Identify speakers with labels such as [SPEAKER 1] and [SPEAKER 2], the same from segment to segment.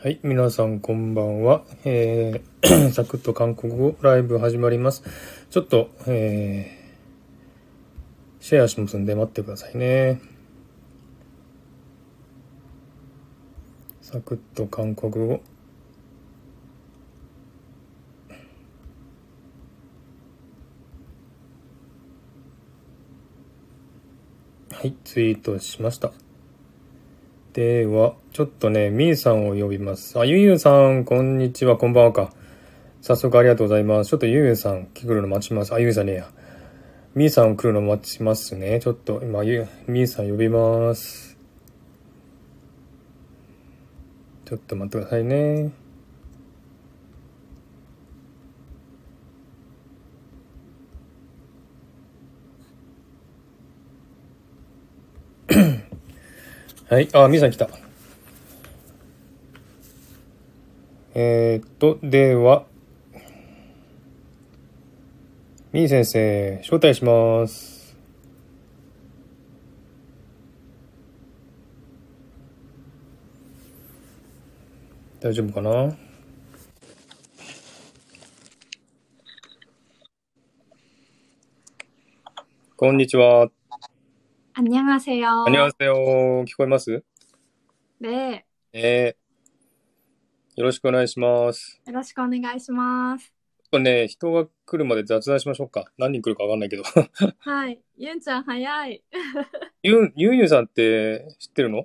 [SPEAKER 1] はい、皆さんこんばんは。えー サクッと韓国語ライブ始まります。ちょっと、えーシェアしますんで待ってくださいね。サクッと韓国語。はい、ツイートしました。では、ちょっとね、みーさんを呼びます。あ、ゆうゆうさん、こんにちは、こんばんはか。早速ありがとうございます。ちょっとゆうゆうさん来るの待ちます。あ、ゆうゆうさんねえや。みーさん来るの待ちますね。ちょっと今、ゆうみーさん呼びます。ちょっと待ってくださいね。はい。あ、みーさん来た。えー、っと、では、みー先生、招待します。大丈夫かなこんにちは。
[SPEAKER 2] 안녕하세요.
[SPEAKER 1] 안녕하세요. 聞こえます
[SPEAKER 2] 네,
[SPEAKER 1] えー、よろしくお願いします。
[SPEAKER 2] よろしくお願いします.
[SPEAKER 1] ちょっとね、人が来るまで雑談しましょうか。何人来るかわかんないけど。
[SPEAKER 2] はい、ゆんちゃん早い。
[SPEAKER 1] ゆん、ゆんゆんさんって知ってるの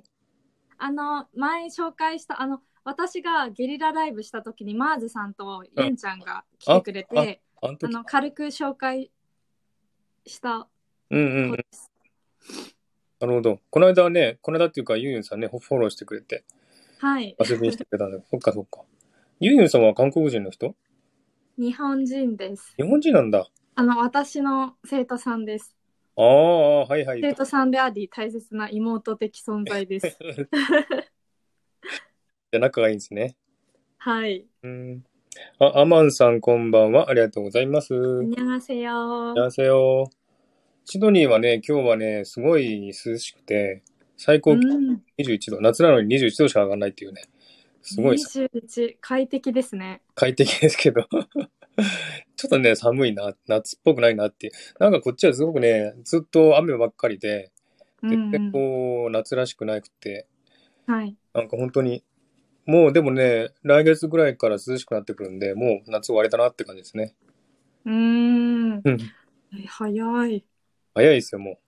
[SPEAKER 2] あの、前紹介した、あの、私がゲリラライブした時に、マーズさんとゆんちゃんが来てくれて、
[SPEAKER 1] あの
[SPEAKER 2] あ
[SPEAKER 1] 時。
[SPEAKER 2] の、軽く紹介した
[SPEAKER 1] うんうんう
[SPEAKER 2] 子
[SPEAKER 1] ん。
[SPEAKER 2] です。
[SPEAKER 1] なるほど。この間はね、この間っていうか、ゆんゆんさんね、フォローしてくれて、
[SPEAKER 2] はい、
[SPEAKER 1] 遊びにしてくれたんだ けど、そっかそっか。ゆんゆんさんは韓国人の人
[SPEAKER 2] 日本人です。
[SPEAKER 1] 日本人なんだ。
[SPEAKER 2] あの、私の生徒さんです。
[SPEAKER 1] ああ、はいはい。
[SPEAKER 2] 生徒さんであり、大切な妹的存在 です。
[SPEAKER 1] で仲がいいんですね。
[SPEAKER 2] はい。
[SPEAKER 1] うん。あ、アマンさんこんばんは。ありがとうございます。
[SPEAKER 2] 안녕하세
[SPEAKER 1] 안녕
[SPEAKER 2] 요
[SPEAKER 1] 하세요。シドニーはね、今日はね、すごい涼しくて、最
[SPEAKER 2] う
[SPEAKER 1] 高気温
[SPEAKER 2] ん、
[SPEAKER 1] 21度、夏なのに21度しか上がらないっていうね、すごい
[SPEAKER 2] 21、快適ですね。
[SPEAKER 1] 快適ですけど、 ちょっとね、寒いな、夏っぽくないなっていう。なんかこっちはすごくね、ずっと雨ばっかりで、
[SPEAKER 2] うん
[SPEAKER 1] 全
[SPEAKER 2] う
[SPEAKER 1] 然
[SPEAKER 2] ん
[SPEAKER 1] こう、夏らしくなくて、
[SPEAKER 2] はい。
[SPEAKER 1] なんか本当に、もうでもね、来月ぐらいから涼しくなってくるんで、もう夏終わりだなって感じですね。
[SPEAKER 2] うーん。
[SPEAKER 1] うん
[SPEAKER 2] 早い。
[SPEAKER 1] 早いですよ、も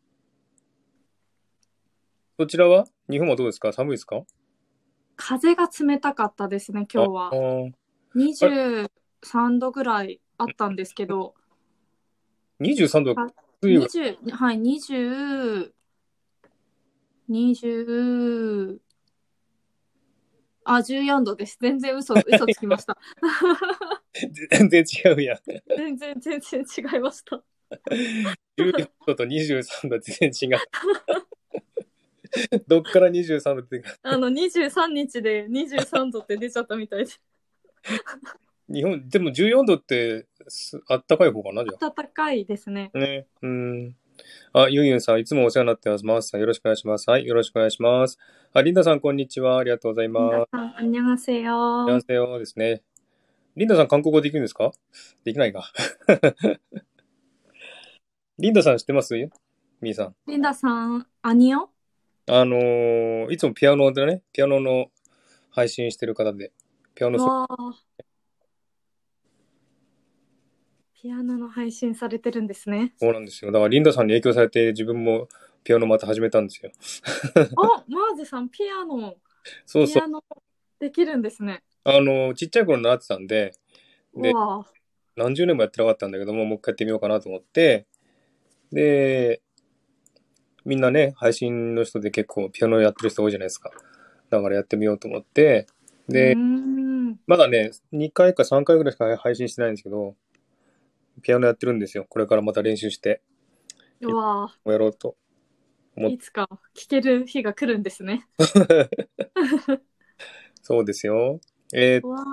[SPEAKER 1] う。そちらは日本はどうですか寒いですか
[SPEAKER 2] 風が冷たかったですね、今日は
[SPEAKER 1] あ。あー
[SPEAKER 2] 23度ぐらいあったんですけど、
[SPEAKER 1] 23度
[SPEAKER 2] あ、
[SPEAKER 1] 水曜日
[SPEAKER 2] 20、はい、20、20、あ、14度です。全然 嘘、嘘つきました。
[SPEAKER 1] 全然違うやん。
[SPEAKER 2] 全然、全然違いました。
[SPEAKER 1] 14度と23度全然違う。 どっから23度って、
[SPEAKER 2] あの、23日で23度って出ちゃったみたいで。
[SPEAKER 1] 日本、でも14度ってす あったかい方かな、じゃ
[SPEAKER 2] 暖かいですね。
[SPEAKER 1] あ。ね。うん。あ、ユンユンさん、いつもお世話になってます。マースさん、よろしくお願いします。はい、よろしくお願いします。あ、リンダさん、こんにちは。ありがとうございます。
[SPEAKER 2] 皆さん、こんにちは。
[SPEAKER 1] 男性はですね。リンダさん、韓国語できるんですかできないか。 リンダさん知ってますみーさん。
[SPEAKER 2] リンダさん、アニオ
[SPEAKER 1] あのーいつもピアノでね、ピアノの配信してる方で、ピアノソ
[SPEAKER 2] わあ。ピアノの配信されてるんで すね。
[SPEAKER 1] そうなんですよ。だからリンダさんに影響されて自分もピアノまた始めたんですよ。
[SPEAKER 2] あ、マーズさん、ピアノ、
[SPEAKER 1] そう
[SPEAKER 2] ピ
[SPEAKER 1] そう。
[SPEAKER 2] アノできるんですね。
[SPEAKER 1] あのーちっちゃい頃習ってたんで、
[SPEAKER 2] う
[SPEAKER 1] で
[SPEAKER 2] わあ。
[SPEAKER 1] 何十年もやってなかったんだけども、もう一回やってみようかなと思って、で、みんなね、配信の人で結構ピアノやってる人多いじゃないですか。だからやってみようと思って、で、
[SPEAKER 2] うーん。
[SPEAKER 1] まだね、2回か3回ぐらいしか配信してないんですけど、ピアノやってるんですよ。これからまた練習して、
[SPEAKER 2] うわあ。
[SPEAKER 1] やろうと。も
[SPEAKER 2] いつか聴ける日が来るんですね。
[SPEAKER 1] そうですよ。えー、
[SPEAKER 2] うわあ。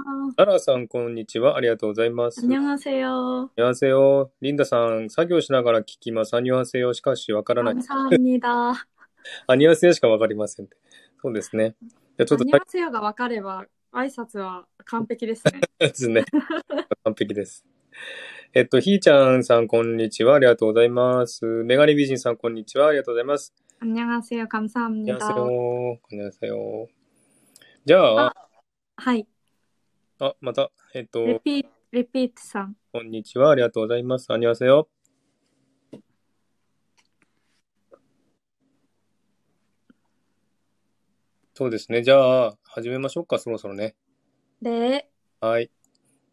[SPEAKER 1] アラさん、こんにちは。ありがとうございます。
[SPEAKER 2] 안녕하세요。
[SPEAKER 1] 안녕하세요。リンダさん、作業しながら聞きます。안녕하세요。しかし、わからない
[SPEAKER 2] 감사합니다。
[SPEAKER 1] 안녕하세요しかわかりません。そうですね。じゃあちょっと
[SPEAKER 2] 안녕하세요が分かれば 挨拶は完璧です ね。
[SPEAKER 1] ですね。完璧です。えっと、ひーちゃんさん、こんにちは。ありがとうございます。メガネ美人さん、こんにちは。ありがとうございます。
[SPEAKER 2] 안녕하세요。감사합니
[SPEAKER 1] 안녕하세요。
[SPEAKER 2] 다。
[SPEAKER 1] こんにちは。じゃあ、
[SPEAKER 2] はい。
[SPEAKER 1] あ、また、えっ
[SPEAKER 2] リ
[SPEAKER 1] と、
[SPEAKER 2] ピート、リピートさん。
[SPEAKER 1] こんにちは。ありがとうございます。ありがとうございます。そうですね。じゃあ、始めましょうか、そろそろね。
[SPEAKER 2] で、
[SPEAKER 1] はい。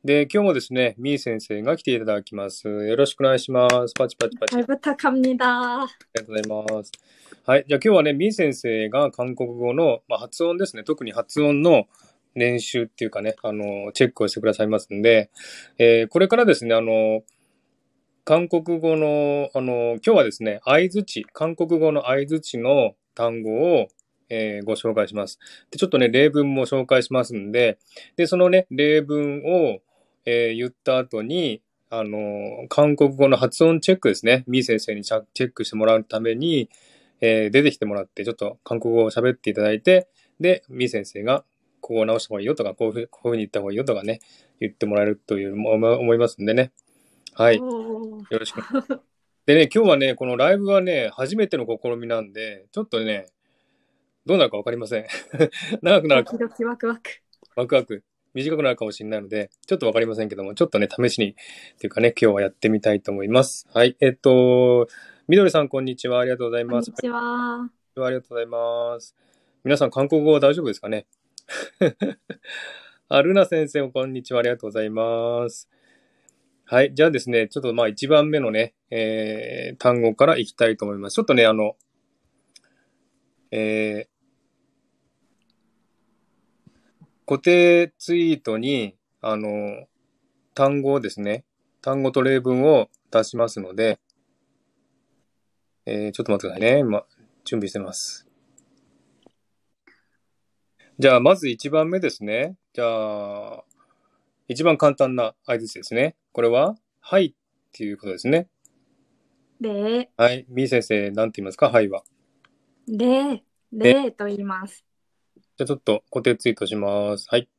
[SPEAKER 1] で、今日もですね、みー先生が来ていただきます。よろしくお願いします。パチパチパチ。
[SPEAKER 2] 잘부탁합니다。
[SPEAKER 1] ありがとうございます。はい。じゃあ今日はね、みー先生が韓国語の、まあ、発音ですね。特に発音の練習っていうかね、あの、チェックをしてくださいますんで、えーこれからですね、あの、韓国語の、あの、今日はですね、相づち、韓国語の相づちの単語を、えーご紹介します。で、ちょっとね、例文も紹介しますんで、で、そのね、例文を、えー言った後に、あの、韓国語の発音チェックですね。ミー先生にチャチェックしてもらうために、えー出てきてもらって、ちょっと韓国語を喋っていただいて、で、ミー先生が、ここを直した方がいいよとか、こういうふうこういうふうに言った方がいいよとかね、言ってもらえるという、も思思いますんでね。はい。よ
[SPEAKER 2] おー
[SPEAKER 1] ろしく。でね、今日はね、このライブはね、初めての試みなんで、ちょっとね、どうなるかわかりません。 長くなる
[SPEAKER 2] ド
[SPEAKER 1] か
[SPEAKER 2] キドキワクワク。
[SPEAKER 1] ワクワク、短くなるかもしれないので、ちょっとわかりませんけども、ちょっとね、試しに、というかね、今日はやってみたいと思います。はい、えっと、みどりさん、こんにちは。ありがとうござい
[SPEAKER 2] こん
[SPEAKER 1] ま
[SPEAKER 2] に
[SPEAKER 1] す。
[SPEAKER 2] ちは。
[SPEAKER 1] ありがとうございます。皆さん、韓国語は大丈夫ですかね あ、ルナ先生もこんにちは。ありがとうございます。はい。じゃあですね、ちょっとまあ一番目のね、えー、単語からいきたいと思います。ちょっとね、あの、えー、固定ツイートに、あの、単語をですね、単語と例文を出しますので、えー、ちょっと待ってくださいね。今、準備してます。じゃあ、まず1番目ですね。じゃあ、一番簡単な相槌ですね。これは、はいっていうことですね。
[SPEAKER 2] で、
[SPEAKER 1] はい。みー先生、なんて言いますかはいは。
[SPEAKER 2] で、でと言います。
[SPEAKER 1] じゃあ、ちょっと固定ツイートします。はい。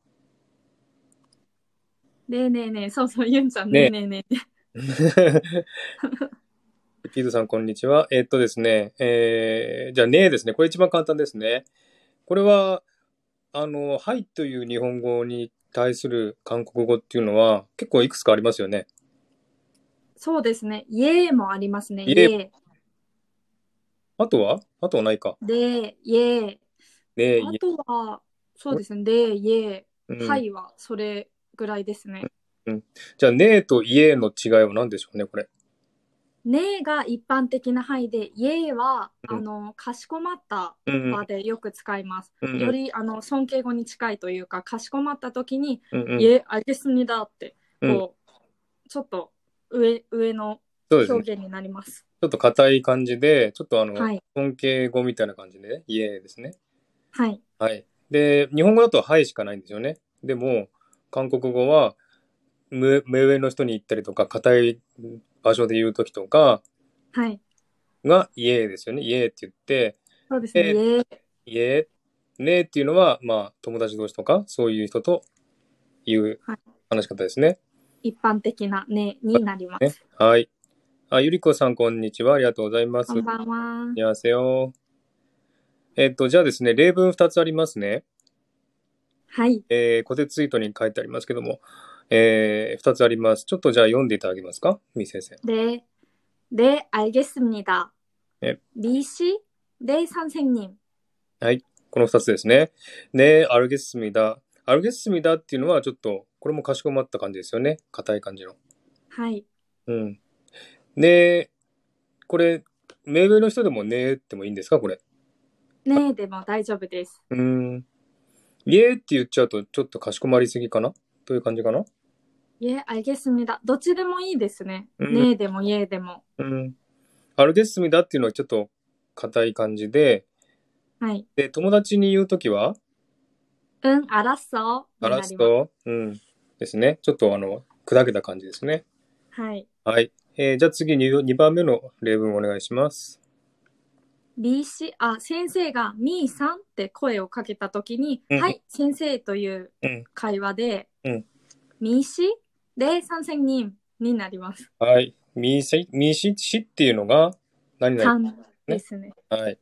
[SPEAKER 2] でねえねえ、そうそう、ユンちゃんねえねえねえ。
[SPEAKER 1] ピードさん、こんにちは。えっとですね、えー、じゃあ、ねえですね。これ一番簡単ですね。これは、あの、はいという日本語に対する韓国語っていうのは、結構いくつかありますよね。
[SPEAKER 2] そうですね。イエーもありますね。
[SPEAKER 1] イ
[SPEAKER 2] イ
[SPEAKER 1] エ
[SPEAKER 2] エ
[SPEAKER 1] ー
[SPEAKER 2] ー。
[SPEAKER 1] あとはあとはないか。
[SPEAKER 2] で、イエー。
[SPEAKER 1] ねえ、い
[SPEAKER 2] あとは、そうですね。で、イエ
[SPEAKER 1] えう
[SPEAKER 2] ー。
[SPEAKER 1] ん
[SPEAKER 2] はいは、それぐらいですね。
[SPEAKER 1] じゃあ、ねえといえの違いは何でしょうね、これ。
[SPEAKER 2] ねえが一般的な範囲で、イエーは、
[SPEAKER 1] うん
[SPEAKER 2] あの、かしこまった
[SPEAKER 1] うん
[SPEAKER 2] 場でよく使います。
[SPEAKER 1] うん
[SPEAKER 2] より、あの、尊敬語に近いというか、かしこまった時に、
[SPEAKER 1] うんうん
[SPEAKER 2] イエー、あげすぎだって、
[SPEAKER 1] うん
[SPEAKER 2] こう、ちょっと上、上の
[SPEAKER 1] そうです
[SPEAKER 2] 表
[SPEAKER 1] ね。
[SPEAKER 2] 現になります。
[SPEAKER 1] ちょっと硬い感じで、ちょっとあの、
[SPEAKER 2] はい。
[SPEAKER 1] 尊敬語みたいな感じで、ね、イエーですね。
[SPEAKER 2] はい。
[SPEAKER 1] はい。で、日本語だとはいしかないんですよね。でも、韓国語は、目目上の人に行ったりとか、硬い場所で言うときとか
[SPEAKER 2] はい。が
[SPEAKER 1] が、イエーですよね。イエーって言って、
[SPEAKER 2] そうですね。イ
[SPEAKER 1] え
[SPEAKER 2] エー。
[SPEAKER 1] イエー、ねーっていうのは、まあ、友達同士とか、そういう人という
[SPEAKER 2] はい
[SPEAKER 1] 話し方ですね。
[SPEAKER 2] 一般的なねになりま
[SPEAKER 1] ね
[SPEAKER 2] す。
[SPEAKER 1] はい。あ、ゆりこさん、こんにちは。ありがとうございます。
[SPEAKER 2] こんばんは
[SPEAKER 1] 안녕하세요。えっと、じゃあですね、例文2つありますね。
[SPEAKER 2] はい。
[SPEAKER 1] えー、小手ツイートに書いてありますけども、えー、2つあります。ちょっとじゃあ読んでいただけますかみー先生。
[SPEAKER 2] 네. 네, 알겠습니다.
[SPEAKER 1] 네.
[SPEAKER 2] 미 씨? 네, 선생님.
[SPEAKER 1] この2つですね。ねえ、アルゲスミダ。アルゲスミダっていうのはちょっと、これもかしこまった感じですよね。硬い感じの。
[SPEAKER 2] 하이.
[SPEAKER 1] うん。ねえ、これ、目上の人でもねえってもいいんですかこれ。
[SPEAKER 2] 네, 네, 뭐, 大丈夫です.
[SPEAKER 1] うーん。イエーって言っちゃうと、ちょっとかしこまりすぎかなという感じかな
[SPEAKER 2] 예, 알겠습니다. どっちでもいいですね.
[SPEAKER 1] 음.
[SPEAKER 2] 네, でも, 예, でも.
[SPEAKER 1] うん。アルゲスミダっていうのはちょっと硬い感じで、
[SPEAKER 2] 하이.
[SPEAKER 1] で、友達に言うときは、
[SPEAKER 2] 응, 알았어.
[SPEAKER 1] ガラス
[SPEAKER 2] になります.
[SPEAKER 1] と、うん、ですね。ちょっとあの、砕けた感じですね。
[SPEAKER 2] 하이.
[SPEAKER 1] はい。えーじゃあ次に2番目の例文お願いします。
[SPEAKER 2] 네, B 氏あ先生が「みーさん」って声をかけた時に「
[SPEAKER 1] うん
[SPEAKER 2] はい先生」という
[SPEAKER 1] うん
[SPEAKER 2] 会話で
[SPEAKER 1] うん
[SPEAKER 2] 「みー氏」で「三千人」になります。
[SPEAKER 1] はい。みし、みし、しっていうのが、何々。
[SPEAKER 2] 三ですね。
[SPEAKER 1] はい。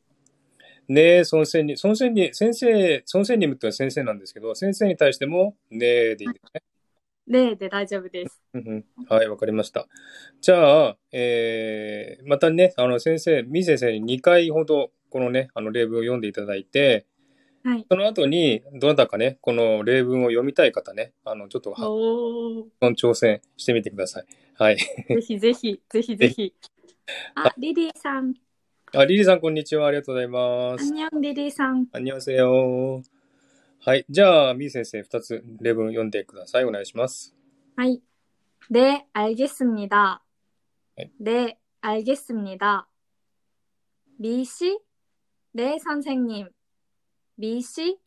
[SPEAKER 1] ねえ、先生に、先生に、先生、先生にむってのは先生なんですけど、先生に対しても、ねえでいいですね。
[SPEAKER 2] 例で大丈夫です。
[SPEAKER 1] うんうんはい、わかりました。じゃあ、えー、またね、あの、先生、みー先生に2回ほど、このね、あの、例文を読んでいただいて、
[SPEAKER 2] はい。
[SPEAKER 1] その後に、どなたかね、この例文を読みたい方ね、あの、ちょっと発
[SPEAKER 2] おお。
[SPEAKER 1] 音挑戦してみてください。はい。
[SPEAKER 2] ぜひぜひぜひぜひ。あリリーさん、
[SPEAKER 1] あ、リリーさん、こんにちは。ありがとうございま
[SPEAKER 2] ア
[SPEAKER 1] す。
[SPEAKER 2] ニョンリリーさん。
[SPEAKER 1] こんにちは。はい。じゃあ、みー先生、2つ例文読んでください。お願いします。
[SPEAKER 2] はい。네, 알겠습니다.
[SPEAKER 1] 네.
[SPEAKER 2] 네, 알겠습니다. 미 씨? 네, 선생님. 미 씨?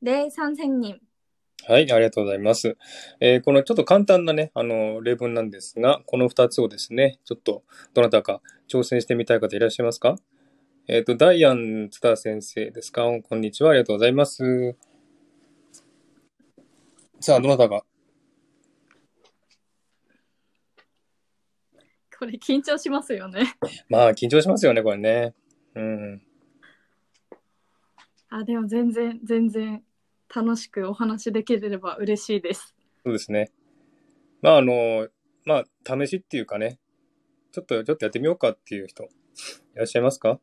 [SPEAKER 2] 네, 선생님.
[SPEAKER 1] はい、ありがとうございます。えーこのちょっと簡単なね、あの、例文なんですが、この2つをですね、ちょっと、どなたか挑戦してみたい方いらっしゃいますかえっ、と、ダイアン津田先生ですかこんにちは。ありがとうございます。さあ、どなたが
[SPEAKER 2] これ緊張しますよね。
[SPEAKER 1] まあ、緊張しますよね、これね。うん。
[SPEAKER 2] あ、でも全然、全然楽しくお話できれば嬉しいです。
[SPEAKER 1] そうですね。まあ、あの、まあ、試しっていうかね、ちょっと、ちょっとやってみようかっていう人、いらっしゃいますか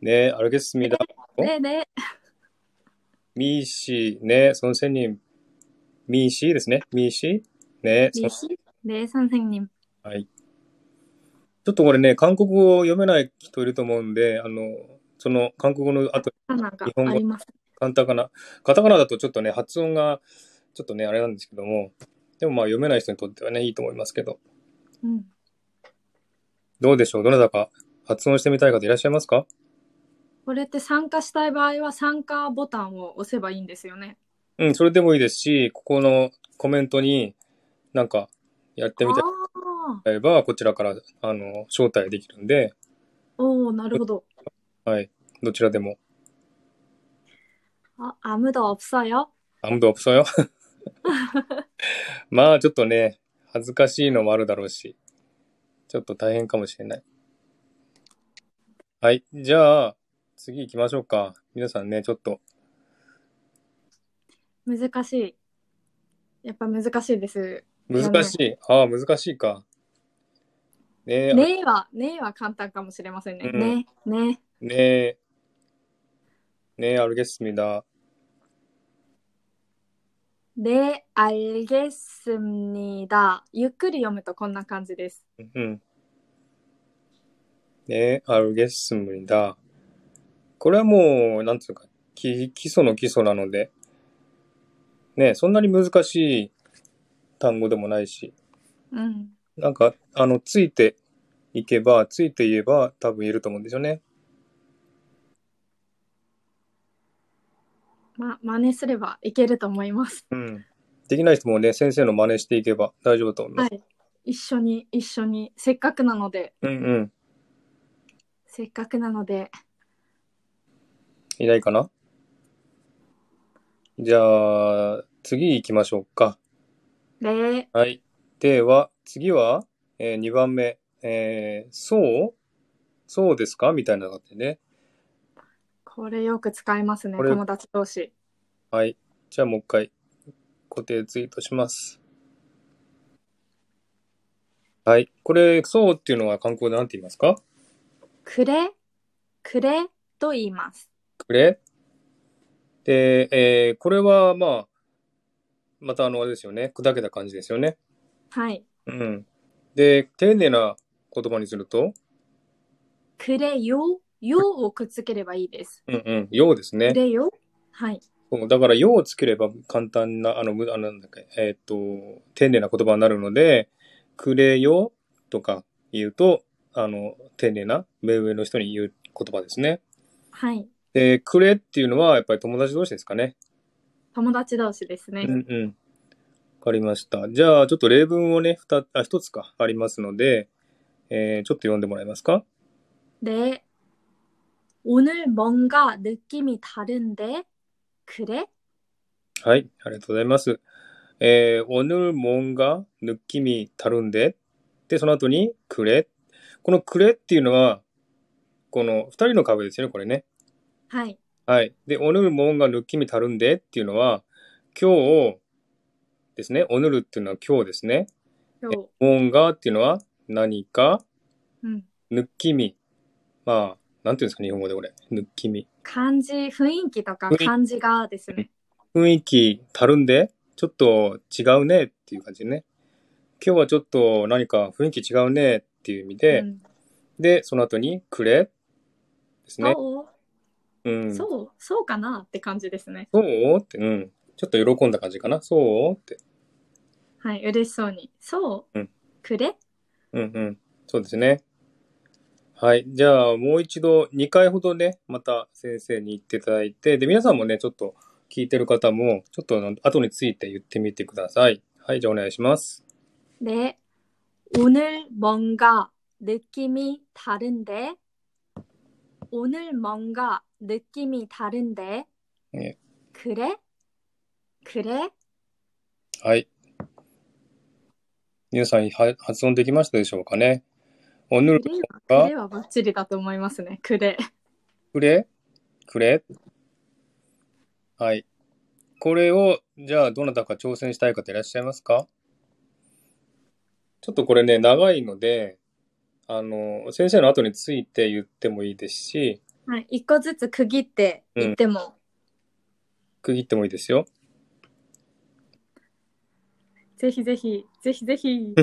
[SPEAKER 1] ねえ、歩けすみだ。お
[SPEAKER 2] ねね、
[SPEAKER 1] ミーシー、ね、その仙人、ミーシーですね。ミーシー、ね、そ
[SPEAKER 2] 미
[SPEAKER 1] の
[SPEAKER 2] 씨? 네, 선생님.
[SPEAKER 1] はい。ちょっとこれね、韓国語を読めない人いると思うんで、あの、その韓国語の後、
[SPEAKER 2] カナが
[SPEAKER 1] 日本語
[SPEAKER 2] あります。
[SPEAKER 1] 簡単かな。カタカナだとちょっとね、発音が、ちょっとね、あれなんですけども、でもまあ読めない人にとってはね、いいと思いますけど、
[SPEAKER 2] うん。
[SPEAKER 1] どうでしょうどなたか発音してみたい方いらっしゃいますか
[SPEAKER 2] これって参加したい場合は参加ボタンを押せばいいんですよね。
[SPEAKER 1] うん、それでもいいですし、ここのコメントになんかやってみても
[SPEAKER 2] ああ。
[SPEAKER 1] らえれば、こちらから、あの、招待できるんで、
[SPEAKER 2] おお、なるほど。
[SPEAKER 1] はい。どちらでも。
[SPEAKER 2] 아, 아무도 없어요?
[SPEAKER 1] 아무도 없어요? まあちょっとね、恥ずかしいのもあるだろうし、ちょっと大変かもしれない。はい。じゃあ、次行きましょうか。皆さんね、ちょっと。
[SPEAKER 2] 難しい。やっぱ難しいです。
[SPEAKER 1] 難しい。ああ、難しいか。ねえ、
[SPEAKER 2] ねえは、ねえは簡単かもしれませんね。
[SPEAKER 1] うん
[SPEAKER 2] ねえ、ね
[SPEAKER 1] ねえ、ねえ、歩けすみだ。
[SPEAKER 2] え、ねえ、알겠습니다。ゆっくり読むとこんな感じです。
[SPEAKER 1] うん。ね、アルゲスムリだ。これはもう、なんつうか、き基礎の基礎なので、ね、そんなに難しい単語でもないし、
[SPEAKER 2] うん。
[SPEAKER 1] なんか、あの、ついていけば、ついて言えば、多分言えると思うんですよね。
[SPEAKER 2] ま、真似すればいけると思います。
[SPEAKER 1] うん。できない人もね、先生の真似していけば大丈夫だと思いま
[SPEAKER 2] は
[SPEAKER 1] す。
[SPEAKER 2] い。一緒に、一緒に。せっかくなので、
[SPEAKER 1] うんうん。
[SPEAKER 2] せっかくなので、
[SPEAKER 1] いないかなじゃあ、次行きましょうか。
[SPEAKER 2] ねえ、
[SPEAKER 1] はい。では、次は、え2番目。えーそうそうですかみたいなのがあってね。
[SPEAKER 2] これよく使いますね。
[SPEAKER 1] これ
[SPEAKER 2] 友達同士。
[SPEAKER 1] はい。じゃあもう一回、固定ツイートします。はい。これ、そうっていうのは韓国語で何て言いますか
[SPEAKER 2] くれ、くれと言います。
[SPEAKER 1] くれで、えーこれは、まあ、またあの、あれですよね。砕けた感じですよね。
[SPEAKER 2] はい。
[SPEAKER 1] うん。で、丁寧な言葉にすると、
[SPEAKER 2] くれよ、よをくっつければいいです。
[SPEAKER 1] うんうん、ようですね。
[SPEAKER 2] くれよ。はい。
[SPEAKER 1] そうだから、用をつければ簡単な、あの、むあのなんだっけ、えーっ、と、丁寧な言葉になるので、くれよとか言うと、あの、丁寧な、目上の人に言う言葉ですね。
[SPEAKER 2] はい。
[SPEAKER 1] で、くれっていうのは、やっぱり友達同士ですかね。
[SPEAKER 2] 友達同士ですね。
[SPEAKER 1] うんうん。わかりました。じゃあ、ちょっと例文をね、ふた、あ、一つか、ありますので、えーちょっと読んでもらえますか
[SPEAKER 2] で、 오늘 뭔가 느낌이 다른데 그래?
[SPEAKER 1] はい、ありがとうございます。えー、오늘뭔가느낌이다른데で、その後に、くれ。このくれっていうのは、この二人の壁ですよね、これね。
[SPEAKER 2] はい。
[SPEAKER 1] はい。で、오늘뭔가느낌이다른데っていうのは、今日ですね。오늘っていうのは今日ですね。
[SPEAKER 2] 今日。
[SPEAKER 1] 뭔가っていうのは何か、
[SPEAKER 2] うん。
[SPEAKER 1] 느낌이。まあ、なんていうんですか、日本語でこれ。느낌이。
[SPEAKER 2] 感じ、雰囲気とか
[SPEAKER 1] 雰囲気
[SPEAKER 2] 感じがですね。
[SPEAKER 1] 雰囲気たるんで、ちょっと違うねっていう感じでね。今日はちょっと何か雰囲気違うねっていう意味で、
[SPEAKER 2] うん
[SPEAKER 1] で、その後に、くれですね。
[SPEAKER 2] そう
[SPEAKER 1] うん。そう
[SPEAKER 2] そうそうかなって感じですね。
[SPEAKER 1] って、うん。ちょっと喜んだ感じかな。そうって。
[SPEAKER 2] はい、嬉しそうに。そう、
[SPEAKER 1] うん
[SPEAKER 2] くれ
[SPEAKER 1] うんうん。そうですね。はい。じゃあ、もう一度、2回ほどね、また先生に言っていただいて、で、皆さんもね、ちょっと聞いてる方も、ちょっとあの後について言ってみてください。はい。じゃあ、お願いします。
[SPEAKER 2] 네. 오늘 뭔가 느낌이 다른데? 오늘 뭔가 느낌이 다른데?
[SPEAKER 1] 예.
[SPEAKER 2] 그래? 그래?
[SPEAKER 1] はい。皆さん、は発音できましたでしょうかね。おぬる
[SPEAKER 2] 그래?
[SPEAKER 1] が
[SPEAKER 2] 그래와 맞지리다 と思いますね. 그래.
[SPEAKER 1] くれくれはい。これを、じゃあ、どなたか挑戦したい方いらっしゃいますかちょっとこれね、長いので、あの、先生の後について言ってもいいですし、
[SPEAKER 2] 한, 1個ずつ区切って
[SPEAKER 1] 음.
[SPEAKER 2] 言っても.
[SPEAKER 1] 区切ってもいいですよ。
[SPEAKER 2] ぜひぜひ,ぜひぜひ.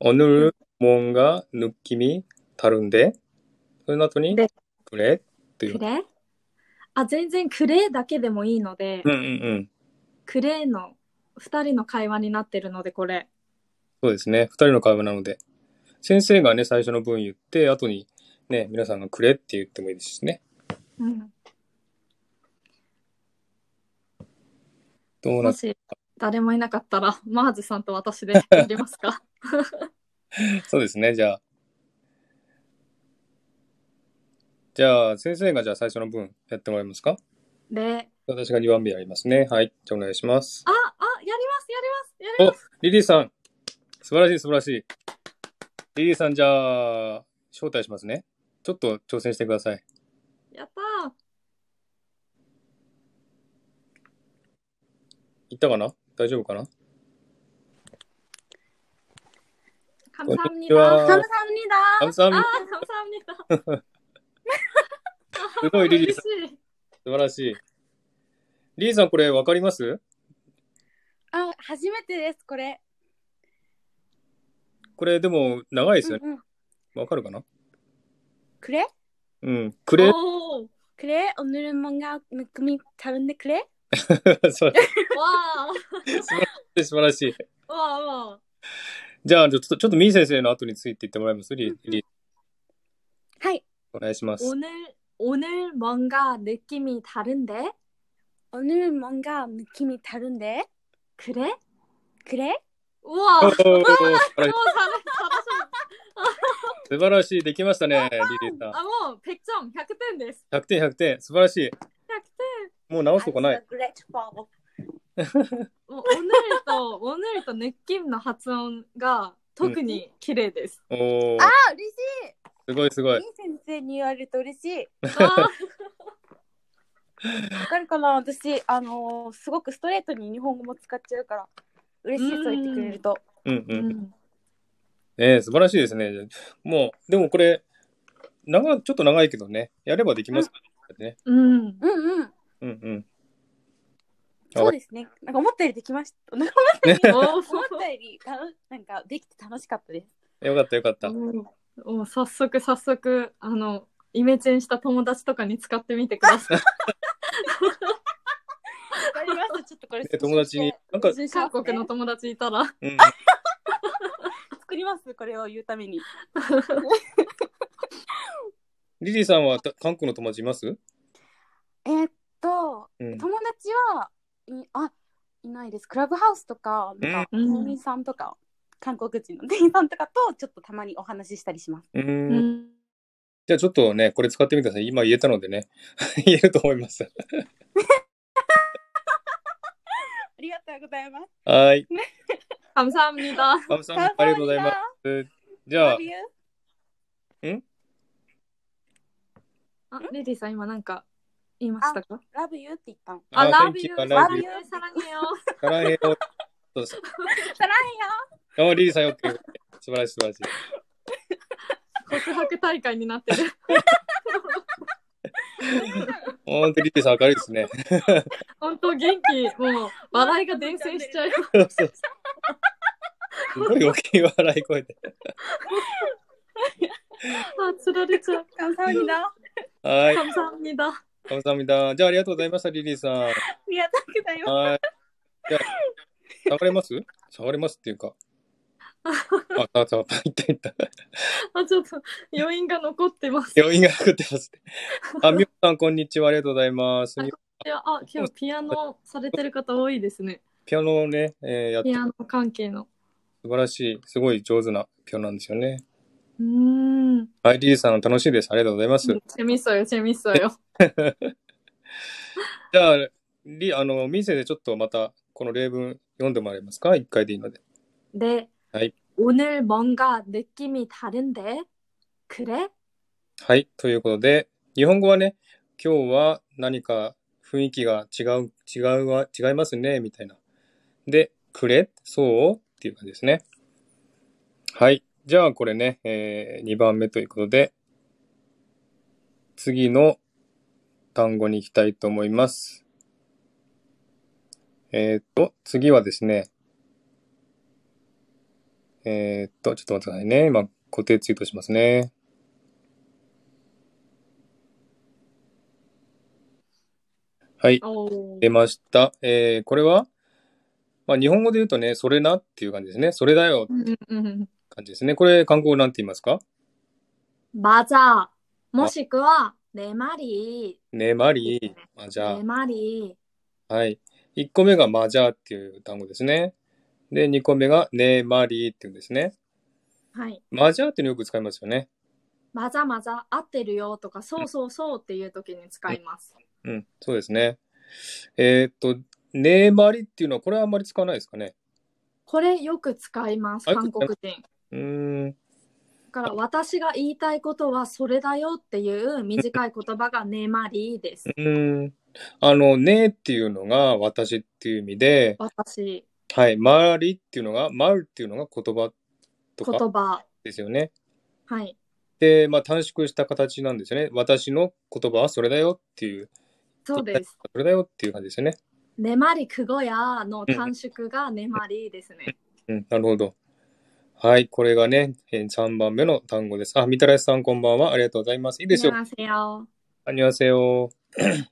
[SPEAKER 1] おぬるもんがぬっきみたるんで、その後に
[SPEAKER 2] で、
[SPEAKER 1] くれっていう。
[SPEAKER 2] 그래? 아, 全然 그래だけでもいいので,
[SPEAKER 1] うんうんうん。
[SPEAKER 2] 그래の 二人の会話になってるので、これ.
[SPEAKER 1] そうですね。二人の会話なので。先生がね、最初の文言って、後にね、皆さんがくれって言ってもいいですしね。
[SPEAKER 2] 음.
[SPEAKER 1] どうな
[SPEAKER 2] も
[SPEAKER 1] っ
[SPEAKER 2] し誰もいなかったら、 マーズさんと私でやりま すか
[SPEAKER 1] そうですね、じゃあ。じゃあ、先生がじゃあ最初の文やってもらえますか
[SPEAKER 2] で、
[SPEAKER 1] 私が2番目やりますね。はい。じゃあお願いします
[SPEAKER 2] あ、。あ、やります、やります、やりま
[SPEAKER 1] おリリーさん素晴らしい、素晴らしい。リリーさん、じゃあ、招待しますね。ちょっと挑戦してください。
[SPEAKER 2] す。やったー
[SPEAKER 1] いったかな大丈夫かな
[SPEAKER 2] カムサハ
[SPEAKER 1] こ
[SPEAKER 2] ムニ
[SPEAKER 1] んにちは
[SPEAKER 2] ダカムサハムニダ
[SPEAKER 1] カムサハムニ
[SPEAKER 2] あー、カムサハム
[SPEAKER 1] す
[SPEAKER 2] ニダ
[SPEAKER 1] ごい、リリーさん。
[SPEAKER 2] 嬉しい。
[SPEAKER 1] 素晴らしい。リリーさん、これわかります
[SPEAKER 3] あ、初めてです、これ。
[SPEAKER 1] これ、でも、長いですよね。
[SPEAKER 3] うんうん
[SPEAKER 1] わかるかな
[SPEAKER 3] くれ
[SPEAKER 1] うん。くれ。
[SPEAKER 2] おーわ
[SPEAKER 3] くれおぬるもんがぬくみたるんでくれ
[SPEAKER 1] そう素晴らしい。
[SPEAKER 2] ー、わー、わ
[SPEAKER 1] じゃあ、ちょっと、ちょっとミー先生の後について言ってもらえますリリリー
[SPEAKER 3] はい。
[SPEAKER 1] お願いしま
[SPEAKER 2] ー。お
[SPEAKER 1] す。
[SPEAKER 2] ぬる、おぬる、もんが、느낌이다른데
[SPEAKER 3] おぬるもんがぬくみたるんで
[SPEAKER 2] くれ
[SPEAKER 3] くれ
[SPEAKER 2] うわー、
[SPEAKER 1] おー
[SPEAKER 2] もう
[SPEAKER 1] 素晴らしい
[SPEAKER 2] さら、さらさ
[SPEAKER 1] 素晴らしい。できましたね、リリー
[SPEAKER 2] ら
[SPEAKER 1] さ
[SPEAKER 2] あ、もう、ぺっちゃん、100点です。
[SPEAKER 1] ん。100点、100点。素晴らしい。
[SPEAKER 2] 100点。
[SPEAKER 1] もう直すとこない。。
[SPEAKER 2] もうおぬる とおぬるとぬっきんの発音が特に綺麗です。
[SPEAKER 1] おー、
[SPEAKER 3] あ、嬉し
[SPEAKER 1] すごいすご
[SPEAKER 3] い。
[SPEAKER 1] い
[SPEAKER 3] い。い先生に言われると嬉しい。
[SPEAKER 2] わあ
[SPEAKER 3] わかるかな私、あのーすごくストレートに日本語も使っちゃうから。嬉しい、そう言ってくれると。
[SPEAKER 1] うんう。
[SPEAKER 2] うん
[SPEAKER 1] ね
[SPEAKER 2] ん
[SPEAKER 1] え素晴らしいですね。もう、でもこれ、長い、ちょっと長いけどね、やればできますからね。
[SPEAKER 2] うん
[SPEAKER 3] うんうん。
[SPEAKER 1] うんうん。
[SPEAKER 3] そうですね。なんか思ったよりできました。なんか
[SPEAKER 2] お
[SPEAKER 3] 思ったより楽、なんかできて楽しかったです。
[SPEAKER 1] よかったよかった。
[SPEAKER 2] おお早速早速あのイメチェンした友達とかに使ってみてくだ さい。
[SPEAKER 3] わかりました。ちょっとこれ
[SPEAKER 1] で友達に、なんか、
[SPEAKER 2] 韓国の友達いたら
[SPEAKER 1] うん、
[SPEAKER 3] 作りますこれを言うために
[SPEAKER 1] リリーさんはた韓国の友達います
[SPEAKER 3] えーっと
[SPEAKER 1] うん。
[SPEAKER 3] 友達はいあいないですクラブハウスとかなんか
[SPEAKER 2] うん
[SPEAKER 3] 店員さんとか、韓国人の店員さんとかとちょっとたまにお話ししたりします
[SPEAKER 1] う。
[SPEAKER 2] うんん
[SPEAKER 1] じゃあちょっとね、これ使ってみてください。今言えたのでね、 言えると思います。
[SPEAKER 3] ありがとうございます。
[SPEAKER 1] はい。
[SPEAKER 2] カムサハムニダ。
[SPEAKER 1] マムさん、ありがとうございます。じゃあ
[SPEAKER 3] Love、you.
[SPEAKER 2] あ、レディさん今なんか言いましたか
[SPEAKER 3] Love you って言ったの。
[SPEAKER 2] あ、
[SPEAKER 1] あ
[SPEAKER 2] ラ
[SPEAKER 1] こん
[SPEAKER 2] ブ
[SPEAKER 1] にち
[SPEAKER 2] ユ
[SPEAKER 1] は
[SPEAKER 2] ー、
[SPEAKER 1] ラ
[SPEAKER 2] ラ
[SPEAKER 1] ブ
[SPEAKER 2] ブ
[SPEAKER 1] ユ
[SPEAKER 2] ユ
[SPEAKER 1] ー
[SPEAKER 2] ー、サラニよ。
[SPEAKER 1] からへんを、そうです。
[SPEAKER 3] さら
[SPEAKER 1] あ、リリーさんよく。素晴らしい、素晴らしい。
[SPEAKER 2] 告白大会になってる。
[SPEAKER 1] 本当にリリーさん明るいですね。
[SPEAKER 2] 本当元気、もう笑いが伝染しちゃう。
[SPEAKER 1] そうそうすごい大きい笑い声で。
[SPEAKER 2] あ、つられちゃう。
[SPEAKER 3] んよ。感謝にな。あ
[SPEAKER 1] はい。
[SPEAKER 2] カムサハムニダ。
[SPEAKER 1] かむさみだ。じゃあ、ありがとうございました、リリーさん。
[SPEAKER 3] りがとうございます。
[SPEAKER 1] はい。じゃあ、触れます触れますっていうか。あ、触った、触った。いったいった。
[SPEAKER 2] あ、ちょっと余韻が残ってます。
[SPEAKER 1] 病院が食ってますね。あ、みおさん、こんにちは。ありがとうございます。みお
[SPEAKER 2] いやあ、今日ピアノされてる方多いですね。
[SPEAKER 1] ピアノをね、えーやって
[SPEAKER 2] ピアノ関係の。
[SPEAKER 1] 素晴らしい、すごい上手なピアノなんですよね。
[SPEAKER 2] うーん。
[SPEAKER 1] はい、リリーさん、楽しいです。ありがとうございます。
[SPEAKER 2] チェミソよ、チェミソよ。
[SPEAKER 1] じゃあ、リ、あの、ミーセでちょっとまた、この例文読んでもらえますか一回でいいので。
[SPEAKER 2] 네.
[SPEAKER 1] 아이.
[SPEAKER 2] 오늘 뭔가 느낌이 다른데? 그래?
[SPEAKER 1] はい、ということで、日本語はね、今日は何か雰囲気が違う、違うわ、違いますね、みたいな。で、くれそうっていう感じですね。はい。じゃあ、これね、え2番目ということで、次の単語に行きたいと思います。えーっと、次はですね、えーっと、ちょっと待ってくださいね。今、固定ツイートしますね。
[SPEAKER 2] 오.
[SPEAKER 1] 出ました。えーこれは、まあ、日本語で言うとね、それなっていう感じですね。それだよって
[SPEAKER 2] 음, 음, 음.
[SPEAKER 1] 感じですね。これ、韓国語なんて言いますか
[SPEAKER 2] 맞아. 모시고와 내 말이.
[SPEAKER 1] ねまり、まじゃ
[SPEAKER 2] 내 말이.
[SPEAKER 1] はい。1個目がまじゃっていう単語ですね。で、2個目がねまりっていうんですね。
[SPEAKER 2] 하이.
[SPEAKER 1] まじゃっていうのよく使いますよね。
[SPEAKER 2] 맞아, 맞아. 合ってるよとか、そうそうそうっていう時に使います。
[SPEAKER 1] うん、そうですね。えーっと、ねまりっていうのは、これはあんまり使わないですかね。
[SPEAKER 2] これよく使います、
[SPEAKER 1] あ
[SPEAKER 2] 韓国人。
[SPEAKER 1] うーん、
[SPEAKER 2] だから私が言いたいことはそれだよっていう短い言葉がねまりです
[SPEAKER 1] う。ーん。あの、ねっていうのが私っていう意味で、
[SPEAKER 2] 私、
[SPEAKER 1] はい、まりっていうのが、まるっていうのが言葉と
[SPEAKER 2] 言
[SPEAKER 1] か。
[SPEAKER 2] 葉。
[SPEAKER 1] ですよね。
[SPEAKER 2] はい。
[SPEAKER 1] で、まあ、短縮した形なんですよね。私の言葉はそれだよっていう。
[SPEAKER 2] そうです。
[SPEAKER 1] それだよっていう感じですよね。
[SPEAKER 2] ねまりくごやの短縮がねまりですね。
[SPEAKER 1] うん、なるほど。はい、これがね、えー3番目の単語です。あ、みたらしさんこんばんは。ありがとうございます。いいですよ。
[SPEAKER 2] 안녕하세요
[SPEAKER 1] こんにちは。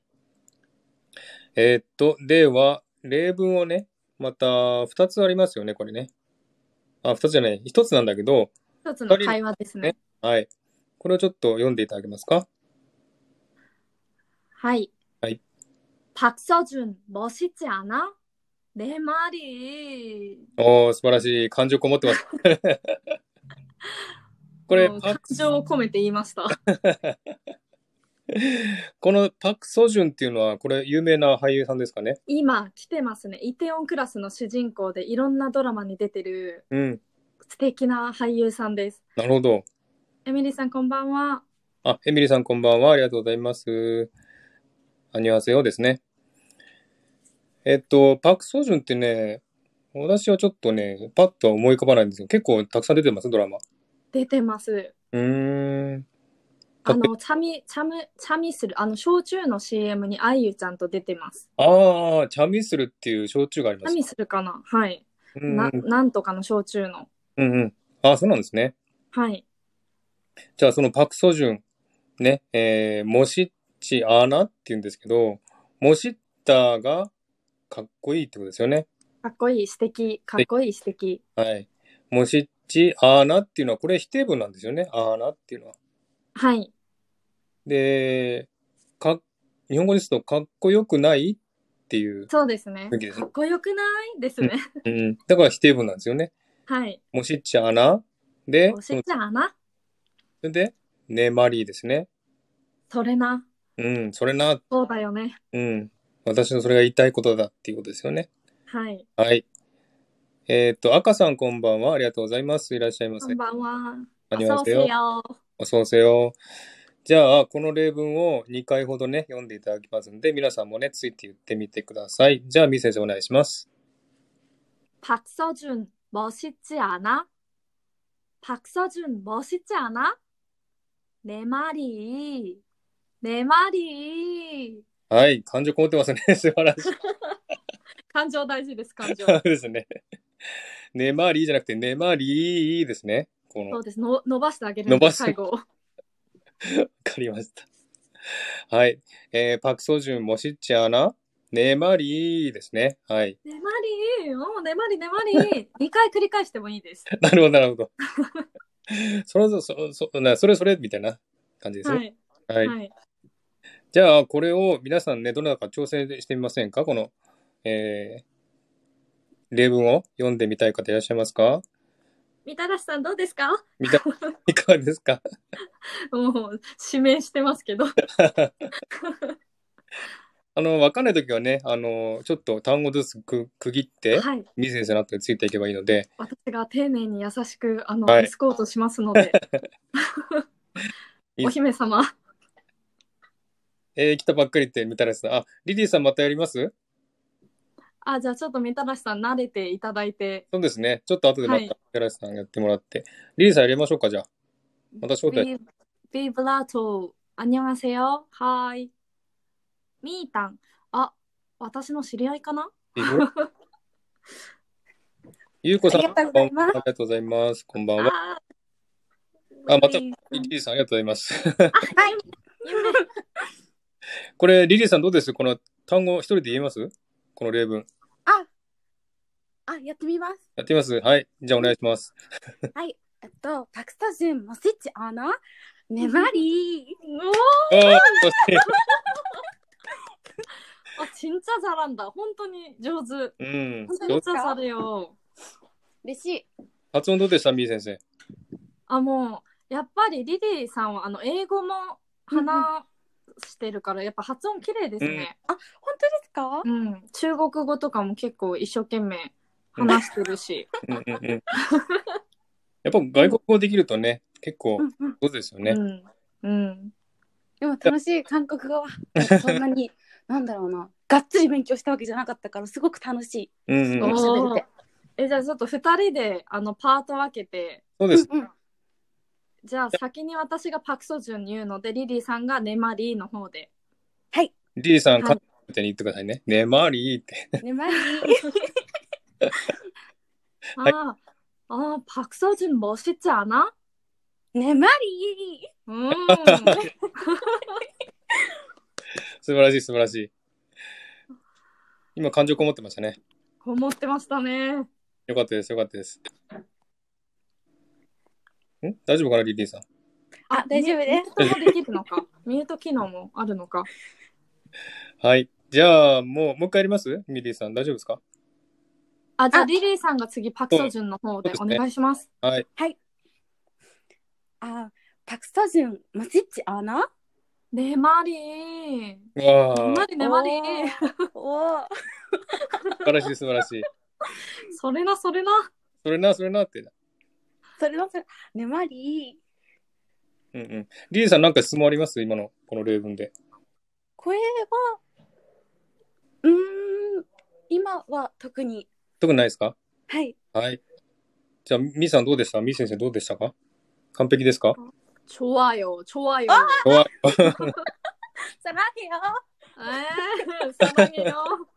[SPEAKER 1] えーっと、では、例文をね、また2つありますよね、これね。あ、2つじゃない。1つなんだけど、
[SPEAKER 2] 一つの会話ですね。
[SPEAKER 1] はい。これをちょっと読んでいただけますか
[SPEAKER 2] はい。
[SPEAKER 1] はい
[SPEAKER 2] 박서준멋있지않아내말이
[SPEAKER 1] おー、素晴らしい。感情こもってます。 これ、
[SPEAKER 2] もう
[SPEAKER 1] パ
[SPEAKER 2] 感
[SPEAKER 1] ク
[SPEAKER 2] 情を込めて言 いました。
[SPEAKER 1] このパク・ソジュンっていうのは、これ有名な俳優さんですかね。
[SPEAKER 2] 今来てますね。イテオンクラスの主人公でいろんなドラマに出てる
[SPEAKER 1] うん。
[SPEAKER 2] 素敵な俳優さんです。
[SPEAKER 1] なるほど。
[SPEAKER 2] エミリーさん、こんばんは。
[SPEAKER 1] あ、エミリーさんこんばんは。ありがとうございます。アニュアセヨですね。えっと、パク・ソジュンってね、私はちょっとね、パッとは思い浮かばないんですよ。結構たくさん出てます、ドラマ。
[SPEAKER 2] 出てます。
[SPEAKER 1] うーん。
[SPEAKER 2] あの、チャミ、チャム、チャミする、あの、焼酎の CM にあゆちゃんと出てます。
[SPEAKER 1] ああ、チャミスルっていう焼酎があり
[SPEAKER 2] チ
[SPEAKER 1] ま
[SPEAKER 2] ャ
[SPEAKER 1] す。
[SPEAKER 2] ミするかなはい。
[SPEAKER 1] うんう
[SPEAKER 2] な、
[SPEAKER 1] ん。
[SPEAKER 2] なんとかの焼酎の。
[SPEAKER 1] うんうん。あ、そうなんですね。
[SPEAKER 2] はい。
[SPEAKER 1] じゃあ、そのパク・ソジュン、ね、えー、もしっちあなって言うんですけど、もしったがかっこいいってことですよね。
[SPEAKER 2] かっこいい、素敵。かっこいい、素敵。
[SPEAKER 1] はい。もしっちあなっていうのは、これ否定文なんですよね。あなっていうのは。
[SPEAKER 2] はい。
[SPEAKER 1] で、か、日本語ですと、かっこよくないっていう
[SPEAKER 2] そうですね
[SPEAKER 1] 雰囲気で。す
[SPEAKER 2] かっこよくないですね。
[SPEAKER 1] うん。だから否定文なんですよね。
[SPEAKER 2] はい。
[SPEAKER 1] もしっちあなで、
[SPEAKER 2] お
[SPEAKER 1] そ
[SPEAKER 2] し
[SPEAKER 1] の
[SPEAKER 2] ちゃな。
[SPEAKER 1] それで、ね、マリーですね。
[SPEAKER 2] それな。
[SPEAKER 1] うん、それな、
[SPEAKER 2] そうだよね。
[SPEAKER 1] うん。私のそれが言いたいことだっていうことですよね。
[SPEAKER 2] はい。
[SPEAKER 1] はい。えーっと、赤さんこんばんは。ありがとうございます。いらっしゃいま
[SPEAKER 2] こ
[SPEAKER 1] せ
[SPEAKER 2] ん。ばんは。
[SPEAKER 1] こんにち
[SPEAKER 2] あ
[SPEAKER 1] は
[SPEAKER 2] そうせよ。
[SPEAKER 1] おそうせよ。じゃあ、この例文を2回ほどね、読んでいただきますので、皆さんもね、ついて言ってみてください。じゃあ、みー先生お願いします。
[SPEAKER 2] 박서준 멋있지 않아? 박서준 멋있지 않아? 내 말이 내 말이
[SPEAKER 1] はい、感情こもってますね。 素晴らしい。
[SPEAKER 2] 감정 다시です感 情
[SPEAKER 1] そうですね。ねまりーじゃなくて、ねまりーですね。この、
[SPEAKER 2] そ
[SPEAKER 1] わ
[SPEAKER 2] うですの伸ばしてあげる
[SPEAKER 1] 伸ばす
[SPEAKER 2] 最後
[SPEAKER 1] かりました。はい。えー、パクソジュン、もしっちゃな、ねまりーですね。はい。
[SPEAKER 2] 내 말이 어, 내 말이 내 말이 2回繰り返してもいいです
[SPEAKER 1] なるほど、なるほど。それぞれ、そ、そ、な、それそれ、みたいな感じです
[SPEAKER 2] は
[SPEAKER 1] ね。
[SPEAKER 2] い
[SPEAKER 1] はい
[SPEAKER 2] はい
[SPEAKER 1] じゃあ、これを皆さんね、どなたか挑戦してみませんかこの、えー、例文を読んでみたい方いらっしゃいますか
[SPEAKER 2] みたらしさんどうですか
[SPEAKER 1] みた、いかがですか
[SPEAKER 2] もう指名してますけど
[SPEAKER 1] あの、わかんないときはね、あの、ちょっと単語ずつく区切って、
[SPEAKER 2] はい
[SPEAKER 1] ミセンの後についていけばいいので、
[SPEAKER 2] 私が丁寧に優しくあの、
[SPEAKER 1] はい
[SPEAKER 2] エスコートしますの でお姫様
[SPEAKER 1] えー、来たばっかりってみたらしさん、あ、リリーさんまたやります
[SPEAKER 2] あ、じゃあちょっとみたらしさん慣れていただいて、
[SPEAKER 1] そうですね。ちょっと後でまた
[SPEAKER 2] はい
[SPEAKER 1] みたらしさんやってもらって、リリーさんやりましょうか、じゃあ。また招待。
[SPEAKER 2] ビビブラート、あにゃせよ、はーい。みーたん、あ、私の知り合いかな
[SPEAKER 1] ビブラゆうこさん、
[SPEAKER 3] ありがとうございます
[SPEAKER 1] こんばんはありがとうございます。こんばんは。あ
[SPEAKER 2] あ
[SPEAKER 1] また
[SPEAKER 2] リリ
[SPEAKER 1] リ
[SPEAKER 2] ー
[SPEAKER 1] リーさん、ありがとうございます。
[SPEAKER 3] はい。
[SPEAKER 1] これ、リリーさんどうですこの単語一人で言えますこの例文。
[SPEAKER 3] あ、あ、やってみます。
[SPEAKER 1] やってみますはい。じゃあお願いします。
[SPEAKER 3] えっと、パクソジュン、モスイッチ、アナ、ネバリー。
[SPEAKER 2] う
[SPEAKER 1] あーそして
[SPEAKER 2] おあ、ちんちゃざらんだ。本当に上手。
[SPEAKER 1] うん。
[SPEAKER 2] ちんちゃざれよ。
[SPEAKER 3] 嬉しい。
[SPEAKER 1] 発音どうでしたみー先生。
[SPEAKER 2] あ、もう、やっぱりリリーさんは、あの、英語も話してるから、やっぱ発音綺麗ですね。
[SPEAKER 3] 本当ですか
[SPEAKER 2] うん。中国語とかも結構一生懸命話してるし。
[SPEAKER 1] うんうんうん。やっ ぱ外国語できるとね、結構
[SPEAKER 3] うんうん。
[SPEAKER 1] そうですよね。
[SPEAKER 2] うん。うん。
[SPEAKER 3] でも楽しい韓国語は、そん なに、なんだろうな、がっつり勉強したわけじゃなかったから、すごく楽しい。
[SPEAKER 1] うんうん
[SPEAKER 2] おー
[SPEAKER 3] 喋れて。
[SPEAKER 2] え、じゃあちょっと二人で、あの、パート分けて、
[SPEAKER 1] そうです。
[SPEAKER 3] うんうん。
[SPEAKER 2] じゃあ先に私がパクソジュン言うので、リリーさんがネマリーの方で。
[SPEAKER 1] リリーさん、
[SPEAKER 2] は
[SPEAKER 1] 勝
[SPEAKER 2] い
[SPEAKER 1] 手に言ってくださいね。ねまりーって。
[SPEAKER 3] ネバリー。
[SPEAKER 1] はい
[SPEAKER 2] あーあー、パクソジュン멋있지않아
[SPEAKER 3] ネバ
[SPEAKER 2] うーん。
[SPEAKER 1] 素晴らしい、素晴らしい。今、感情こもってましたね。
[SPEAKER 2] 思ってましたね。
[SPEAKER 1] よかったです、よかったです。ん大丈夫かな、リリーさん。
[SPEAKER 3] あ 大丈夫です
[SPEAKER 2] ミュートもできるのか。ミュート機能もあるのか。
[SPEAKER 1] はい。じゃあ、もう、もう一回やりますミリーさん、大丈夫ですか
[SPEAKER 2] あ、じゃあ
[SPEAKER 3] あ
[SPEAKER 2] リリーさんが次パクソジュンの方でお願いします。
[SPEAKER 1] はい。
[SPEAKER 3] リー。あ、パクソジュン、モスイッチ、アナ。
[SPEAKER 2] ネマリー。
[SPEAKER 1] わ
[SPEAKER 2] ネ
[SPEAKER 1] あ、
[SPEAKER 2] マリー、ネマリー。
[SPEAKER 3] お
[SPEAKER 1] 素
[SPEAKER 3] ー。
[SPEAKER 1] 晴らしい、素晴らしい。
[SPEAKER 2] それな、それな。
[SPEAKER 1] それな、それなって。
[SPEAKER 3] それのそれ、ネバリー。
[SPEAKER 1] うんうん。リリーさん、なんか質問あります今の、この例文で。
[SPEAKER 3] これは、うーん、今は特に、
[SPEAKER 1] 特にないですか
[SPEAKER 3] はい。
[SPEAKER 1] はい。じゃあ、ミーさんどうでしたミー先生どうでしたか完璧ですか
[SPEAKER 2] ちょわよ、ちょわよ。
[SPEAKER 1] わ
[SPEAKER 3] さらへよ。
[SPEAKER 2] ええー、そのよ。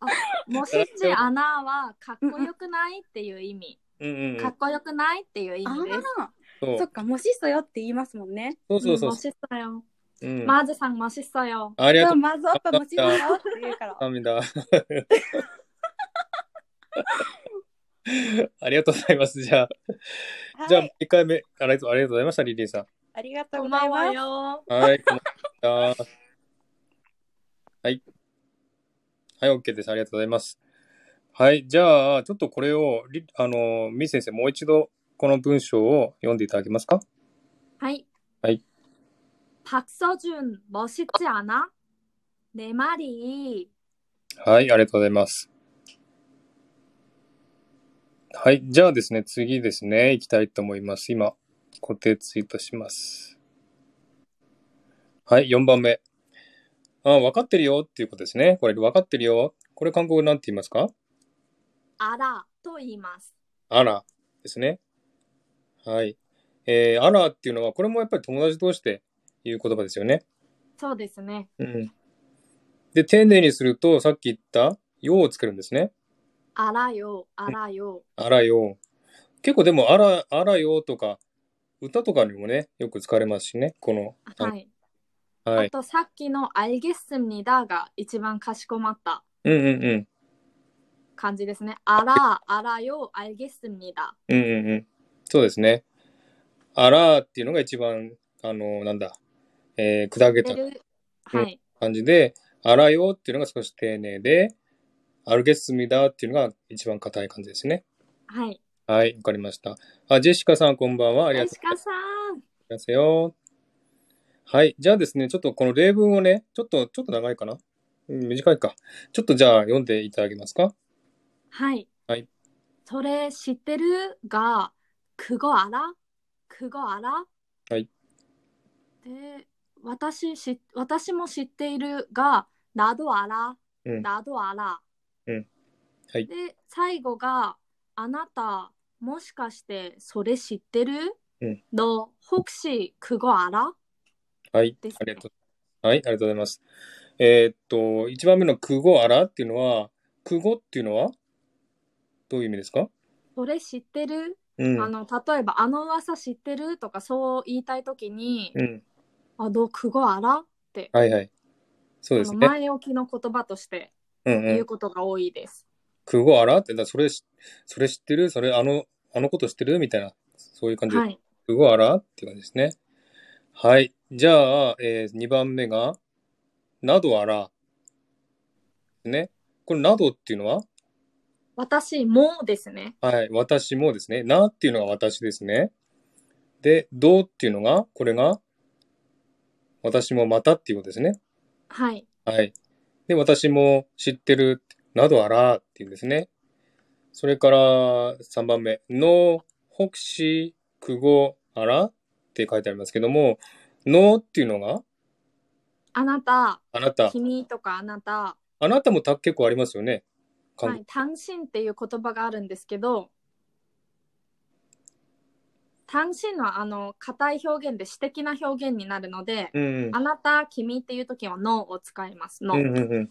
[SPEAKER 2] あ、もしっち穴はかっこよくないっていう意味。
[SPEAKER 1] うんうんうん。
[SPEAKER 2] かっこよくないっていう意
[SPEAKER 3] あ
[SPEAKER 2] 味です。
[SPEAKER 1] そ
[SPEAKER 3] あ、
[SPEAKER 1] う
[SPEAKER 3] そっか、もしそよって言いますもんね。
[SPEAKER 1] そうそうそう
[SPEAKER 2] も。しっさよ。
[SPEAKER 1] うん。
[SPEAKER 2] マーズさんもしっさよ。
[SPEAKER 1] ありが
[SPEAKER 3] そ
[SPEAKER 1] と
[SPEAKER 3] う、
[SPEAKER 1] う
[SPEAKER 3] まずおっぱもしそよって言うから。
[SPEAKER 1] ございます。涙ありがとうございます。じゃあ、 じゃあ、
[SPEAKER 3] はい、
[SPEAKER 1] 1回目、ありがとうありがとうございました、リリーさん。
[SPEAKER 3] ありがとう
[SPEAKER 2] こ
[SPEAKER 3] ご
[SPEAKER 2] ん
[SPEAKER 3] ざ
[SPEAKER 2] ば
[SPEAKER 3] い
[SPEAKER 2] んは
[SPEAKER 3] ます。
[SPEAKER 2] よ。
[SPEAKER 1] はい、こんばんは。はい。はい、OK です。ありがとうございます。はい、じゃあ、ちょっとこれを、りあの、みー先生、もう一度、この文章を読んでいただけますか
[SPEAKER 2] はい。
[SPEAKER 1] はい。
[SPEAKER 2] 박서준 멋있지 않아? 내 말이.
[SPEAKER 1] はい、ありがとうございます。はい、じゃあですね、次ですね、行きたいと思います。今、固定ツイートします。はい、4番目。あ、分かってるよっていうことですね。これ、分かってるよ。これ、韓国語なんて言いますか
[SPEAKER 2] あらと言います。
[SPEAKER 1] あらですね。はい。えー、あらっていうのは、これもやっぱり友達同士で言う言葉ですよね。
[SPEAKER 2] そうですね。
[SPEAKER 1] うん。で、丁寧にすると、さっき言った、よをつけるんですね。
[SPEAKER 2] あらよ、あらよ。
[SPEAKER 1] あらよ。結構でも、あら、あらよとか、歌とかにもね、よく使われますしね。この、
[SPEAKER 2] はい。
[SPEAKER 1] あのは
[SPEAKER 2] あ
[SPEAKER 1] い。
[SPEAKER 2] とさっきの「알겠습니다」が一番かしこまった
[SPEAKER 1] うんうんうん。
[SPEAKER 2] 感じですね。あら、あらよ、알겠습니다。
[SPEAKER 1] うんうんうん。そうですね。あらっていうのが一番、あの、なんだ、えー砕けた
[SPEAKER 2] てるはい。
[SPEAKER 1] 感じで、あらよっていうのが少し丁寧で、歩けすみだっていうのが一番硬い感じですね。
[SPEAKER 2] はい。
[SPEAKER 1] はい、わかりました。あ、ジェシカさんこんばんは。ありがとう
[SPEAKER 2] 石川さん。
[SPEAKER 1] ございますよ。はい。じゃあですね、ちょっとこの例文をね、ちょっと、ちょっと長いかなうん短いか。ちょっとじゃあ読んでいただけますか
[SPEAKER 2] はい。
[SPEAKER 1] はい。
[SPEAKER 2] それ知ってるが、くごあらくごあら
[SPEAKER 1] はい。
[SPEAKER 2] で、私し、私も知っているが、などあら、
[SPEAKER 1] うん
[SPEAKER 2] などあら。
[SPEAKER 1] うんはい
[SPEAKER 2] で、最後が、あなた、もしかして、それ知ってる
[SPEAKER 1] うん
[SPEAKER 2] の、ほくし、くごあら
[SPEAKER 1] はい。
[SPEAKER 2] ですね
[SPEAKER 1] ありがとう。はい、ありがとうございます。えーっと、一番目の句語あらっていうのは、句語っていうのは、どういう意味ですか
[SPEAKER 2] それ知ってる、
[SPEAKER 1] うん。
[SPEAKER 2] あの、例えば、あの噂知ってるとか、そう言いたいときに、
[SPEAKER 1] うん。
[SPEAKER 2] あ、ど、くごあら
[SPEAKER 1] はいはい。そうで
[SPEAKER 2] あ
[SPEAKER 1] す
[SPEAKER 2] の
[SPEAKER 1] ね。
[SPEAKER 2] 前置きの言葉として
[SPEAKER 1] うんう。
[SPEAKER 2] 言うんことが多いです。
[SPEAKER 1] 句語あらって、だからそれ、それ知ってるそれ、あの、あのこと知ってるみたいな、そういう感じで
[SPEAKER 2] はい。
[SPEAKER 1] うごあらっていう感じですね。はい。じゃあ、え2番目が、などあら。ね。これ、などっていうのは
[SPEAKER 2] 私もですね。
[SPEAKER 1] はい。私もですね。なっていうのが私ですね。で、どうっていうのが、これが、私もまたっていうことですね。
[SPEAKER 2] はい。
[SPEAKER 1] はい。で、私も知ってる、などあらっていうんですね。それから、3番目、の、혹시、くご、あらって書いてありますけども、のっていうのが、
[SPEAKER 2] あなた、
[SPEAKER 1] あなた。
[SPEAKER 2] 君とかあなた、
[SPEAKER 1] あなたもた結構ありますよね。韓
[SPEAKER 2] は
[SPEAKER 1] 国
[SPEAKER 2] い、単身っていう言葉があるんですけど、単身はあの硬い表現で詩的な表現になるので、
[SPEAKER 1] うん
[SPEAKER 2] あなた、君っていう時はのを使います。の。
[SPEAKER 1] うん。うんうんうん。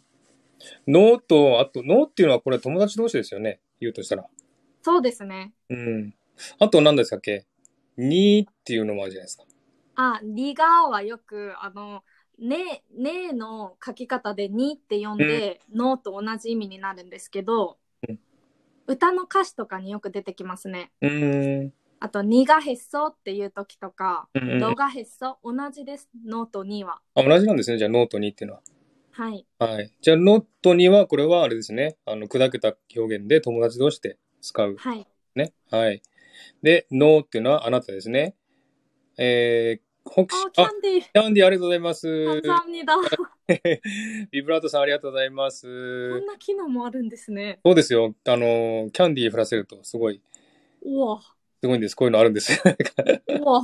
[SPEAKER 1] 脳と、あと、脳っていうのはこれは友達同士ですよね。言うとしたら。
[SPEAKER 2] そうですね。
[SPEAKER 1] うん。あと何ですかっけにーっていうのもあるじゃないですか。
[SPEAKER 2] あ、リガーはよくあの、ね、ねの書き方でにって読んで、のと同じ意味になるんですけど、
[SPEAKER 1] うん
[SPEAKER 2] 歌の歌詞とかによく出てきますね。
[SPEAKER 1] うーん。
[SPEAKER 2] あと、にがへっそっていう時とか、
[SPEAKER 1] うんうん
[SPEAKER 2] どがへっそ、同じです、のとには。
[SPEAKER 1] あ、同じなんですね。じゃあ、脳とにっていうのは。
[SPEAKER 2] はい。
[SPEAKER 1] はい。じゃあ、脳とには、これはあれですね。あの、砕けた表現で友達同士で使う。
[SPEAKER 2] はい。
[SPEAKER 1] ね。はい。で、脳っていうのはあなたですね。えー、ほくし
[SPEAKER 2] あ、、キャ
[SPEAKER 1] あ、
[SPEAKER 2] ンディー、
[SPEAKER 1] キャンディーありがとうございます。
[SPEAKER 2] 感謝にだ。
[SPEAKER 1] ビブラートさんありがとうございま
[SPEAKER 2] こ
[SPEAKER 1] す
[SPEAKER 2] ん。な機能もあるんですね。
[SPEAKER 1] そうですよ。あの、キャンディー降らせると、すごい、
[SPEAKER 2] うわ、
[SPEAKER 1] すごいんです。こういうのあるんです。
[SPEAKER 2] うわ。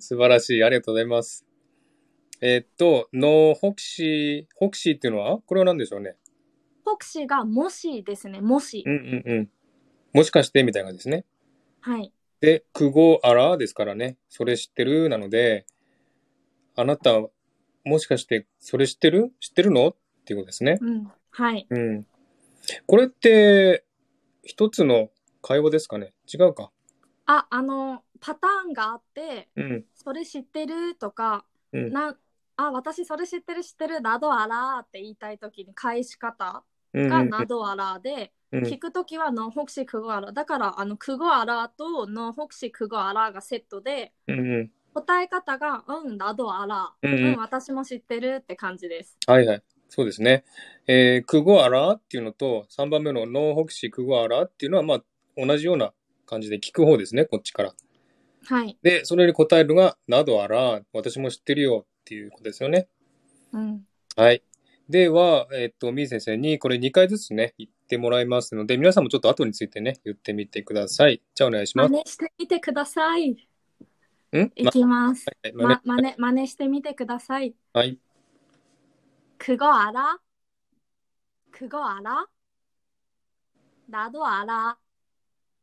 [SPEAKER 1] 素晴らしい。ありがとうございます。えっと、の、ホクシー、ホクシーっていうのは、これは何でしょうね。
[SPEAKER 2] 国士がもしですね、もし
[SPEAKER 1] う。んうんうん。もしかして、みたいな感じですね。
[SPEAKER 2] はい。
[SPEAKER 1] で、句語あらですからね。それ知ってるなので、あなた、もしかして、それ知ってる知ってるのっていうことですね。
[SPEAKER 2] うん。はい。
[SPEAKER 1] うん。これって、一つの会話ですかね違うか。
[SPEAKER 2] あ、あの、パターンがあって、
[SPEAKER 1] うん。
[SPEAKER 2] それ知ってるとか、
[SPEAKER 1] うん
[SPEAKER 2] なあ私それ知ってる知ってるなどあらーって言いたいときに返し方
[SPEAKER 1] うん
[SPEAKER 2] がなどあらーで、
[SPEAKER 1] うん
[SPEAKER 2] 聞くときはのほくしくごあらだからあのくごあらーとのほくしくごあらーがセットで
[SPEAKER 1] うんうん
[SPEAKER 2] 答え方がうんなどあら
[SPEAKER 1] う
[SPEAKER 2] ー、
[SPEAKER 1] んうん
[SPEAKER 2] うん私も知ってるって感じです
[SPEAKER 1] はいはい。そうですね。えー、くごあらっていうのと、3番目のノーホクシくごあらっていうのは、まあ、同じような感じで聞く方ですね、こっちから。
[SPEAKER 2] はい
[SPEAKER 1] で、それに答えるのが、などあら、私も知ってるよっていうことですよね。
[SPEAKER 2] うん。
[SPEAKER 1] はい。では、えっと、みー先生にこれ2回ずつね、言ってもらいますので、皆さんもちょっと後についてね、言ってみてください。じゃあお願いしま
[SPEAKER 2] 真
[SPEAKER 1] す。
[SPEAKER 2] 似してみてください。
[SPEAKER 1] ん
[SPEAKER 2] いきます。
[SPEAKER 1] まは
[SPEAKER 2] ま、真似、真似してみてください。
[SPEAKER 1] い。はい。
[SPEAKER 2] 그거알아 그거 알아? 나도 알아.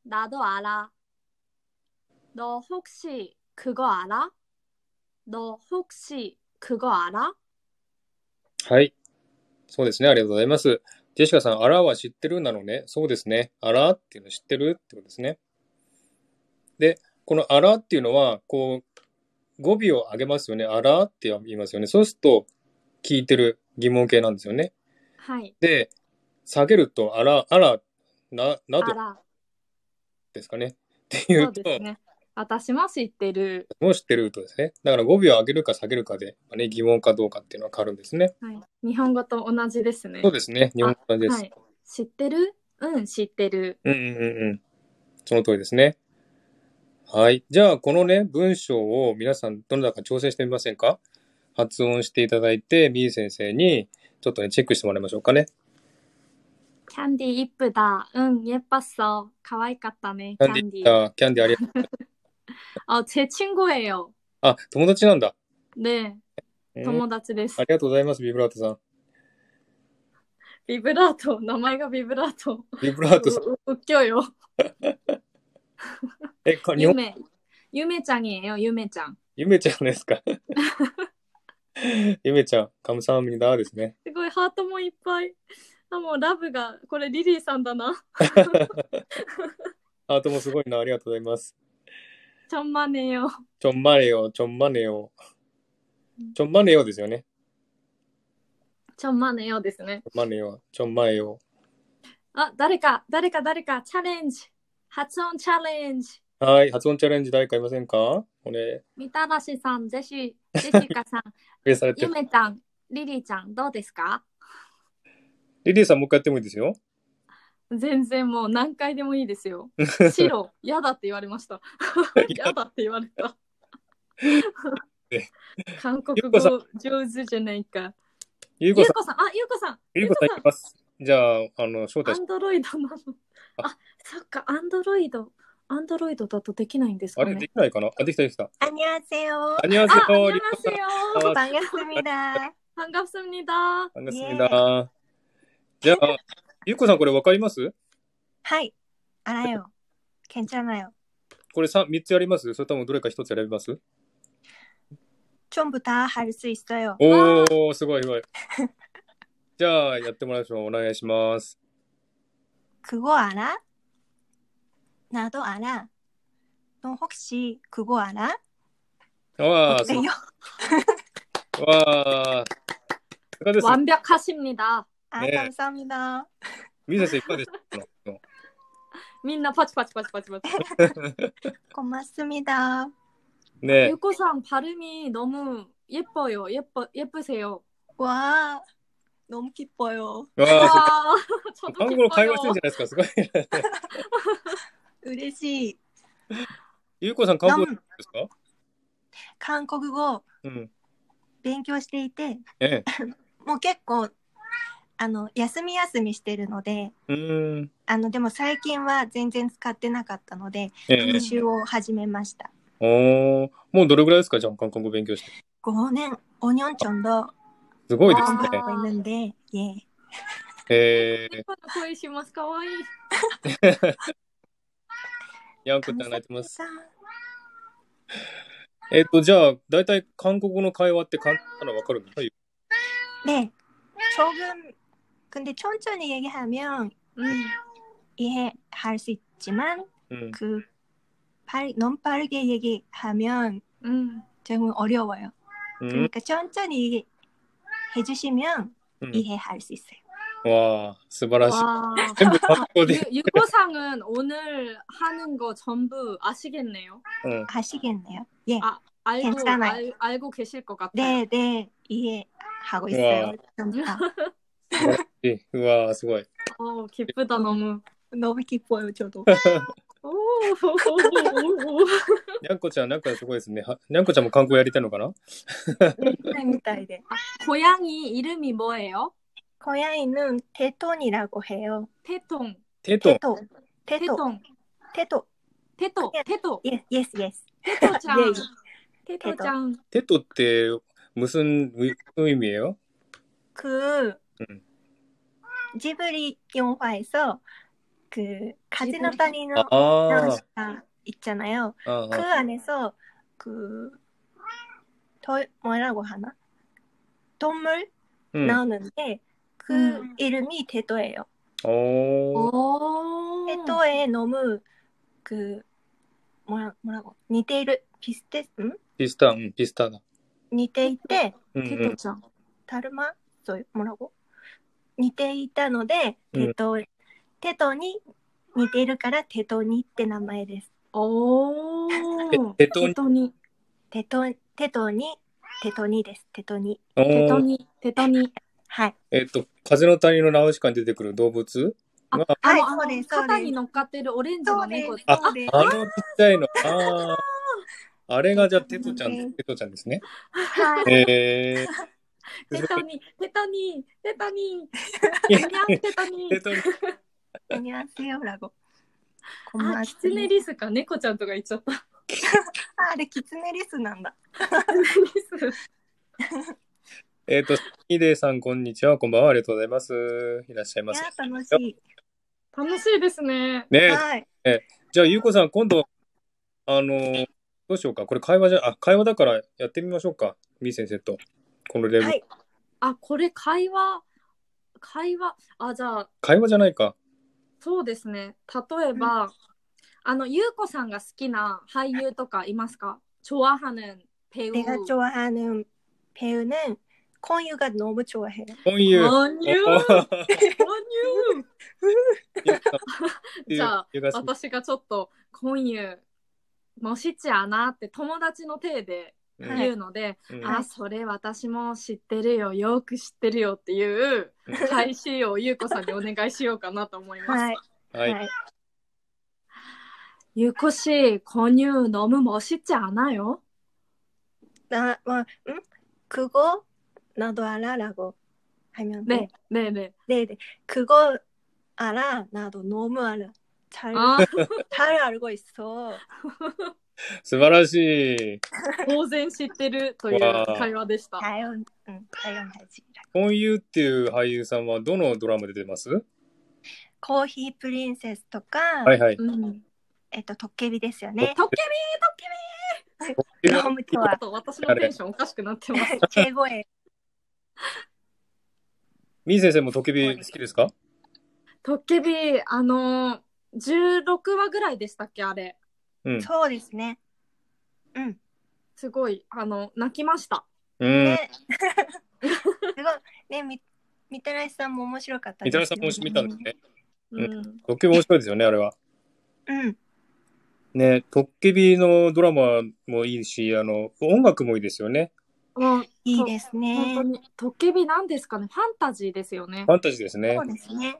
[SPEAKER 2] 나도 알아. 너 혹시 그거 알아? 너 혹시 그거 알아?
[SPEAKER 1] はい。そうですね。ありがとうございます。ジェシカさん、あらは知ってるなのね。そうですね。あらっていうの知ってるってことですね。で、このあらっていうのは、こう、語尾を上げますよね。あらって言いますよね。そうすると、聞いてる疑問形なんですよね。
[SPEAKER 2] 하이.
[SPEAKER 1] で、下げると、あら、あら、な、など
[SPEAKER 2] 알아.
[SPEAKER 1] ですかね。ってい
[SPEAKER 2] そうう
[SPEAKER 1] と
[SPEAKER 2] で、すね。私も知ってる。
[SPEAKER 1] もう知ってるとですね。だから語尾を上げるか下げるかで、まあね、疑問かどうかっていうのは変わるんですね。
[SPEAKER 2] はい。日本語と同じですね。
[SPEAKER 1] そうですね。日本語です。
[SPEAKER 2] はい。知ってるうん、知ってる。
[SPEAKER 1] うんうんうんうん。その通りですね。はい。じゃあ、このね、文章を皆さん、どなたか挑戦してみませんか発音していただいて、みー先生に、ちょっとね、チェックしてもらいましょうかね。
[SPEAKER 2] キャンディープだ。うん、예뻤어。可愛かったね、
[SPEAKER 1] キ
[SPEAKER 2] キ
[SPEAKER 1] ャ
[SPEAKER 2] ャン
[SPEAKER 1] ン
[SPEAKER 2] デ
[SPEAKER 1] デ
[SPEAKER 2] ィ
[SPEAKER 1] ィ
[SPEAKER 2] ー。
[SPEAKER 1] ー、あキャンディーありがとう。
[SPEAKER 2] あ、제친구예요。 네,
[SPEAKER 1] あ、友達なんだ。
[SPEAKER 2] ね、
[SPEAKER 1] うん
[SPEAKER 2] 友達です
[SPEAKER 1] あ。りがとうございます、ビブラートさん。
[SPEAKER 2] ビブラート、名前がビブラート。
[SPEAKER 1] ビブラートさん。
[SPEAKER 2] うううっきょよ。
[SPEAKER 1] え、か日
[SPEAKER 2] ゆ
[SPEAKER 1] 本
[SPEAKER 2] め。ゆめちゃんいえよ、ゆめちゃん。
[SPEAKER 1] ゆめちゃんですかゆめちゃん、カムサハムニダーですね。
[SPEAKER 2] すごい、ハートもいっぱい。あ、もうラブが、これリリーさんだな。
[SPEAKER 1] ハートもすごいな、ありがとうございます。
[SPEAKER 2] ちょんまねよ。
[SPEAKER 1] ちょんまねよ、ちょんまねよ
[SPEAKER 2] うん。
[SPEAKER 1] ちょんまねよですよね。
[SPEAKER 2] ちょんまねよです
[SPEAKER 1] ち
[SPEAKER 2] ね。
[SPEAKER 1] ょんまねよ、ちょんまねよ。
[SPEAKER 2] あ、誰か、誰か、誰か、チャレンジ。発音チャレンジ。
[SPEAKER 1] はい、発音チャレンジ誰かいませんかこれ、
[SPEAKER 2] みたらしさん、ジェシー、ジェシ カさん、
[SPEAKER 1] 上されて
[SPEAKER 2] ゆ
[SPEAKER 1] る。
[SPEAKER 2] めちゃん、リリーちゃん、どうですか
[SPEAKER 1] リリーさんもう一回やってもいいですよ。
[SPEAKER 2] 全然もう何回でもいいで すよ。白、嫌だって言われました。嫌だって言われた。韓国
[SPEAKER 1] ゆうこさん
[SPEAKER 2] 語上手じゃないか。
[SPEAKER 1] ゆう
[SPEAKER 2] ゆ
[SPEAKER 1] こ
[SPEAKER 2] う
[SPEAKER 1] さ
[SPEAKER 2] こさん、あ、ゆうこさん、
[SPEAKER 1] ん、ゆうこさんいきます。じゃあ、あの、招
[SPEAKER 2] ア
[SPEAKER 1] 待し
[SPEAKER 2] ンドロイドなの。
[SPEAKER 1] あ
[SPEAKER 2] あ、そっか、アンドロイド。アンドロイドだとできないんです
[SPEAKER 1] あ
[SPEAKER 2] か
[SPEAKER 1] れ、で
[SPEAKER 2] ね。
[SPEAKER 1] きないかなあ、できたできた。
[SPEAKER 4] 안녕하세요.
[SPEAKER 1] あにわせ
[SPEAKER 2] あ、あり
[SPEAKER 1] よ、
[SPEAKER 2] ま
[SPEAKER 1] リコ
[SPEAKER 2] すよ。
[SPEAKER 1] あ
[SPEAKER 4] 반갑습니다.
[SPEAKER 2] 반갑습니다。
[SPEAKER 1] さん。ですみだ。じゃあ、ゆうこさんこれわかります
[SPEAKER 4] はい 알아요. 괜찮아요.
[SPEAKER 1] これ 3, 三つやりますそれともどれか一つ選びます
[SPEAKER 4] 전부 다 할 수 있어요.
[SPEAKER 1] おー、すごいすごい。じゃあ、やってもらいましょう。お願いします。
[SPEAKER 4] 그거 알아? 나도 알아. 너 혹시 그거 알아?
[SPEAKER 1] わー、すごい
[SPEAKER 4] 어때요? 。
[SPEAKER 1] わー。いかがです
[SPEAKER 2] 완벽하십니다。
[SPEAKER 4] 아,
[SPEAKER 1] 네.
[SPEAKER 4] 감사합니다.
[SPEAKER 1] みー先生、いかがでしたか
[SPEAKER 2] みんなパチパチパチパチパチ。
[SPEAKER 4] 고맙습니다.
[SPEAKER 1] ねえ
[SPEAKER 2] 유코상 발음이 너무 예뻐요. 예뻐 예쁘세요.
[SPEAKER 4] 와, 너무 기뻐요.
[SPEAKER 1] わー。
[SPEAKER 2] 와, 저도
[SPEAKER 1] 韓国語会
[SPEAKER 2] 기뻐요.
[SPEAKER 1] 話してるじゃないですか。すごい。
[SPEAKER 4] 嬉しい.
[SPEAKER 1] ゆうこさん、韓国語ですか
[SPEAKER 4] 韓国語
[SPEAKER 1] うん。
[SPEAKER 4] 勉強していて、
[SPEAKER 1] ええ。
[SPEAKER 4] もう結構、あの、休み休みしてるので、
[SPEAKER 1] うーん。
[SPEAKER 4] あの、でも最近は全然使ってなかったので、
[SPEAKER 1] ええ
[SPEAKER 4] 練。習を始めました。
[SPEAKER 1] おーもうどれぐらいですかじゃあ、韓国語勉強して。
[SPEAKER 4] 5年、おにょんちょんど、
[SPEAKER 1] すごいです
[SPEAKER 2] あ
[SPEAKER 1] ね
[SPEAKER 2] ー。
[SPEAKER 4] いるんで、イェイ。
[SPEAKER 1] ええ
[SPEAKER 2] 예쁜 소리 시마스 가와이.
[SPEAKER 1] ヤンコちゃん泣いてます。
[SPEAKER 4] 神様
[SPEAKER 1] えっ、と、じゃあ、大体韓国語の会話って簡単なの分かるのはい。
[SPEAKER 4] 네, 조금, 근데 천천히 얘기하면
[SPEAKER 2] 음.
[SPEAKER 4] 이해할 수 있지만,
[SPEAKER 1] うん。
[SPEAKER 4] 그, 발, 너무 빠르게 얘기하면
[SPEAKER 2] 음.
[SPEAKER 4] 조금 어려워요.
[SPEAKER 1] うん。
[SPEAKER 4] 그러니까 천천히 해주시면
[SPEAKER 1] うん、
[SPEAKER 4] 이해할 수 있어요.
[SPEAKER 1] わあ、素晴らしい。
[SPEAKER 2] 와.
[SPEAKER 1] 全部韓国語
[SPEAKER 2] 유-
[SPEAKER 1] で。
[SPEAKER 2] 유코상은 오늘 하는 거 전부 아시겠네요.
[SPEAKER 1] うん。
[SPEAKER 4] 아시겠네요? 예.
[SPEAKER 2] 아, 알고
[SPEAKER 4] 괜찮아요.
[SPEAKER 2] 알, 알고 계실 것 같아요.
[SPEAKER 4] 네, 네, 이해하고 있어요. 전부 다.
[SPEAKER 1] えうわあ、すごい。
[SPEAKER 2] 어, 기쁘다 너무.
[SPEAKER 4] 너무 기뻐요, 저도.
[SPEAKER 2] 오.
[SPEAKER 1] にゃんこちゃん、なんかすごいですね。はにゃんこちゃんも観光やりたいのかな
[SPEAKER 4] みたいで。
[SPEAKER 2] 고양이 이름이 뭐예요?
[SPEAKER 4] 고양이는 테톤이라고 해요.
[SPEAKER 2] 테통,
[SPEAKER 1] テトン。
[SPEAKER 4] 테톤. 테톤.
[SPEAKER 2] 테통,
[SPEAKER 4] 테톤.
[SPEAKER 2] 테토, 테토,
[SPEAKER 4] 예, 예스, 예스.
[SPEAKER 2] 테토짱,
[SPEAKER 4] 예, 예.
[SPEAKER 2] 테토짱.
[SPEAKER 1] テトって、結ん、む意味よ。
[SPEAKER 4] 그
[SPEAKER 1] 음.
[SPEAKER 4] 지브리 영화에서 그 가지나
[SPEAKER 3] 지브리?
[SPEAKER 4] 다니는
[SPEAKER 1] ああー。
[SPEAKER 4] 남자 아. 있잖아요.
[SPEAKER 1] あ
[SPEAKER 4] 그
[SPEAKER 1] あ
[SPEAKER 4] 안에서 그 더, 뭐라고 하나? 동물
[SPEAKER 1] うん。
[SPEAKER 4] 나오는데 그
[SPEAKER 2] 음.
[SPEAKER 4] 이름이 대도예요.
[SPEAKER 1] おー
[SPEAKER 3] 음.
[SPEAKER 2] 오.
[SPEAKER 4] 대도에 너무 그 뭐라, 뭐라고 니테일 비슷해 응?
[SPEAKER 1] ピスタ、うん、ピスタだ。
[SPEAKER 4] 니테이테
[SPEAKER 1] うん、うん。
[SPEAKER 2] 테토짱.
[SPEAKER 4] 다르마 소요 뭐라고 니테이타노데 대도 대도니 니테일から 대도니 って名前です
[SPEAKER 2] 오.
[SPEAKER 1] 테- 테토니.
[SPEAKER 2] 테토니,
[SPEAKER 4] 手と- 대도니 대도니 です대도니
[SPEAKER 1] おー
[SPEAKER 2] 테토니, 테토니.
[SPEAKER 4] はい
[SPEAKER 1] えっと、風の谷のナウシカに出てくる動物
[SPEAKER 2] 아,
[SPEAKER 1] 아,
[SPEAKER 2] 아,
[SPEAKER 4] 아,
[SPEAKER 2] 아,
[SPEAKER 4] 네,
[SPEAKER 2] 카타
[SPEAKER 4] 네.
[SPEAKER 2] 니乗っかってる 오렌지 の猫
[SPEAKER 4] あ
[SPEAKER 1] ああのちっちゃいの。 ああ。あれがじゃあ、テトちゃん、テトちゃんですね。
[SPEAKER 4] はい
[SPEAKER 1] えー。
[SPEAKER 2] テトニ、テトニ、テトニ、
[SPEAKER 1] いや
[SPEAKER 2] ニャンテトニ
[SPEAKER 1] テ。トに、
[SPEAKER 4] こんにちはラゴこん
[SPEAKER 2] あ、
[SPEAKER 4] ばん
[SPEAKER 2] キツネリスか、猫ちゃんとか言っちゃった。
[SPEAKER 4] ああれキツネリスなんだ
[SPEAKER 1] えっと、ヒデさん、こんにちは。こんばんは。ありがとうございます。いらっしゃい
[SPEAKER 4] い
[SPEAKER 1] ま
[SPEAKER 4] や
[SPEAKER 1] せ。
[SPEAKER 4] 楽しい
[SPEAKER 2] 楽しいですね。
[SPEAKER 1] ねえ、
[SPEAKER 4] はい
[SPEAKER 1] じゃあ、ゆうこさん、今度、あのーどうしようか。これ会話じゃ、あ、会話だからやってみましょうか。みー先生と。このレベル。
[SPEAKER 4] はい
[SPEAKER 2] あ、これ会話、会話、あ、じゃあ、
[SPEAKER 1] 会話じゃないか。
[SPEAKER 2] そうですね。例えば、あの、ゆうこさんが好きな俳優とかいますかチョアハヌン、ペウ。
[SPEAKER 4] 내가 좋아하는 배우는 권유가 너무 좋아해요.
[SPEAKER 1] こういう。
[SPEAKER 2] ア ニュ
[SPEAKER 1] おーゆ
[SPEAKER 2] ーアニ
[SPEAKER 1] うこさん
[SPEAKER 2] ューじゃあ、
[SPEAKER 1] ゆうこさん
[SPEAKER 2] 私がちょっと、今夜、もしちゃなって友達の体で
[SPEAKER 1] うん
[SPEAKER 4] はい
[SPEAKER 2] 言うので、
[SPEAKER 1] うん
[SPEAKER 2] あ、それ私も知ってるよ、よく知ってるよっていう返しをゆうこさんにお願いしようかなと思います。
[SPEAKER 4] はい。
[SPEAKER 1] はい。
[SPEAKER 2] ゆこし、購入飲むもしちゃあなよ。
[SPEAKER 4] 나, 뭐, 응? 그거 나도 알아라고 하면
[SPEAKER 2] ね
[SPEAKER 4] 돼.
[SPEAKER 2] えねえね
[SPEAKER 4] 네, 네. 그거 알아. 나도 너무 알아.
[SPEAKER 2] え。
[SPEAKER 4] 잘,
[SPEAKER 2] あー
[SPEAKER 4] 잘 알고 있어.
[SPEAKER 1] 素晴らしい。
[SPEAKER 2] 当然知ってるという会話でした。
[SPEAKER 4] 자연, 응, 자연하지.
[SPEAKER 1] こういうっていう俳優さんはどのドラマで出てます
[SPEAKER 4] 코히 프린세스 とか、
[SPEAKER 1] はいはい。
[SPEAKER 2] うん。
[SPEAKER 4] えっと、トッケビですよね。
[SPEAKER 2] トッケ
[SPEAKER 1] ビ
[SPEAKER 4] 너무
[SPEAKER 2] ビちょ
[SPEAKER 4] 좋아.
[SPEAKER 2] っと私のテンションおかしくなってます。
[SPEAKER 4] 최고의
[SPEAKER 1] みー先生もトケビ好きですか
[SPEAKER 2] トッケビ、あのー、16話ぐらいでしたっけあれ。
[SPEAKER 1] うん。
[SPEAKER 4] そうですね。うん。
[SPEAKER 2] すごい、あの、泣きました。
[SPEAKER 1] うん。
[SPEAKER 4] ね。すごい。ね、み、みたらしさんも面白かった
[SPEAKER 1] み
[SPEAKER 4] です
[SPEAKER 1] た
[SPEAKER 4] よ
[SPEAKER 1] らしさんも見たんですね。
[SPEAKER 2] うん。
[SPEAKER 1] トケビ面白いですよね、あれは。
[SPEAKER 4] うん。
[SPEAKER 1] ね、トッケビのドラマもいいし、あの、音楽もいいですよね。
[SPEAKER 2] もう、
[SPEAKER 4] いいです
[SPEAKER 2] 本
[SPEAKER 4] ね
[SPEAKER 2] 当。に、トッケビなんですかねファンタジーですよね
[SPEAKER 1] フ。ァンタジーですね
[SPEAKER 4] そ。うですね。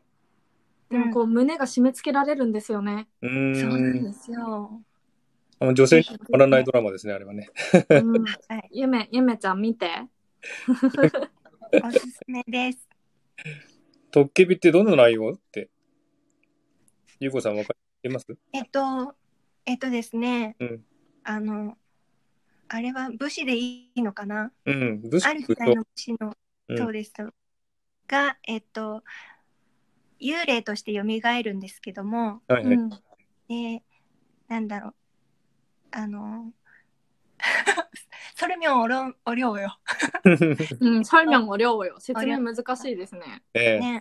[SPEAKER 2] でもこう、胸が締め付けられるんですよ ね。
[SPEAKER 1] う
[SPEAKER 4] そうなん
[SPEAKER 1] ん。
[SPEAKER 4] ですよ。
[SPEAKER 1] あの女性にたまらないドラマですね、あれはね。
[SPEAKER 2] うん。
[SPEAKER 4] はい、
[SPEAKER 2] ゆめ、ゆめちゃん見て。
[SPEAKER 4] おすすめです。
[SPEAKER 1] トッケビってどんな内容って。ゆうこさんわかります
[SPEAKER 4] えっと、えっとですね、
[SPEAKER 1] うん
[SPEAKER 4] あの、あれは武士でいいのかな
[SPEAKER 1] うん。武士
[SPEAKER 4] ある時代の武士の、
[SPEAKER 1] うん
[SPEAKER 4] そうです。が、えっと、幽霊として蘇るんですけども、
[SPEAKER 1] はいはい。
[SPEAKER 2] うん
[SPEAKER 4] で、なんだろう、あの、 それみょんおろんおりょうよ。
[SPEAKER 2] うん、サイミョンも量よ。説明難しいですね。
[SPEAKER 1] ええ
[SPEAKER 4] ね。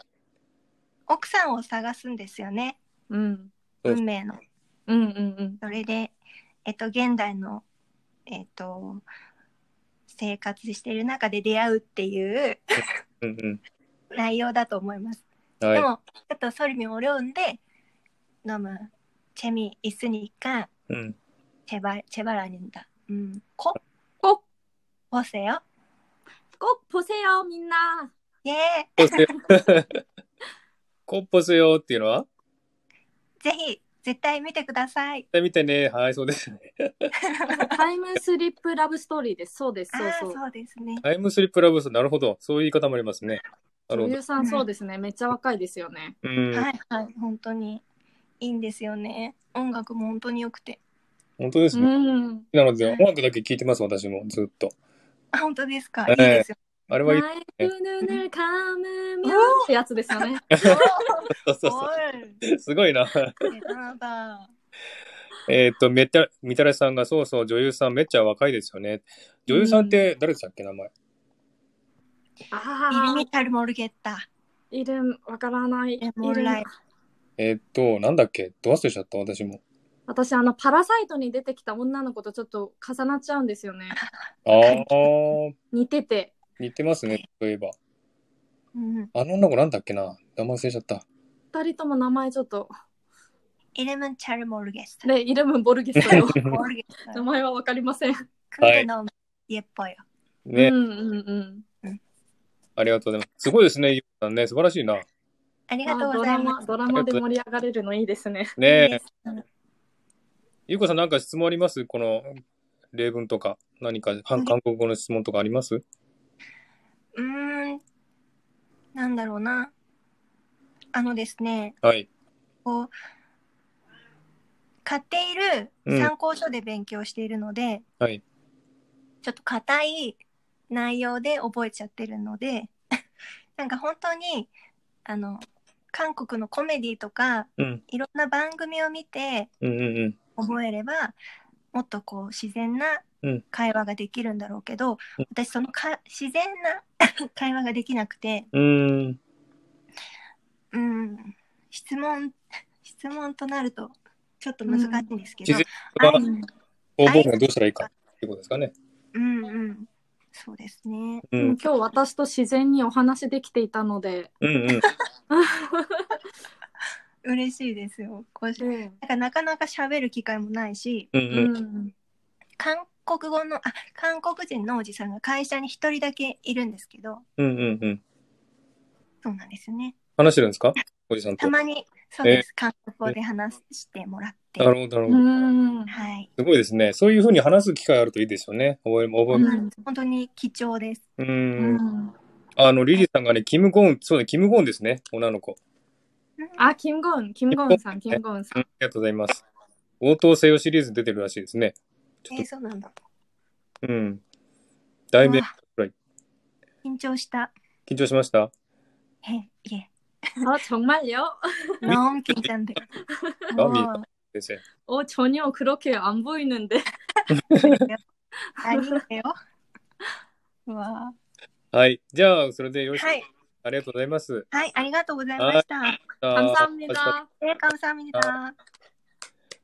[SPEAKER 4] 奥さんを探すんですよね、
[SPEAKER 2] うん。
[SPEAKER 1] そう
[SPEAKER 4] 運命の。
[SPEAKER 2] うんうん
[SPEAKER 4] それで、えっと、現代の、えっと、生活している中で出会うっていう
[SPEAKER 1] うん
[SPEAKER 4] 内容だと思います。
[SPEAKER 1] うん。はい
[SPEAKER 4] で。も、ちょっとソルミンを読んで、飲む、チェミ、イスニカ、
[SPEAKER 1] うん。
[SPEAKER 4] チェバ、チェバラニンだ。うん、コ、
[SPEAKER 2] うん。こ、
[SPEAKER 4] ホセよ。
[SPEAKER 2] こ、ポセよ、みんな。
[SPEAKER 4] イェ ー
[SPEAKER 1] コッポスよ。コッポスよっていうのは
[SPEAKER 4] イぜひ、絶対見てください。
[SPEAKER 1] 対見てね。はい、そうですね。
[SPEAKER 2] タイムスリップラブストーリーです。そうです、
[SPEAKER 4] あ
[SPEAKER 2] そう
[SPEAKER 4] あ
[SPEAKER 2] そ
[SPEAKER 4] ー、
[SPEAKER 2] う。
[SPEAKER 4] そうですね。
[SPEAKER 1] タイムスリップラブス、なるほど。そういう言い方もありますね。なる
[SPEAKER 2] 女
[SPEAKER 1] ほど
[SPEAKER 2] 優。さん、そうですね。めっちゃ若いですよね。
[SPEAKER 1] うん。
[SPEAKER 4] はいはい、本当にいいんですよね。音楽も本当に良くて。
[SPEAKER 1] 本当です
[SPEAKER 2] う
[SPEAKER 1] ね。
[SPEAKER 2] ん。
[SPEAKER 1] なので、音楽だけ聴いてます、私も、ずっと。
[SPEAKER 4] あ、本当ですか。
[SPEAKER 1] え
[SPEAKER 4] い
[SPEAKER 1] え
[SPEAKER 4] い ですよ。
[SPEAKER 1] あれ
[SPEAKER 2] マ
[SPEAKER 1] はいい
[SPEAKER 2] イ。ルヌヌルカムミャンってやつです よね。
[SPEAKER 1] そうそう
[SPEAKER 4] おい
[SPEAKER 1] そう。すごいな。
[SPEAKER 4] なんだ。
[SPEAKER 1] えーっと、めった、みたらしさんが、そうそう、女優さんめっちゃ若いですよね。女優さんって誰でしたっけ、名前。
[SPEAKER 2] あ
[SPEAKER 4] イル
[SPEAKER 2] あ
[SPEAKER 4] ミ、タルモルゲッタ。
[SPEAKER 2] いる、わからない。い
[SPEAKER 4] レモン
[SPEAKER 2] る
[SPEAKER 4] ライ
[SPEAKER 1] えーっと、なんだっけど忘れちゃった、私 も。
[SPEAKER 2] 私、あの、パラサイトに出てきた女の子とちょっと重なっちゃうんですよ ね。
[SPEAKER 1] あー、
[SPEAKER 2] 似てて。
[SPEAKER 1] 似てますね、そういえば。
[SPEAKER 4] うん。
[SPEAKER 1] あの女の子なんだっけな名前忘れちゃった。
[SPEAKER 2] 二人とも名前ちょっと。
[SPEAKER 4] イレムンチャルモルゲッタ。
[SPEAKER 2] で、イレブン・ボルギストよ。
[SPEAKER 4] モルゲッ
[SPEAKER 2] 名
[SPEAKER 4] タ。
[SPEAKER 2] 前はわかりません。
[SPEAKER 4] クールの家っぽいよ。
[SPEAKER 1] ね、
[SPEAKER 2] うんうんうん。
[SPEAKER 1] ありがとうございます。すごいですね、ゆうさんね。素晴らしいな。
[SPEAKER 4] あり
[SPEAKER 2] あ
[SPEAKER 4] がとうご
[SPEAKER 2] ド
[SPEAKER 4] ざ
[SPEAKER 2] ラ
[SPEAKER 4] いま
[SPEAKER 2] マ、
[SPEAKER 4] す。
[SPEAKER 2] ドラマで盛り上がれるのいいですね。
[SPEAKER 1] ね
[SPEAKER 4] いい
[SPEAKER 1] え
[SPEAKER 4] です。
[SPEAKER 1] ゆうこさん、なんか質問ありますこの例文とか、何か韓韓国語の質問とかあります
[SPEAKER 4] うーん。なんだろうな。あのですね、
[SPEAKER 1] はい。
[SPEAKER 4] こう。買っている
[SPEAKER 1] うん
[SPEAKER 4] 参考書で勉強しているので、
[SPEAKER 1] はい。
[SPEAKER 4] ちょっと硬い内容で覚えちゃってるので なんか本当にあの韓国のコメディとか
[SPEAKER 1] うん。
[SPEAKER 4] いろんな番組を見て
[SPEAKER 1] うんうんうん。
[SPEAKER 4] 覚えればもっとこう自然な
[SPEAKER 1] うん
[SPEAKER 4] 会話ができるんだろうけど、
[SPEAKER 1] うん
[SPEAKER 4] 私そのか自然な 会話ができなくて
[SPEAKER 1] うーん。
[SPEAKER 4] うん質問質問となるとちょっと難しいんですけど、
[SPEAKER 1] うん
[SPEAKER 4] あ
[SPEAKER 1] 方法がどうしたらいいかっていうことですかね。
[SPEAKER 4] うんうんそうですね
[SPEAKER 1] う
[SPEAKER 2] うん
[SPEAKER 1] ん。
[SPEAKER 2] 今日私と自然にお話できていたので、
[SPEAKER 1] うんうん。
[SPEAKER 4] 嬉しいですよこうしなんかなかなか喋る機会もないし
[SPEAKER 1] うんうん。
[SPEAKER 2] ん、
[SPEAKER 4] 韓国語のあ韓国人のおじさんが会社に一人だけいるんですけど
[SPEAKER 1] うんうんうん。
[SPEAKER 4] そうなんですよね
[SPEAKER 1] 話してるんですかおじさんと。
[SPEAKER 4] た
[SPEAKER 1] な
[SPEAKER 4] まにそうです、韓国語で話してもらって、
[SPEAKER 1] るほど、なる
[SPEAKER 2] う
[SPEAKER 1] ほど。
[SPEAKER 2] ん、
[SPEAKER 4] はい、
[SPEAKER 1] すごいですね。そういうふうに話す機会あるといいですよね。覚え、覚
[SPEAKER 2] ん
[SPEAKER 4] うん本当に貴重です
[SPEAKER 1] え。う。
[SPEAKER 2] うんん、
[SPEAKER 1] あの、リリーさんがね、キムゴン、そうだ、キムゴンですね。女の子。
[SPEAKER 2] あ、キムゴン、キムゴンさん、キムゴン
[SPEAKER 1] うん
[SPEAKER 2] さん
[SPEAKER 1] あ。りがとうございます。応答せよシリーズ出てるらしいですね。ちょっ
[SPEAKER 4] えーそうなんだ
[SPEAKER 1] と、うん。だいぶ
[SPEAKER 4] うわ緊張した
[SPEAKER 1] 緊張しました。
[SPEAKER 4] えいえ
[SPEAKER 2] あ、정말요
[SPEAKER 4] 너무긴장돼
[SPEAKER 1] あ
[SPEAKER 4] もう
[SPEAKER 1] 先生。
[SPEAKER 2] 어, 전혀 그렇게 안 보이는데.
[SPEAKER 4] ありがとうようわ
[SPEAKER 1] はい。じゃあ、それでよろしく、
[SPEAKER 4] はい
[SPEAKER 1] ありがとうございます。
[SPEAKER 4] はいありがとうございました
[SPEAKER 1] あ
[SPEAKER 2] 감사합니다.
[SPEAKER 4] えー、감사합니다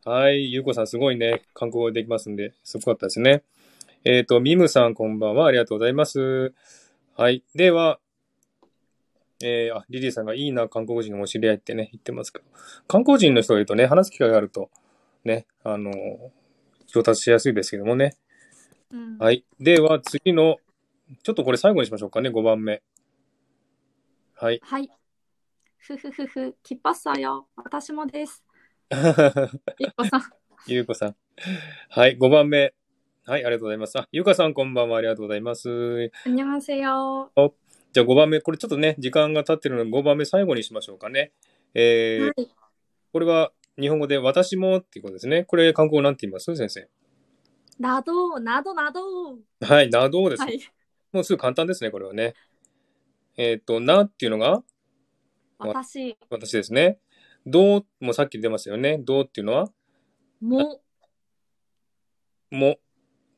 [SPEAKER 1] はい、ゆうこさんすごいね。韓国語できますんで、すごかったですね。えっ、と、ミムさんこんばんは。ありがとうございます。はい。では、えーあ、リリーさんがいいな、韓国人のお知り合いってね、言ってますけど、韓国人の人がいるとね、話す機会があると、ね、あの、上達しやすいですけどもね。
[SPEAKER 2] 음.
[SPEAKER 1] はい。では、次の、ちょっとこれ最後にしましょうかね、5番目。はい。
[SPEAKER 2] 하이. 흐흐흐흐. 기뻤어요. 私もです. 이거 상
[SPEAKER 1] ゆうこさん。はい、5番目。はい、ありがとうございます。あ、ゆうかさんこんばんは、ありがとうございます。
[SPEAKER 2] 안녕하세요.
[SPEAKER 1] じゃあ5番目、これちょっとね、時間が経ってるので5番目最後にしましょうかね。えー、
[SPEAKER 2] 하이.
[SPEAKER 1] これは日本語で私もっていうことですね。これ韓国語なんて言います先生。
[SPEAKER 2] 나도 나도 나도.
[SPEAKER 1] はい、などうです、
[SPEAKER 2] 하이.
[SPEAKER 1] もうすぐ簡単ですね、これはね。えっ、と、なっていうのが
[SPEAKER 2] 私
[SPEAKER 1] 私ですね。どうもさっき出ましたよね。どうっていうのは
[SPEAKER 2] も
[SPEAKER 1] も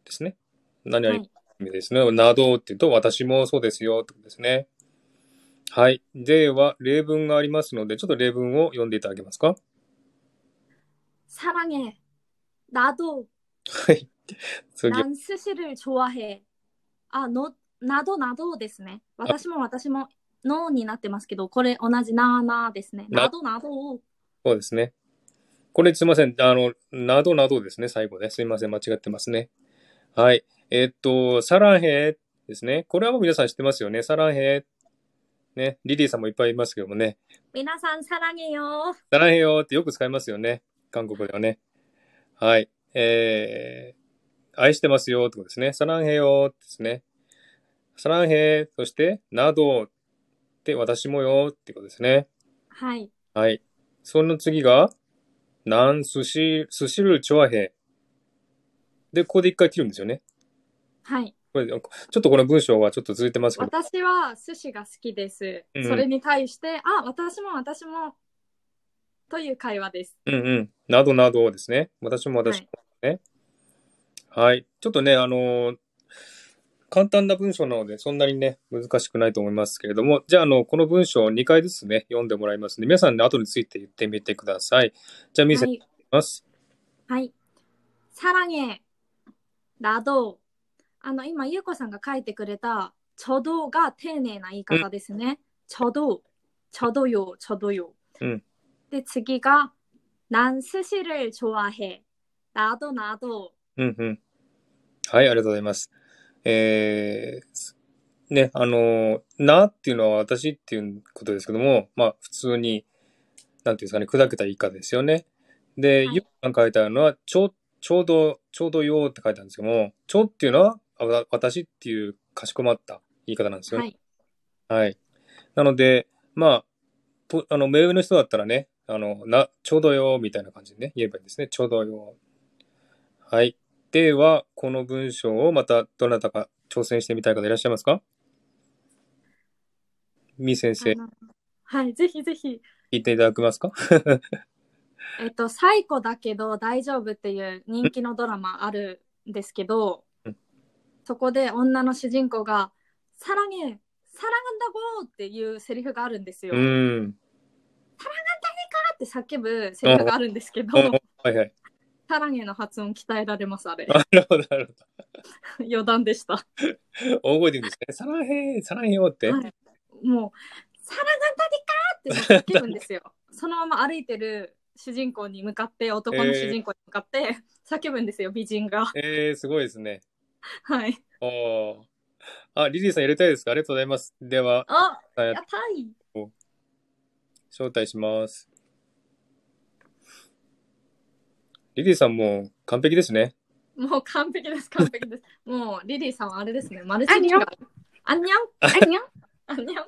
[SPEAKER 1] ですね。何々
[SPEAKER 2] は
[SPEAKER 1] 意
[SPEAKER 2] い
[SPEAKER 1] 味ですね。などって言うと、私もそうですよってことですね。はい。では、例文がありますので、ちょっと例文を読んでいただけますか
[SPEAKER 2] 사랑해. 나도
[SPEAKER 1] はい。次は
[SPEAKER 2] 난 스시를 좋아해. 아, 너 나도 나도 ですね.私も私ものになってますけど、これ同じなーなーですね。
[SPEAKER 1] な
[SPEAKER 2] などなど。
[SPEAKER 1] そうですね。これすいません。あの、などなどですね。最後ね。すいません。間違ってますね。はい。えっと、サランヘですね。これはもう皆さん知ってますよね。サランヘね。リリーさんもいっぱいいますけどもね。
[SPEAKER 2] 皆さん、사랑해요。
[SPEAKER 1] サランヘよってよく使いますよね。韓国ではね。はい。えー、愛してますよってことですね。サランヘよですね。サランヘ、そして、などって私もよってことですね。
[SPEAKER 2] はい。
[SPEAKER 1] はい。その次が、なんすし、すしるちょわへ。で、ここで一回切るんですよね。
[SPEAKER 2] はい。
[SPEAKER 1] これちょっとこの文章はちょっと続いてますけど。
[SPEAKER 2] 私は寿司が好きです。
[SPEAKER 1] うん
[SPEAKER 2] それに対して、あ、私も私も。という会話です。
[SPEAKER 1] うんうん。などなどですね。私も私もね。はい。ちょっとね、あのー簡単な文章なので、そんなにね、難しくないと思いますけれども、じゃあ、あの、この文章を2回ずつね、読んでもらいますので、皆さんね、後について言ってみてください。じゃあ、見せ
[SPEAKER 2] は
[SPEAKER 1] てい
[SPEAKER 2] い。
[SPEAKER 1] きます。
[SPEAKER 2] はい。사랑해。など。あの、今、ゆうこさんが書いてくれた、ちょどが丁寧な言い方ですね。ちょど、ちょどよ、ちょどよ。
[SPEAKER 1] うん
[SPEAKER 2] で、次が、난스시를좋아해。などなど。
[SPEAKER 1] うんうん。はい、ありがとうございます。えー、ね、あのーなっていうのは私っていうことですけども、まあ、普通に、なんていうんですかね、砕けた以下ですよね。で、
[SPEAKER 2] はい
[SPEAKER 1] ゆっさん書いてあるのは、ちょ、ちょうど、ちょうどよーって書いてあるんですけども、ちょっていうのは、あわ私っていうかしこまった言い方なんですよ
[SPEAKER 2] は
[SPEAKER 1] ね。
[SPEAKER 2] い。
[SPEAKER 1] はい。なので、まあ、とあの、目上の人だったらね、あの、な、ちょうどよ、みたいな感じでね、言えばいいですね。ちょうどよ。はい。では、この文章をまた、どなたか挑戦してみたい方いらっしゃいますかみー先生、
[SPEAKER 2] あのはい、ぜひぜひ。
[SPEAKER 1] 聞いていただけますか
[SPEAKER 2] えっと、最古だけど大丈夫っていう人気のドラマあるんですけど
[SPEAKER 1] うん、
[SPEAKER 2] そこで女の主人公が、さらに、さらがんだごーっていうセリフがあるんですよ。
[SPEAKER 1] う
[SPEAKER 2] あっ
[SPEAKER 1] ーん。
[SPEAKER 2] て叫ぶセリフがあるんですけど
[SPEAKER 1] う、んはいはい。
[SPEAKER 2] さらにの発音鍛えられます、あれ。
[SPEAKER 1] あなるほど、なる
[SPEAKER 2] 余談でした。
[SPEAKER 1] ほど。大声で言うんですね。さらへ、さらへよって。
[SPEAKER 2] はいもう、さらがんだでかーって叫ぶんですよ。そのまま歩いてる主人公に向かって、男の主人公に向かって叫ぶんですよ、美人が。
[SPEAKER 1] えー、すごいですね。
[SPEAKER 2] はい。
[SPEAKER 1] おーあ、リリーさんやりたいですかありがとうございます。では、
[SPEAKER 2] あ、
[SPEAKER 1] えー
[SPEAKER 2] やったい
[SPEAKER 1] 招待します。リリーさんも完璧ですね。
[SPEAKER 2] もう完璧です、完璧です。もうリリーさんはあれですね、マルチ
[SPEAKER 3] あにょん
[SPEAKER 2] あんにゃん
[SPEAKER 3] あにゃん
[SPEAKER 2] あんにゃん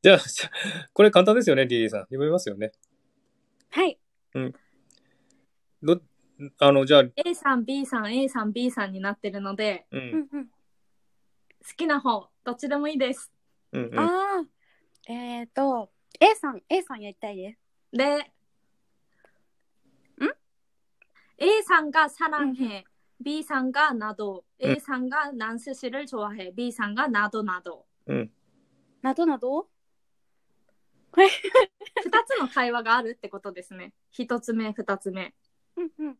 [SPEAKER 1] じゃあ、 しこれ簡単ですよね、リリーさん。読めますよね。
[SPEAKER 3] はい
[SPEAKER 1] ど、あの、じゃあ、
[SPEAKER 2] A さん、B さん、A さん、B さんになってるので、
[SPEAKER 1] う、
[SPEAKER 3] うんんうん
[SPEAKER 2] 好きな方、どっちでもいいです。
[SPEAKER 1] うん、うん。
[SPEAKER 3] ああ、えっ、と、A さん、A さんやりたいです。
[SPEAKER 2] で、ん ?A さんがサランヘ、B さんがなど、
[SPEAKER 1] うん
[SPEAKER 2] A さんがナンスシルチョワヘ、B さんがなどなど。
[SPEAKER 3] などなど
[SPEAKER 2] 2つの会話があるってことですね。1つ目、2つ目。
[SPEAKER 3] うんうん。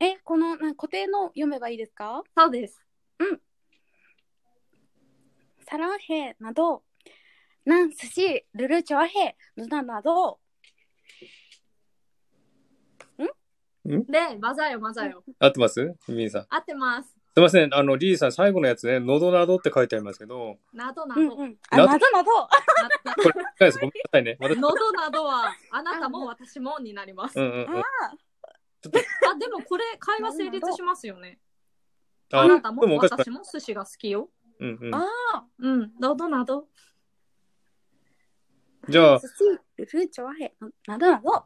[SPEAKER 3] え、このな固定の読めばいいですか
[SPEAKER 2] そうです。
[SPEAKER 3] サランヘなど、なんすし、ルルチョアヘ、などなど。
[SPEAKER 2] で、マザよ、マザよ。
[SPEAKER 1] 合ってますミリーさん。
[SPEAKER 2] 合ってます。
[SPEAKER 1] すいません。あの、リリーさん、最後のやつね、喉などって書いてありますけど、
[SPEAKER 2] などな
[SPEAKER 3] うん
[SPEAKER 2] ど。
[SPEAKER 3] うん。あ、
[SPEAKER 1] など
[SPEAKER 3] などなど。
[SPEAKER 2] な
[SPEAKER 1] これ、書いてないです。ごめんなさいね。私、
[SPEAKER 2] 喉などはあなたも私もになります。
[SPEAKER 1] う
[SPEAKER 2] あ
[SPEAKER 1] んうんうん。
[SPEAKER 2] でもこれ会話成立しますよね。
[SPEAKER 1] あ
[SPEAKER 2] あなたも
[SPEAKER 1] でもおかしくない。
[SPEAKER 2] 私も寿司が好きよ。
[SPEAKER 1] うんうん
[SPEAKER 3] あ。
[SPEAKER 2] うん、喉など。
[SPEAKER 1] じゃあ、
[SPEAKER 3] すし、ルルチョアヘ、などなど。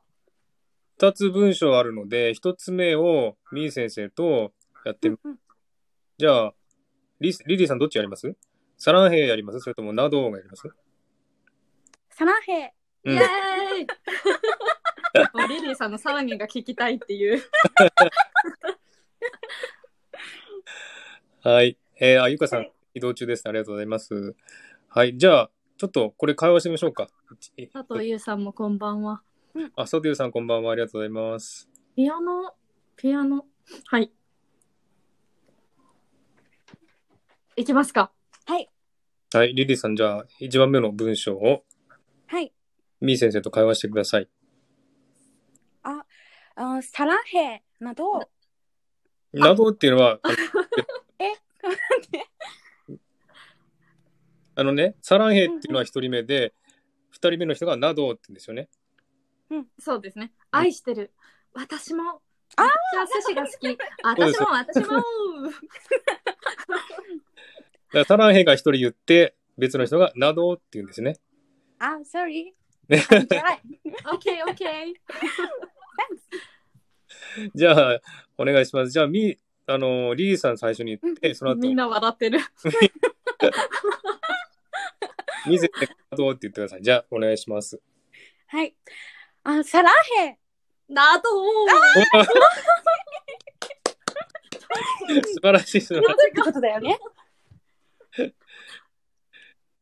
[SPEAKER 1] 二つ文章あるので、一つ目をミー先生とやってみ
[SPEAKER 3] うんうん
[SPEAKER 1] じゃあ、リスリリーさんどっちやりますサランヘイやりますそれともナドーがやります
[SPEAKER 3] サランヘ、
[SPEAKER 1] う
[SPEAKER 2] イ
[SPEAKER 1] ん
[SPEAKER 2] エーイもうリリーさんのサラミが聞きたいっていう。
[SPEAKER 1] はい。えー、あ、ゆかさ
[SPEAKER 4] は
[SPEAKER 1] ん、移動中です。ありがとうございます。はい。じゃあ、ちょっとこれ会話してみましょうか。い
[SPEAKER 2] 佐藤優さんもこんばんは。
[SPEAKER 1] あ、ソテルさんこんばんは。ありがとうございます。
[SPEAKER 2] ピアノ、ピアノ。はい。いきますか。
[SPEAKER 1] はい。リリーさん、じゃあ、一番目の文章を
[SPEAKER 3] はい。
[SPEAKER 1] ミー先生と会話してください。
[SPEAKER 3] あサランヘ、など。
[SPEAKER 1] ナドーっていうのは、 あの
[SPEAKER 3] え
[SPEAKER 1] あのね、サランヘイっていうのは一人目で、二人目の人がナドーって言うんですよね。
[SPEAKER 2] そうですね。愛してる。私も。
[SPEAKER 3] あー
[SPEAKER 2] めっちゃ寿司が好き。私も、私も。
[SPEAKER 1] からサランヘが一人言って、別の人が、などって言うんですね。
[SPEAKER 3] あ、sorry。
[SPEAKER 2] オッケー、オッケー。
[SPEAKER 1] じゃあ、お願いします。じゃあ、み、あの、リーさん最初に言って、その後、
[SPEAKER 2] みん
[SPEAKER 1] み
[SPEAKER 2] な笑ってる。
[SPEAKER 1] ぜて、などって言ってください。じゃあ、お願いし ます。
[SPEAKER 3] はい。あ、サラヘ。
[SPEAKER 2] など
[SPEAKER 1] 素晴らしいです。
[SPEAKER 3] ってことだよね。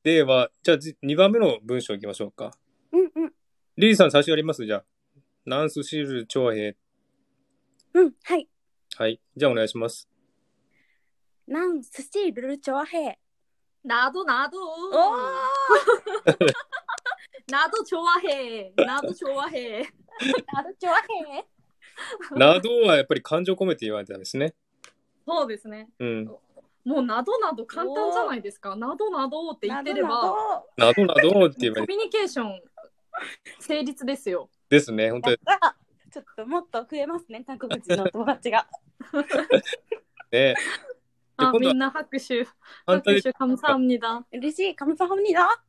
[SPEAKER 1] では、じゃあ、2番目の文章いきましょうか。
[SPEAKER 3] うんうん。
[SPEAKER 1] リーさん最初やりますじゃあ。ナンスシール長兵。
[SPEAKER 3] うん、はい。
[SPEAKER 1] はい。じゃあ、お願いします。
[SPEAKER 3] なん、スシールルチョアヘ。
[SPEAKER 2] などなど
[SPEAKER 3] お
[SPEAKER 2] など調和兵。など調和兵。
[SPEAKER 3] あルチョアヘ。
[SPEAKER 1] などはやっぱり感情込めて言われたんですね。
[SPEAKER 2] そうですね。
[SPEAKER 1] うん。
[SPEAKER 2] もうなどなど簡単じゃないですか。などなどって言ってれば、
[SPEAKER 1] などなどって言えば
[SPEAKER 2] コ
[SPEAKER 1] いい
[SPEAKER 2] ミュニケーション成立ですよ。
[SPEAKER 1] ですね。本当に
[SPEAKER 3] あ、ちょっともっと増えますね、韓国人の友達が。
[SPEAKER 1] ね。
[SPEAKER 2] あ、
[SPEAKER 1] 今度は
[SPEAKER 2] みんな拍手。
[SPEAKER 1] 反対
[SPEAKER 2] 拍
[SPEAKER 1] です。
[SPEAKER 2] 手、カムサムニダ。
[SPEAKER 3] 嬉しい、カムサハムニだ。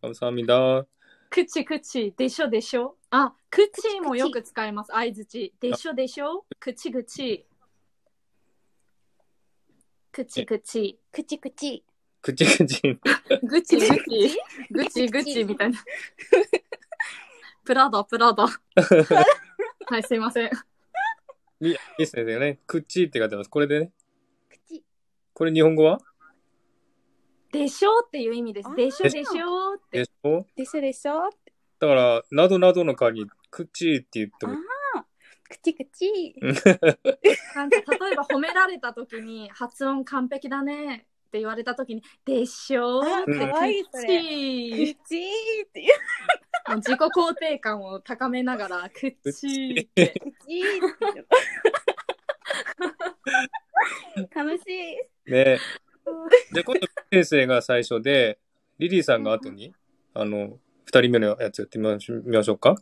[SPEAKER 1] 감사합니다
[SPEAKER 2] くちくち、でしょでしょ。あ、くちもよく使います。相づち。でしょでしょ。くちくち。くちくち。
[SPEAKER 3] くちくち。
[SPEAKER 1] くちくち。
[SPEAKER 2] ぐちぐち。ぐちぐちみたいな。プラダ、プラ ダ。はい、すいません。
[SPEAKER 1] み、み先生がね、くっちって書いてます。これでね。
[SPEAKER 3] くち。
[SPEAKER 1] これ日本語は
[SPEAKER 2] でしょっていう意味です。でしょでしょって
[SPEAKER 1] で。しょ
[SPEAKER 3] でしょでしょ。
[SPEAKER 1] だから、などなどの代わりに、くっちって言っても、
[SPEAKER 3] くちくち。
[SPEAKER 2] なんか例えば褒められた時に発音完璧だねって言われた時にでしょ
[SPEAKER 3] あ
[SPEAKER 2] って
[SPEAKER 1] か
[SPEAKER 3] わいい
[SPEAKER 2] くっち
[SPEAKER 3] そくちっていう。
[SPEAKER 2] もう自己肯定感を高めながらくっちーって
[SPEAKER 3] くちーって。楽しい。
[SPEAKER 1] ね。じゃあ今度、先生が最初で、リリーさんが後に、あの、二人目のやつやってみましみましょうか。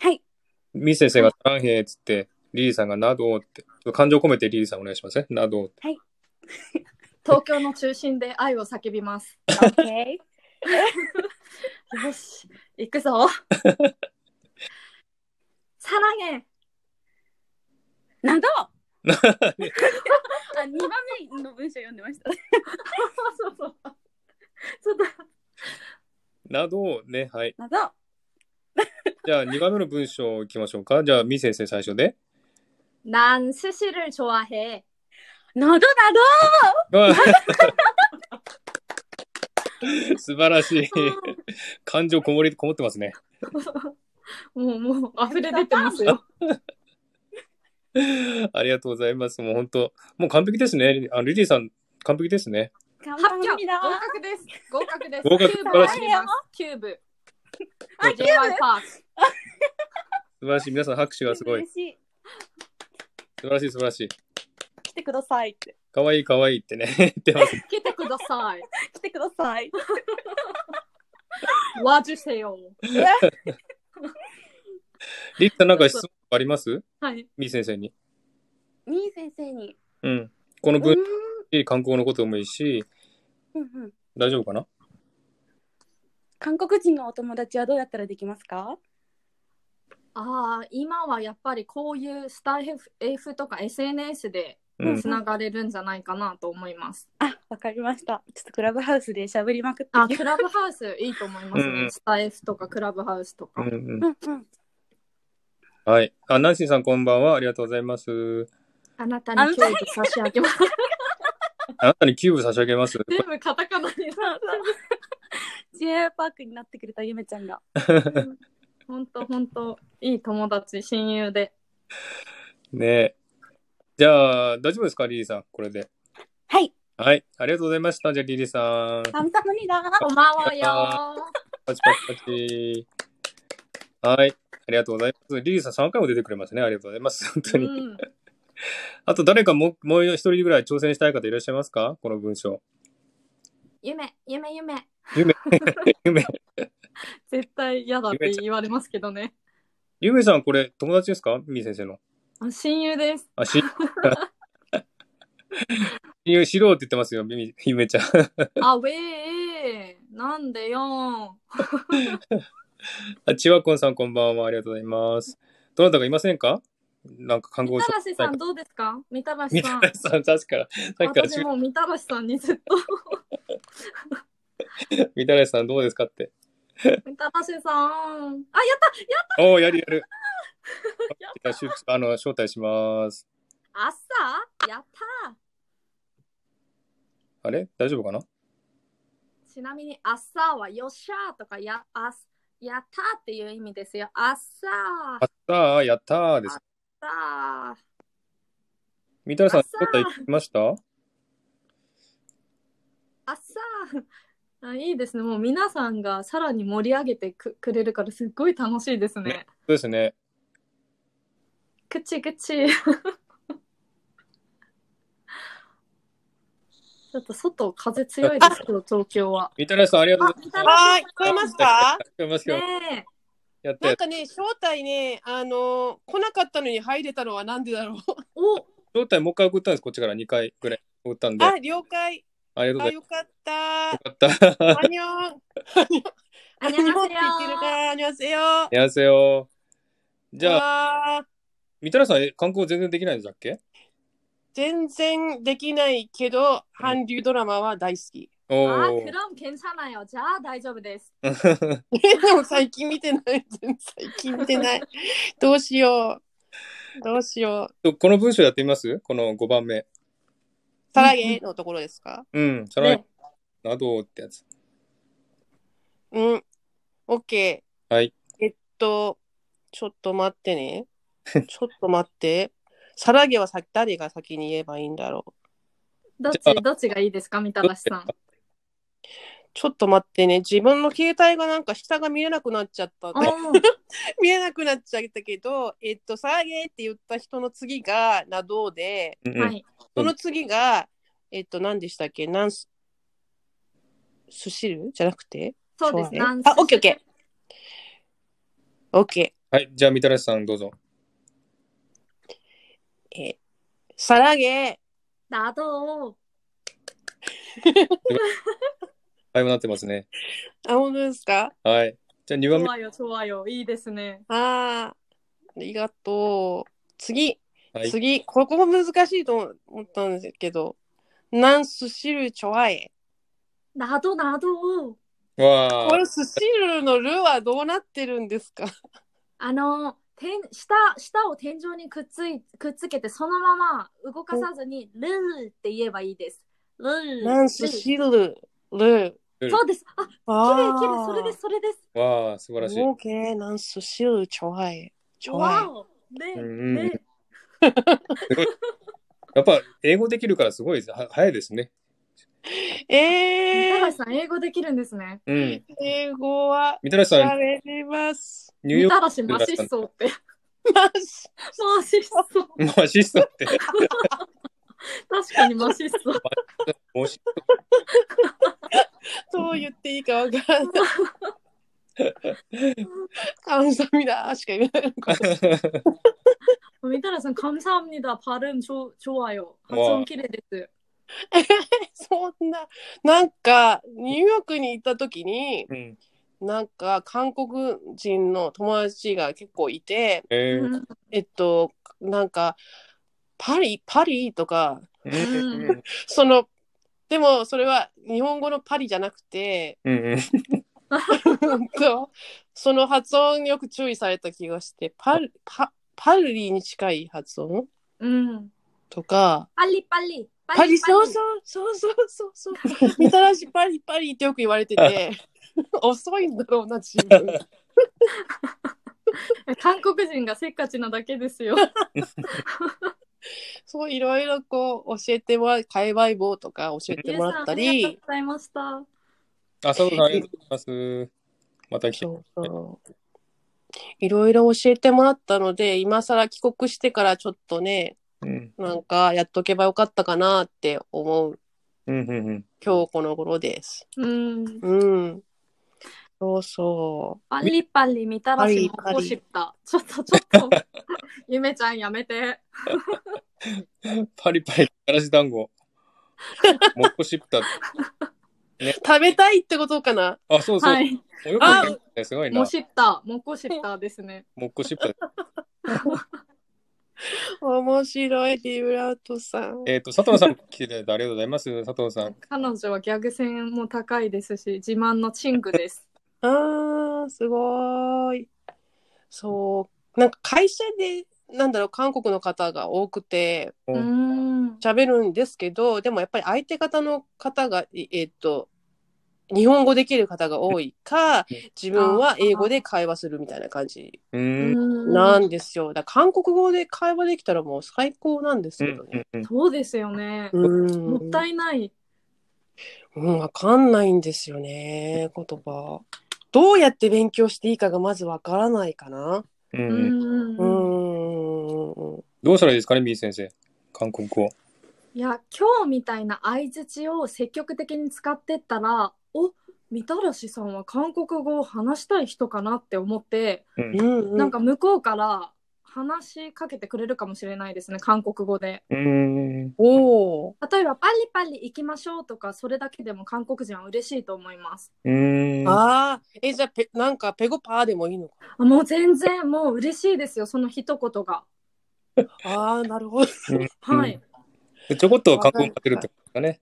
[SPEAKER 3] はい。
[SPEAKER 1] み先生が三平っつって、リリーさんがなどって、感情込めてリリーさんお願いしますね。などって。
[SPEAKER 2] 東京の中心で愛を叫びます。
[SPEAKER 3] オッケ
[SPEAKER 2] よし、行く ぞ。さらげ、
[SPEAKER 3] ー。なんだ。あ、二番目の文章読んでました。
[SPEAKER 2] そうそうそうちょっと
[SPEAKER 1] などね、はい。
[SPEAKER 3] なんだ。
[SPEAKER 1] じゃあ、2番目の文章いきましょうか。じゃあ、み先生最初で。
[SPEAKER 2] 난스시를좋아해。
[SPEAKER 3] などなど。
[SPEAKER 1] わあ素晴らしい。感情こもり、こもってますね。
[SPEAKER 2] もうもう溢れ出てますよ。
[SPEAKER 1] ありがとうございます。もう本当、もう完璧ですね。あのリリーさん、完璧ですね。
[SPEAKER 3] カム
[SPEAKER 2] 発
[SPEAKER 3] サハ
[SPEAKER 2] 表
[SPEAKER 3] ム
[SPEAKER 2] 合
[SPEAKER 3] ニだ。
[SPEAKER 2] 格です。合格です。
[SPEAKER 1] 合格
[SPEAKER 2] キュ
[SPEAKER 1] 素
[SPEAKER 2] ーブ
[SPEAKER 1] 晴ら
[SPEAKER 3] し
[SPEAKER 2] 走
[SPEAKER 3] い
[SPEAKER 2] ります。キューブ。
[SPEAKER 1] あ
[SPEAKER 2] キューブパーク。
[SPEAKER 1] 素晴らしい。皆さん拍手がすごい。
[SPEAKER 3] 嬉しい。
[SPEAKER 1] 素晴らしい、素晴らしい。
[SPEAKER 3] 来てくださいって。
[SPEAKER 1] かわいい、かわいいってね。 言ってます。
[SPEAKER 2] 来てください。
[SPEAKER 3] 来てください。
[SPEAKER 2] わじゅせよ。
[SPEAKER 1] リリーさん、なんか質問あります
[SPEAKER 2] はい。
[SPEAKER 1] み先生に。
[SPEAKER 3] みー先生に。
[SPEAKER 1] うん。この
[SPEAKER 3] うーん
[SPEAKER 1] 文、観光のこともいいし、
[SPEAKER 3] うんうん。
[SPEAKER 1] 大丈夫かな
[SPEAKER 3] 韓国人のお友達はどうやったらできますか。
[SPEAKER 2] ああ、今はやっぱりこういうスタイフとか SNS で
[SPEAKER 1] うん
[SPEAKER 2] つ。ながれるんじゃないかなと思います。
[SPEAKER 3] あ、わかりました。ちょっとクラブハウスで喋りまくって
[SPEAKER 2] あ、
[SPEAKER 3] き
[SPEAKER 2] ク
[SPEAKER 3] ま
[SPEAKER 2] ラブハウスいいと思います
[SPEAKER 1] うんう
[SPEAKER 2] ね。
[SPEAKER 1] ん
[SPEAKER 2] スタイフとかクラブハウスと
[SPEAKER 1] う
[SPEAKER 2] か
[SPEAKER 1] ん。うん
[SPEAKER 3] す。うんうん。
[SPEAKER 1] はい。あ、ナンシーさんこんばんは。ありがとうございます。
[SPEAKER 2] あなたにキューブ差し上げ ます。
[SPEAKER 1] あなたにキューブ差し上げます。
[SPEAKER 2] 全部カタカナになった。
[SPEAKER 3] ジェアパークになってくれたゆめちゃんが。
[SPEAKER 2] ほんとほんと、いい友達、親友で。
[SPEAKER 1] ねえ。じゃあ、大丈夫ですかリリーさん、これで。
[SPEAKER 3] はい。
[SPEAKER 1] はい。ありがとうございました。じゃあ、リリーさん。
[SPEAKER 3] カムサハムニだ。
[SPEAKER 2] こんばんはよ
[SPEAKER 1] パチパチパチ。はい。ありがとうございます。リリーさん3回も出てくれますね。ありがとうございます。本当
[SPEAKER 2] ー。
[SPEAKER 1] に。
[SPEAKER 2] うん、
[SPEAKER 1] あと、誰かもう、もう一人ぐらい挑戦したい方いらっしゃいますかこの文章。
[SPEAKER 2] 夢、夢、夢。
[SPEAKER 1] 夢。夢。
[SPEAKER 2] 絶対嫌だって言われますけどね。
[SPEAKER 1] ゆめさん、これ、友達ですかみー先生の。
[SPEAKER 2] あ親友です。
[SPEAKER 1] あ、 し、親友しろって言ってますよ、みみゆめちゃん。
[SPEAKER 2] あ、ウェーなんでよ
[SPEAKER 1] あ、ちわこんさん、こんばんは。ありがとうございます。どなたかいませんかなんか、看
[SPEAKER 2] み
[SPEAKER 1] 護師
[SPEAKER 2] たらしさんどうですかみたらし
[SPEAKER 1] み
[SPEAKER 2] さ
[SPEAKER 1] た
[SPEAKER 2] ん。
[SPEAKER 1] らしさん、 確か、さっきから
[SPEAKER 2] 私もうみたらしさんにずっ
[SPEAKER 1] みたらしさん、どうですかって。
[SPEAKER 2] と。みたらしさん。あ、やっ
[SPEAKER 1] おお、やるやる。
[SPEAKER 2] や
[SPEAKER 1] じゃあしゅあの、招待します。
[SPEAKER 2] た朝やったー
[SPEAKER 1] あれ大丈夫かな
[SPEAKER 2] ちなみに朝はよっしゃーとかや、あすやったーっていう意味ですよ。朝
[SPEAKER 1] あったー、やったーです。
[SPEAKER 2] 朝
[SPEAKER 1] みたらしさん、
[SPEAKER 2] あっさー
[SPEAKER 1] 招待行きました
[SPEAKER 2] 朝あいいですね。もう皆さんがさらに盛り上げてくくれるからすっごい楽しいですね
[SPEAKER 1] ね。そうですね。
[SPEAKER 2] くちく ち。ちょっと外風強いですけど、東京は。
[SPEAKER 1] みたらしさん、ありがとう
[SPEAKER 2] あ
[SPEAKER 1] ござい、
[SPEAKER 2] みたら
[SPEAKER 5] はい、聞こえますか
[SPEAKER 1] ます。やります
[SPEAKER 2] しね
[SPEAKER 1] よ。
[SPEAKER 2] え。
[SPEAKER 1] やった
[SPEAKER 5] な
[SPEAKER 1] や
[SPEAKER 5] ん
[SPEAKER 1] った
[SPEAKER 5] かね、招待ね、あの来なかったのに入れたのはなんでだろう。
[SPEAKER 2] お
[SPEAKER 1] 招待もう一回送ったんです、こっちから2回ぐらい送ったんで。
[SPEAKER 5] あ、了解。
[SPEAKER 1] ありがとうご
[SPEAKER 5] あ、
[SPEAKER 1] ざい
[SPEAKER 5] よかった。あ
[SPEAKER 1] ます。よかった。
[SPEAKER 5] にょん。
[SPEAKER 2] あ
[SPEAKER 5] あ
[SPEAKER 2] りがと
[SPEAKER 5] にょん
[SPEAKER 2] う
[SPEAKER 5] っ
[SPEAKER 2] ござい
[SPEAKER 5] て言ってるから、あにょせよ。
[SPEAKER 1] 안녕하세요。じゃあ、
[SPEAKER 5] ゃあ。
[SPEAKER 1] みたらしさん、え観光全然できないんだっけ
[SPEAKER 5] 全然できないけど、韓流ドラマは大好き。
[SPEAKER 1] おお。
[SPEAKER 2] あ、クラム괜찮아요。じゃあ大丈夫です。
[SPEAKER 5] えでも最近見てない。全然最近見てない。どうしよう。どうしよう。
[SPEAKER 1] この文章やってみますこの5番目。
[SPEAKER 5] さらげのところですか
[SPEAKER 1] うん、さらに
[SPEAKER 5] ね、
[SPEAKER 1] などってやつ。
[SPEAKER 5] うん。OK。
[SPEAKER 1] はい。
[SPEAKER 5] えっと、ちょっと待ってね。 ちょっと待って。さらげはさ誰が先に言えばいいんだろう。
[SPEAKER 2] どっち
[SPEAKER 1] じゃあ
[SPEAKER 2] どっちがいいですかみたらしさん。
[SPEAKER 5] ちょっと待ってね。自分の携帯がなんか下が見えなくなっちゃったんだ。
[SPEAKER 2] おー
[SPEAKER 5] 見えなくなっちゃったけど、えっと、さらげって言った人の次がなどで、
[SPEAKER 1] うんうん
[SPEAKER 2] はい。
[SPEAKER 5] その次が、えっと、何でしたっけなんす、すしるじゃなくて
[SPEAKER 2] そうですね。
[SPEAKER 5] そうねあオッケーオッケ ?OK。
[SPEAKER 1] はい、じゃあ、みたらしさん、どうぞ。
[SPEAKER 5] え、さらげ、
[SPEAKER 2] など、
[SPEAKER 1] はい、もうなってますね。
[SPEAKER 5] あ、本当ですか
[SPEAKER 1] はい。じゃあ、2番目。
[SPEAKER 2] わよ、ちょわよ。いいですね。
[SPEAKER 5] あーありがとう。次、
[SPEAKER 1] はい。
[SPEAKER 5] 次、ここも難しいと思ったんですけど、なんすしるちょわえ。
[SPEAKER 2] などなど。
[SPEAKER 1] わ
[SPEAKER 5] こ
[SPEAKER 1] ー
[SPEAKER 5] れ、すしるのるはどうなってるんですか
[SPEAKER 2] あの、天下下を天井にくっついくっつけて、そのまま動かさずに、ルーって言えばいいです。ルー。
[SPEAKER 5] なんすしるる。
[SPEAKER 1] る
[SPEAKER 2] そうです。あ、
[SPEAKER 5] あ
[SPEAKER 2] きれいきれい。それです、それです。
[SPEAKER 1] わー素晴らしい。
[SPEAKER 5] オーケー、なんすしるちょわえ。ちょわえ
[SPEAKER 2] わ。お。ね、
[SPEAKER 1] うんうん
[SPEAKER 2] ね。
[SPEAKER 1] やっぱ、英語できるからすごいです、は早いですね。
[SPEAKER 2] み
[SPEAKER 5] え
[SPEAKER 2] たら
[SPEAKER 5] ー
[SPEAKER 2] し、さん、英語できるんですね。
[SPEAKER 1] うん。
[SPEAKER 5] 英語は
[SPEAKER 1] みたらしさん、
[SPEAKER 5] 喋れます。
[SPEAKER 1] ニュー
[SPEAKER 2] み
[SPEAKER 1] ヨー
[SPEAKER 2] たらし、マシそうって。
[SPEAKER 5] マ
[SPEAKER 2] マシそう。
[SPEAKER 1] ク、マシスト って、
[SPEAKER 2] 確かにマシそう。
[SPEAKER 1] もし、
[SPEAKER 5] どう言っていいかわからない。カウンサミだしか言えない。
[SPEAKER 2] みたらさん、감사합니다。발음좋아요。発
[SPEAKER 1] わ
[SPEAKER 2] 音
[SPEAKER 1] あ
[SPEAKER 2] 綺麗です。
[SPEAKER 5] そんな、なんか、ニューヨークに行った時に、
[SPEAKER 1] うん。
[SPEAKER 5] なんか、韓国人の友達が結構いて、
[SPEAKER 1] え
[SPEAKER 2] う
[SPEAKER 1] ー
[SPEAKER 2] ん
[SPEAKER 5] えっと、なんか、パリ、パリとか、
[SPEAKER 1] うんん。
[SPEAKER 5] その、でもそれは日本語のパリじゃなくて、
[SPEAKER 1] うんうん。
[SPEAKER 5] うんとその発音によく注意された気がして、パル、パ、パルリに近い発音
[SPEAKER 2] うん。
[SPEAKER 5] とか、
[SPEAKER 2] パリパリ。
[SPEAKER 5] パリ、そうそう、そうそうそうそう。みたらしパリパリってよく言われてて、 遅いんだろうな、自分。
[SPEAKER 2] 韓国人がせっかちなだけ ですよ。
[SPEAKER 5] そう、いろいろこう、教えてもらう、界隈棒とか教えて
[SPEAKER 2] 皆さ
[SPEAKER 5] もら
[SPEAKER 2] ん
[SPEAKER 5] った
[SPEAKER 2] ありがと
[SPEAKER 5] り
[SPEAKER 2] う、ございました。
[SPEAKER 1] あ、佐藤さん、ありがとうございます。また来て。
[SPEAKER 5] そうそう。いろいろ教えてもらったので、今更帰国してからちょっとね、
[SPEAKER 1] うん。
[SPEAKER 5] なんかやっとけばよかったかなって思う
[SPEAKER 1] うん、うん、うん。
[SPEAKER 5] 今日この頃です。
[SPEAKER 2] うん。
[SPEAKER 5] うん。そうそ
[SPEAKER 2] パリパリみたらしもゴシッタ。ちょっとちょっと、ゆめちゃんやめて。
[SPEAKER 1] パリパリ、からし団子。もっこしっぷた。
[SPEAKER 5] う。食べたいってことかな
[SPEAKER 1] あ、そうそう。
[SPEAKER 2] はい。
[SPEAKER 1] およくわかんないねすごいな
[SPEAKER 2] も。しった、もこしったですね。
[SPEAKER 1] もっこしっぷた。
[SPEAKER 5] 面白い、ヒブラートさん。
[SPEAKER 1] えっと、佐藤さんも来ていただいてありがとうございます。佐藤さん。
[SPEAKER 2] 彼女はギャグ戦も高いですし、自慢のチングです。
[SPEAKER 5] あー、すごーい。そう、なんか会社で、なんだろう、韓国の方が多くて、
[SPEAKER 1] う
[SPEAKER 2] うんーん。
[SPEAKER 5] 喋るんですけど、でもやっぱり相手方の方が、いえっと、日本語できる方が多いか
[SPEAKER 1] うん、
[SPEAKER 5] 自分は英語で会話するみたいな感じ
[SPEAKER 1] う
[SPEAKER 2] う
[SPEAKER 1] ーん。
[SPEAKER 2] ーん
[SPEAKER 5] なんですよ。だから韓国語で会話できたらもう最高なんです
[SPEAKER 1] うん
[SPEAKER 5] けど
[SPEAKER 1] う
[SPEAKER 5] ね。
[SPEAKER 1] んうん
[SPEAKER 2] そうですよね。
[SPEAKER 5] うん
[SPEAKER 2] もったいない。
[SPEAKER 5] うん、わかんないんですよね、言葉。どうやって勉強していいかがまずわからないかな。
[SPEAKER 1] う
[SPEAKER 2] うん
[SPEAKER 1] うん
[SPEAKER 2] ん
[SPEAKER 5] う
[SPEAKER 2] うんうん。
[SPEAKER 5] ん。
[SPEAKER 1] どうしたらいいですかね、みー先生。韓国語。
[SPEAKER 2] いや、今日みたいな相づちを積極的に使ってったら、おみたらしさんは韓国語を話したい人かなって思って、
[SPEAKER 1] うん
[SPEAKER 5] うん、
[SPEAKER 2] なんか向こうから話しかけてくれるかもしれないですね、韓国語で。
[SPEAKER 1] うーん。
[SPEAKER 5] おお。
[SPEAKER 2] 例えば、パリパリ行きましょうとか、それだけでも韓国人は嬉しいと思います。
[SPEAKER 1] うーん。
[SPEAKER 5] ああ、え、じゃあペ、なんかペゴパーでもいいのか。
[SPEAKER 2] あもう全然、もう嬉しいですよ、その一言が。
[SPEAKER 5] ああ、なるほど。
[SPEAKER 2] はい。
[SPEAKER 1] うでちょこっと韓国語かけるってことですかね。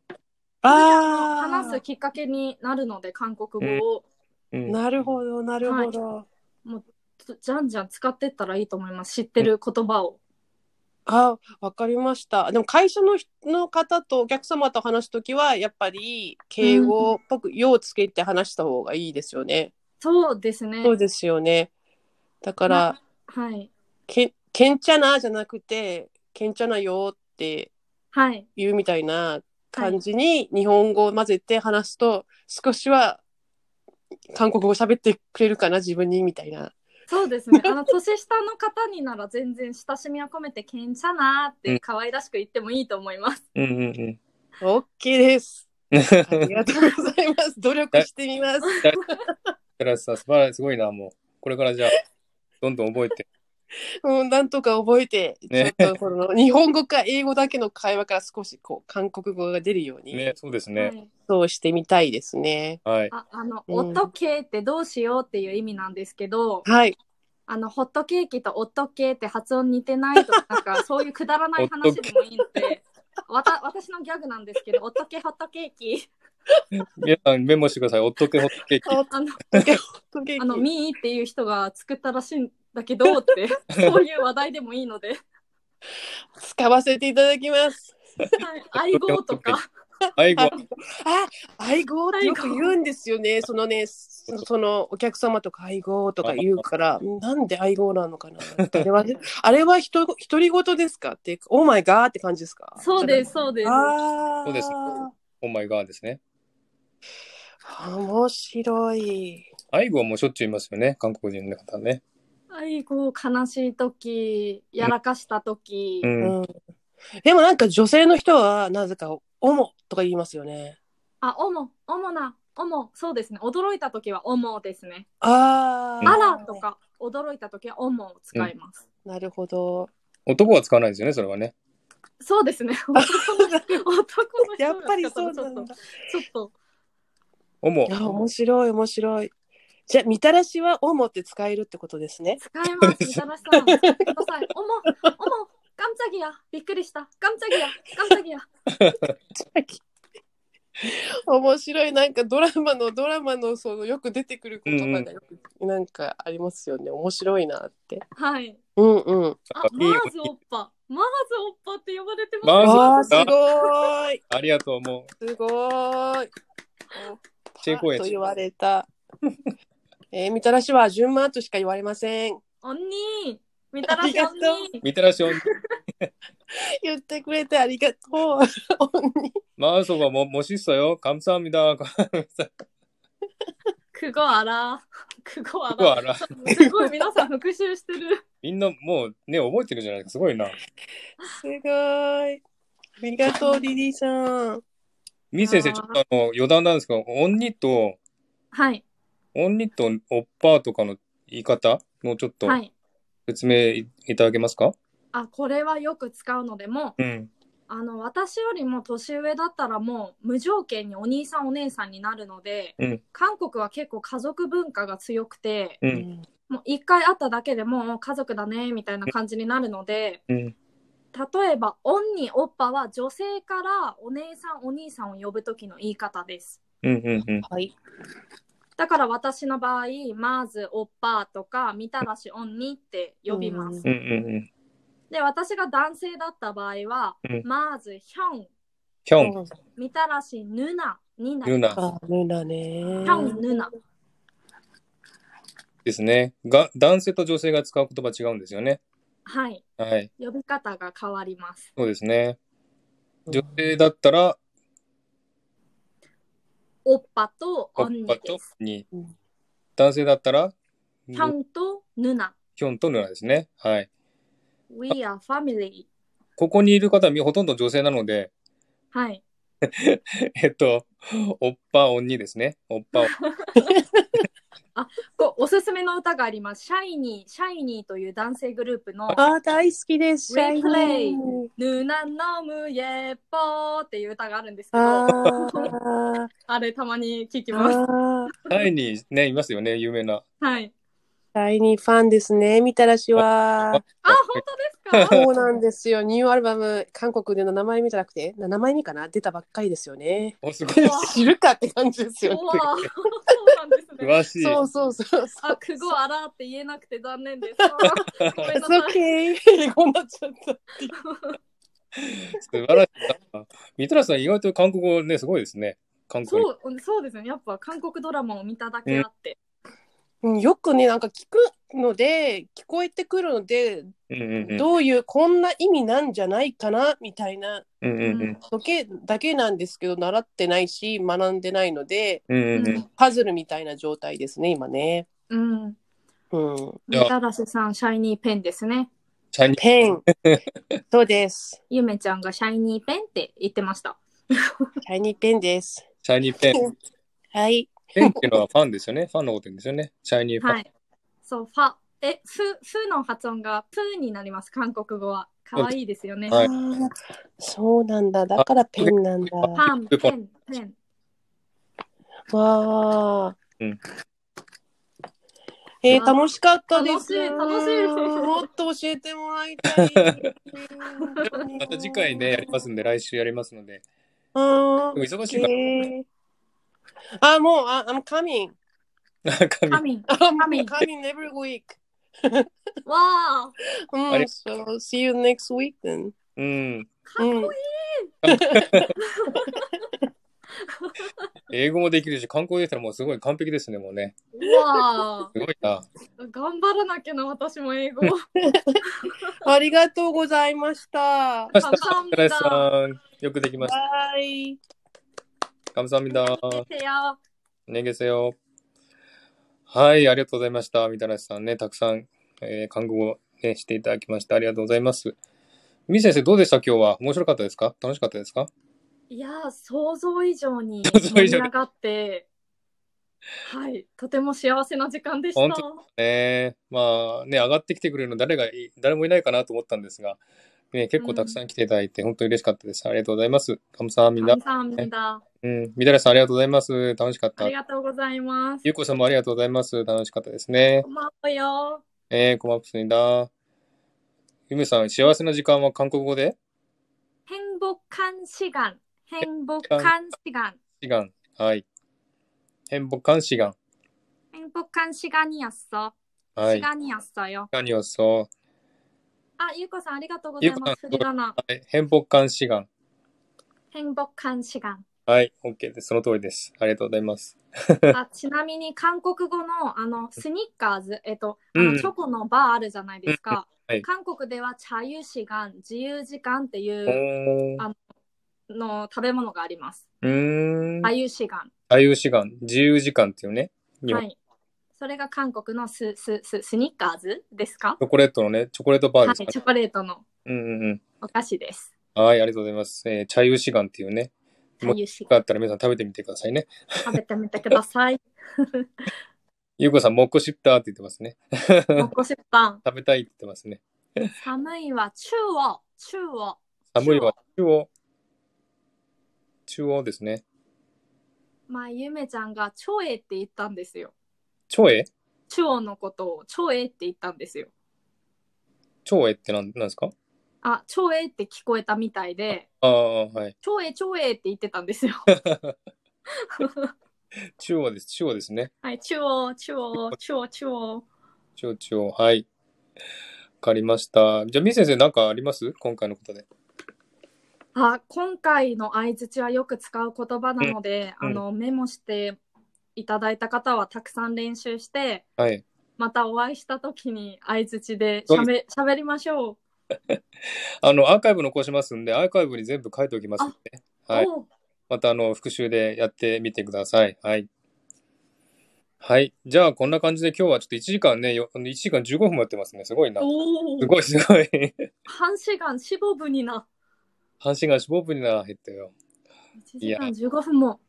[SPEAKER 5] ああ、
[SPEAKER 2] 話すきっかけになるので、韓国語を
[SPEAKER 1] うん。
[SPEAKER 5] なるほど、なるほど。
[SPEAKER 2] じゃんじゃん使ってったらいいと思います、知ってる言葉を。
[SPEAKER 5] あ、わかりました。でも会社の人の方とお客様と話すときは、やっぱり敬語っぽく「よ」をつけて話した方がいいですよね。
[SPEAKER 2] そうですね。
[SPEAKER 5] そうですよね。だから、
[SPEAKER 2] はい。
[SPEAKER 5] けん、けんちゃなじゃなくて、けんちゃなよって
[SPEAKER 2] はい。
[SPEAKER 5] 言うみたいな感じに日本語を混ぜて話すと、少しは韓国語喋ってくれるかな、自分にみたいな。
[SPEAKER 2] そうですね。あの、 年下の方になら全然親しみを込めて、けんちゃなーっ
[SPEAKER 1] うん
[SPEAKER 2] て可愛らしく言ってもいいと思います。
[SPEAKER 1] うんうんうん。
[SPEAKER 5] オッケーです。ありがとうございます。努力してみます。
[SPEAKER 1] テラスさん、素晴らし い、すごいな、もう。これからじゃあ、どんどん覚えて。
[SPEAKER 5] うん、なんとか覚えて、
[SPEAKER 1] ね
[SPEAKER 5] ちょっとこの日本語か英語だけの会話から少しこう韓国語が出るように、
[SPEAKER 1] ね、そうですね。
[SPEAKER 2] はい、
[SPEAKER 5] そうしてみたいですね。
[SPEAKER 1] はい。
[SPEAKER 2] ああの、
[SPEAKER 5] うん
[SPEAKER 2] オットケーってどうしようっていう意味なんですけど、
[SPEAKER 5] はい。
[SPEAKER 2] あの、ホットケーキとオットケーって発音似てないとか、なんかそういうくだらない話でもいいので、わた私のギャグなんですけど、オットケーホットケーキ、
[SPEAKER 1] 皆さんメモしてください。おっとけほっとけ。
[SPEAKER 2] あの、
[SPEAKER 5] 時
[SPEAKER 2] あの、
[SPEAKER 5] 々
[SPEAKER 2] ミーっていう人が作ったらしいんだけどって、そういう話題でもいいので、はい
[SPEAKER 5] 使わせていただきます。
[SPEAKER 2] 愛語とか、
[SPEAKER 1] 愛語。
[SPEAKER 5] あ、愛語ってよく言うんですよね。そのね、そそのお客様とか愛語とか言うから、なんで愛語なのかな。あれは、 あれはひと独り言ですかって、オーマイガーって感じですか
[SPEAKER 2] そうです、
[SPEAKER 5] う
[SPEAKER 2] そうです。
[SPEAKER 5] あー
[SPEAKER 1] そうですお前がですね。
[SPEAKER 5] 面白い。
[SPEAKER 1] 愛語はもうしょっちゅういますよね。韓国人の方ね。
[SPEAKER 2] 愛語、悲しい時、やらかした時、
[SPEAKER 1] う
[SPEAKER 2] き
[SPEAKER 1] ん。
[SPEAKER 5] うんでもなんか女性の人はなぜか「おも」とか言いますよね。
[SPEAKER 2] あ、おも、おもな、おも、そうですね、驚いた時はおもですね。
[SPEAKER 5] あー
[SPEAKER 2] あらと。か、驚いた時はおもを使います。
[SPEAKER 5] なるほど。
[SPEAKER 1] 男は使わないですよね、それはね。
[SPEAKER 2] そうです ね。男の男の人
[SPEAKER 5] やっぱりそう
[SPEAKER 2] ち
[SPEAKER 5] な
[SPEAKER 2] ょ
[SPEAKER 5] ん
[SPEAKER 2] っと
[SPEAKER 5] だ。
[SPEAKER 2] ちょっと
[SPEAKER 1] おも。
[SPEAKER 5] あ面白い面白い。じゃあみたらしは「おも」って使えるってことですね。
[SPEAKER 2] 使えます。みたらしさん、使ってください。おも、おも、ガムチャギや、びっくりした。ガムチャギや、ガムチャギや。
[SPEAKER 5] 面白いなんかドラマのドラマのそのよく出てくる言葉がよく、なんかありますよね。面白いなって。
[SPEAKER 2] はい。
[SPEAKER 5] うんうん。
[SPEAKER 2] あ、
[SPEAKER 1] いい
[SPEAKER 2] マ
[SPEAKER 1] よ
[SPEAKER 2] ーズオッパ、マーズオッパって呼ばれてます。
[SPEAKER 1] マ
[SPEAKER 5] わあ
[SPEAKER 1] ー
[SPEAKER 5] す
[SPEAKER 1] ズ
[SPEAKER 5] ご
[SPEAKER 1] オッパ
[SPEAKER 5] ーい
[SPEAKER 1] ありがとう、も
[SPEAKER 5] すごい。
[SPEAKER 1] チェコや
[SPEAKER 5] と言われた。えー、みたらしは順番としか言われません。
[SPEAKER 2] おにみたらし
[SPEAKER 5] あ
[SPEAKER 2] お
[SPEAKER 5] りがと
[SPEAKER 2] に
[SPEAKER 1] う。みたらしおん、
[SPEAKER 5] 言ってくれてありがとう。 鬼
[SPEAKER 1] マーソバも、もしっそよ。감사합니다。
[SPEAKER 2] くごあら、くごあ
[SPEAKER 1] 僕は
[SPEAKER 2] ら。
[SPEAKER 1] あら、
[SPEAKER 2] すごい皆さん復習してる。
[SPEAKER 1] みんなもうね、覚えてるじゃないですか。すごいな。
[SPEAKER 5] すごい。ありがとう、リリーさん。
[SPEAKER 1] みー先生、ちょっとあの、余談なんですけど、おんにと、
[SPEAKER 2] はい。
[SPEAKER 1] 鬼とおっぱーとかの言い方もうちょっと
[SPEAKER 2] はい。
[SPEAKER 1] 説明いただけますか、
[SPEAKER 2] あ、これはよく使うのでも、
[SPEAKER 1] うん。
[SPEAKER 2] あの、私よりも年上だったらもう無条件にお兄さんお姉さんになるので、
[SPEAKER 1] うん
[SPEAKER 2] 韓国は結構家族文化が強くて、
[SPEAKER 1] う。
[SPEAKER 5] うん
[SPEAKER 2] もう一回会っただけでもう家族だね、みたいな感じになるので、
[SPEAKER 1] うん。
[SPEAKER 2] 例えば、オンにオッパは女性からお姉さんお兄さんを呼ぶ時の言い方です。
[SPEAKER 1] うん。うん。うん。
[SPEAKER 5] はい。
[SPEAKER 2] だから私の場合、まずオッパとか、みたらしオンにって呼びます。
[SPEAKER 1] うん。うん。
[SPEAKER 2] で、私が男性だった場合は、
[SPEAKER 1] うん
[SPEAKER 2] まずヒョン、
[SPEAKER 1] キョン、
[SPEAKER 5] う
[SPEAKER 2] みたらしヌナにな
[SPEAKER 1] ル
[SPEAKER 2] ります。
[SPEAKER 1] ナ
[SPEAKER 5] あ、ルナね。
[SPEAKER 2] ヒョン、ヌナ。
[SPEAKER 1] ですね。が、男性と女性が使う言葉違うんですよね。
[SPEAKER 2] はい。
[SPEAKER 1] はい。
[SPEAKER 2] 呼び方が変わります。
[SPEAKER 1] そうですね。女性だったら、
[SPEAKER 2] オッパと
[SPEAKER 1] お
[SPEAKER 2] オ
[SPEAKER 1] っ
[SPEAKER 2] ンニ
[SPEAKER 1] ぱと
[SPEAKER 2] です。
[SPEAKER 1] に
[SPEAKER 5] うん。
[SPEAKER 1] 男性だったら、
[SPEAKER 2] キャンとヌナ。
[SPEAKER 1] キョンとルナですね。はい。
[SPEAKER 2] We are family.
[SPEAKER 1] ここにいる方はみほとんど女性なので、
[SPEAKER 2] はい。
[SPEAKER 1] えっと、おっぱおんにですね。おっぱおん。
[SPEAKER 2] こうおすすめの歌があります。シャイニー、シャイニーという男性グループの
[SPEAKER 5] あ、大好きです。シャイニー
[SPEAKER 2] Replay ヌナナムイェッポーっていう歌があるんですけど、
[SPEAKER 5] あ
[SPEAKER 2] あ
[SPEAKER 5] ー
[SPEAKER 2] れたまに聞きます。
[SPEAKER 5] あー。
[SPEAKER 1] タイにね、いますよね。有名な。
[SPEAKER 2] はい。
[SPEAKER 5] シャイニーファンですね。みたらしは。
[SPEAKER 2] あ、本当ですか
[SPEAKER 5] そうなんですよ。ニューアルバム、韓国での名前見じゃなくて、7枚目かな出たばっかりですよね。
[SPEAKER 1] お、すごい。
[SPEAKER 5] 知るかって感じですよ
[SPEAKER 2] お ーそうなんですね。
[SPEAKER 1] 詳しい。
[SPEAKER 5] そうそうそう。そう
[SPEAKER 2] あ、ク ゴアラーって言えなくて残念です。あーごめんなさい。
[SPEAKER 5] It's okay. 英語になっちゃった。
[SPEAKER 1] 素晴らしい。みたらしさん、意外と韓国語ね、すごいですね。韓国語。
[SPEAKER 2] そう、そうですね。やっぱ韓国ドラマを見ただけあって。
[SPEAKER 5] うんよくね、なんか聞くので、聞こえてくるので、
[SPEAKER 1] うんうんうん。
[SPEAKER 5] どういう、こんな意味なんじゃないかな、みたいな
[SPEAKER 1] うんうんうん。
[SPEAKER 5] 時計だけなんですけど、習ってないし、学んでないので、
[SPEAKER 1] うんうんうん。
[SPEAKER 5] パズルみたいな状態ですね、今ね。
[SPEAKER 2] うん。
[SPEAKER 5] うん。
[SPEAKER 1] じゃあ
[SPEAKER 2] みたらしさん、シャイニーペンですね。
[SPEAKER 1] チャイニ
[SPEAKER 5] ペ ン。そうです。
[SPEAKER 2] ゆめちゃんがシャイニーペンって言ってました。
[SPEAKER 5] シャイニーペンです。
[SPEAKER 1] チャイニーペン。
[SPEAKER 5] はい。
[SPEAKER 1] ペンっていうのはファンですよね。ファンのことですよね。チャイニーファン。
[SPEAKER 2] はい。そう、ファ、え、フ、フの発音がプーになります、韓国語は。かわいいですよね。
[SPEAKER 1] は
[SPEAKER 2] パ
[SPEAKER 1] い
[SPEAKER 5] あーそうなんだ。だからペンなんだ。わ
[SPEAKER 2] ン、ペン、ペン。
[SPEAKER 5] あ。
[SPEAKER 1] うん
[SPEAKER 5] えー、楽しかったです。
[SPEAKER 2] 楽しい楽しい
[SPEAKER 5] もっと教えてもらいたい。
[SPEAKER 1] また次回ね、やりますんで、来週やりますので。
[SPEAKER 5] うーん。
[SPEAKER 1] でも忙しいか
[SPEAKER 5] えーあ、もう、あ、I'm coming.
[SPEAKER 1] ら。中身
[SPEAKER 2] カミン。Coming.
[SPEAKER 5] I'm coming every week.
[SPEAKER 2] わあ、
[SPEAKER 5] うん
[SPEAKER 1] あり
[SPEAKER 5] so see you next week then.
[SPEAKER 1] うん。
[SPEAKER 2] かっこいい。
[SPEAKER 5] うん
[SPEAKER 1] 英語もできるし、韓国できたらもうすごい完璧ですね、もうね。
[SPEAKER 2] わあ、
[SPEAKER 1] すごいな。
[SPEAKER 2] 頑張らなきゃな、私も英語。
[SPEAKER 5] ありがとうございました。
[SPEAKER 1] ま
[SPEAKER 2] ま
[SPEAKER 1] し
[SPEAKER 2] したた。
[SPEAKER 1] らしさん、よくできました。
[SPEAKER 5] バイ。
[SPEAKER 1] 감사합니다
[SPEAKER 2] せや。
[SPEAKER 1] ねげせよ。はい、ありがとうございました。みたらしさんね、たくさん、えー、韓国語、ね、していただきました。ありがとうございます。みー先生、どうでした今日は。面白かったですか楽しかったですか
[SPEAKER 2] いやー、想像以上に
[SPEAKER 1] 像以
[SPEAKER 2] 盛り
[SPEAKER 1] 上に
[SPEAKER 2] 上がって、はい、とても幸せな時間でした。
[SPEAKER 1] 本えー、まあね、上がってきてくれるの誰がい、誰もいないかなと思ったんですが、ね、結構たくさん来ていただいて、本当に嬉しかったです。ありがとうございます。かむさん、みんな
[SPEAKER 2] 神。さんみんな、
[SPEAKER 1] うん、みたらしさん、ありがとうございます。楽しかっ
[SPEAKER 2] あ
[SPEAKER 1] た
[SPEAKER 2] り。がとうございます
[SPEAKER 1] ゆ。うこさんもありがとうございます。楽しかったですね。
[SPEAKER 2] こんばんはよ。
[SPEAKER 1] えー、고맙습니다。ゆめさん、幸せな時間は韓国語で
[SPEAKER 2] 행복한시간、행복한시간、
[SPEAKER 1] 시간はい。행복한시간
[SPEAKER 2] 행복한시간이었어、
[SPEAKER 1] はい。
[SPEAKER 2] 시간이었어요。
[SPEAKER 1] 시간이었어。
[SPEAKER 2] あ、ゆうこさんありがとうござい
[SPEAKER 1] ゆうこさ
[SPEAKER 2] ま
[SPEAKER 1] ん
[SPEAKER 2] す。フリダナ、
[SPEAKER 1] はい。행복한시간
[SPEAKER 2] 행복한시간。
[SPEAKER 1] はい。OK です。その通りです。ありがとうございます。
[SPEAKER 2] あ、ちなみに韓国語のあのスニッカーズ、えっと、あ
[SPEAKER 1] うん
[SPEAKER 2] のチョコのバーあるじゃないですか。
[SPEAKER 1] うんはい
[SPEAKER 2] 韓国では茶油シガン、自由時間ってい
[SPEAKER 1] おー
[SPEAKER 2] うあの食べ物があります。
[SPEAKER 1] うーん
[SPEAKER 2] 茶。油シガン。
[SPEAKER 1] 自由時間、自由時間っていうね。日
[SPEAKER 2] は
[SPEAKER 1] 本
[SPEAKER 2] い。それが韓国のススススニッカーズですか
[SPEAKER 1] チョコレートのね、チョコレートバー
[SPEAKER 2] は
[SPEAKER 1] で
[SPEAKER 2] い、
[SPEAKER 1] す
[SPEAKER 2] チ
[SPEAKER 1] かね。
[SPEAKER 2] ョコレートの
[SPEAKER 1] うんうん
[SPEAKER 2] お菓子です。
[SPEAKER 1] うん。はい。ありがとうございます。えー、茶油シガンっていうね。
[SPEAKER 2] 茶油シ
[SPEAKER 1] よか
[SPEAKER 2] ガン。
[SPEAKER 1] ったら皆さん食べてみてくださいね。
[SPEAKER 2] 食べてみてください。
[SPEAKER 1] ゆうこさん、もっこしったって言ってますね。
[SPEAKER 2] 먹고싶다
[SPEAKER 1] 食べたいって言ってますね。
[SPEAKER 2] 寒いは中央、中央。
[SPEAKER 1] 寒いは中央。中央ですね。
[SPEAKER 2] まあ、ゆめちゃんが超えって言ったんですよ。
[SPEAKER 1] 超え
[SPEAKER 2] 中央のことを超えって言ったんですよ。
[SPEAKER 1] 超えってなんなんですか
[SPEAKER 2] あ、超えって聞こえたみたいで、
[SPEAKER 1] ああ、はい。
[SPEAKER 2] 超え超えって言ってたんですよ。
[SPEAKER 1] 中央です。中央ですね。
[SPEAKER 2] はい、中央、中央、中央、中央。
[SPEAKER 1] 中央、中央。はい。わかりました。じゃあ、みー先生、なんかあります今回のことで。
[SPEAKER 2] あ、今回の相槌はよく使う言葉なので、
[SPEAKER 1] うん
[SPEAKER 2] あの、メモしていただいた方はたくさん練習して、
[SPEAKER 1] はい。
[SPEAKER 2] またお会いした時に相槌で
[SPEAKER 1] そう
[SPEAKER 2] 喋喋りましょう。
[SPEAKER 1] あの、アーカイブ残しますんで、アーカイブに全部書いておきますんで。はい。
[SPEAKER 2] おう
[SPEAKER 1] また、あの、復習でやってみてください。はい。はい。じゃあ、こんな感じで今日はちょっと1時間ね、よ1時間15分もやってますね。すごいな。
[SPEAKER 2] お
[SPEAKER 1] す
[SPEAKER 2] う
[SPEAKER 1] ごい、すごい。
[SPEAKER 2] 半時間四五分にな。
[SPEAKER 1] 阪神が死亡分にな減ったよ。
[SPEAKER 2] 1時間15分も。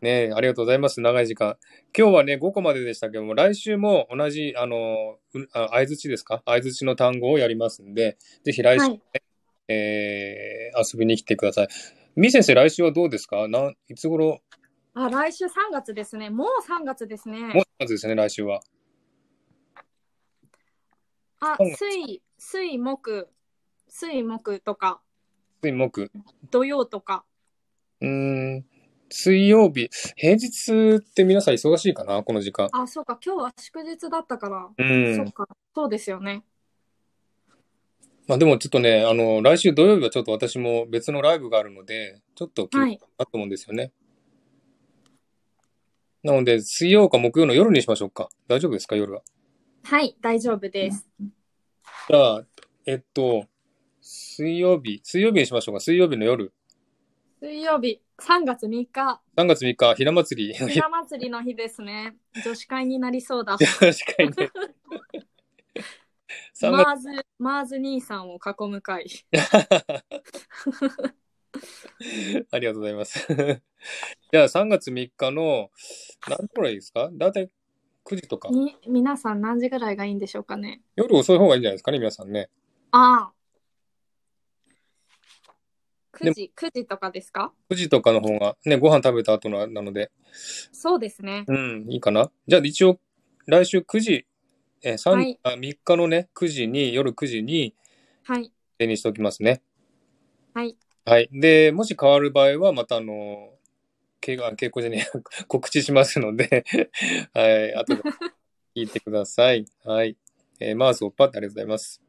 [SPEAKER 1] ねえ、ありがとうございます。長い時間。今日はね、5個まででしたけども、来週も同じ、あの、うあ相づちですか相づちの単語をやりますんで、ぜひ来週、
[SPEAKER 2] はい。
[SPEAKER 1] えー遊びに来てください。み先生、来週はどうですかなんいつ頃
[SPEAKER 2] あ、来週3月ですね。もう3月です
[SPEAKER 1] もう
[SPEAKER 2] ね。
[SPEAKER 1] まずですね、来週は。
[SPEAKER 2] あ
[SPEAKER 1] 三、月
[SPEAKER 2] 水、水、木、水、木とか、
[SPEAKER 1] 水木。
[SPEAKER 2] 土曜とか。
[SPEAKER 1] うーん、水曜日。平日って皆さん忙しいかなこの時間。
[SPEAKER 2] あ、そうか、今日は祝日だったから。
[SPEAKER 1] う
[SPEAKER 2] そ
[SPEAKER 1] ん
[SPEAKER 2] う。か、そうですよね。
[SPEAKER 1] まあでもちょっとね、あの、来週土曜日はちょっと私も別のライブがあるので、ちょっと気
[SPEAKER 2] はい。
[SPEAKER 1] だと思うんですよね。なので、水曜か木曜の夜にしましょうか。大丈夫ですか、夜は。
[SPEAKER 2] はい、大丈夫です。
[SPEAKER 1] じゃあ、えっと、水曜日、水曜日にしましょうか。水曜日の夜。
[SPEAKER 2] 水曜日、3月3日、
[SPEAKER 1] 3月3日、ひな祭り。
[SPEAKER 2] ひな祭りの日ですね。女子会になりそうだ。
[SPEAKER 1] 確かに ね。3
[SPEAKER 2] マーズ、マーズ兄さんを囲む会。
[SPEAKER 1] 月、ありがとうございます。 じゃあ、3月3日の、何時くらいですかだいたい9時とか。
[SPEAKER 2] に、皆さん何時ぐらいがいいんでしょうかね。
[SPEAKER 1] 夜遅い方がいいんじゃないですかね、皆さんね。
[SPEAKER 2] ああ。
[SPEAKER 1] で
[SPEAKER 2] 9時、9時とかですか
[SPEAKER 1] 9時とかの方が、ね、ご飯食べた後ななので、
[SPEAKER 2] そうですね。
[SPEAKER 1] うん、いいかな。じゃあ一応、来週9時、えー三
[SPEAKER 2] はい
[SPEAKER 1] あ3日のね、9時に、夜9時に、
[SPEAKER 2] はい。
[SPEAKER 1] 手にしておきますね。
[SPEAKER 2] はい。
[SPEAKER 1] はい。で、もし変わる場合は、また、あの、けあ稽古じゃねえや 告知しますので、 はい、後で聞いてください。はい。えーマースおっぱってありがとうございます。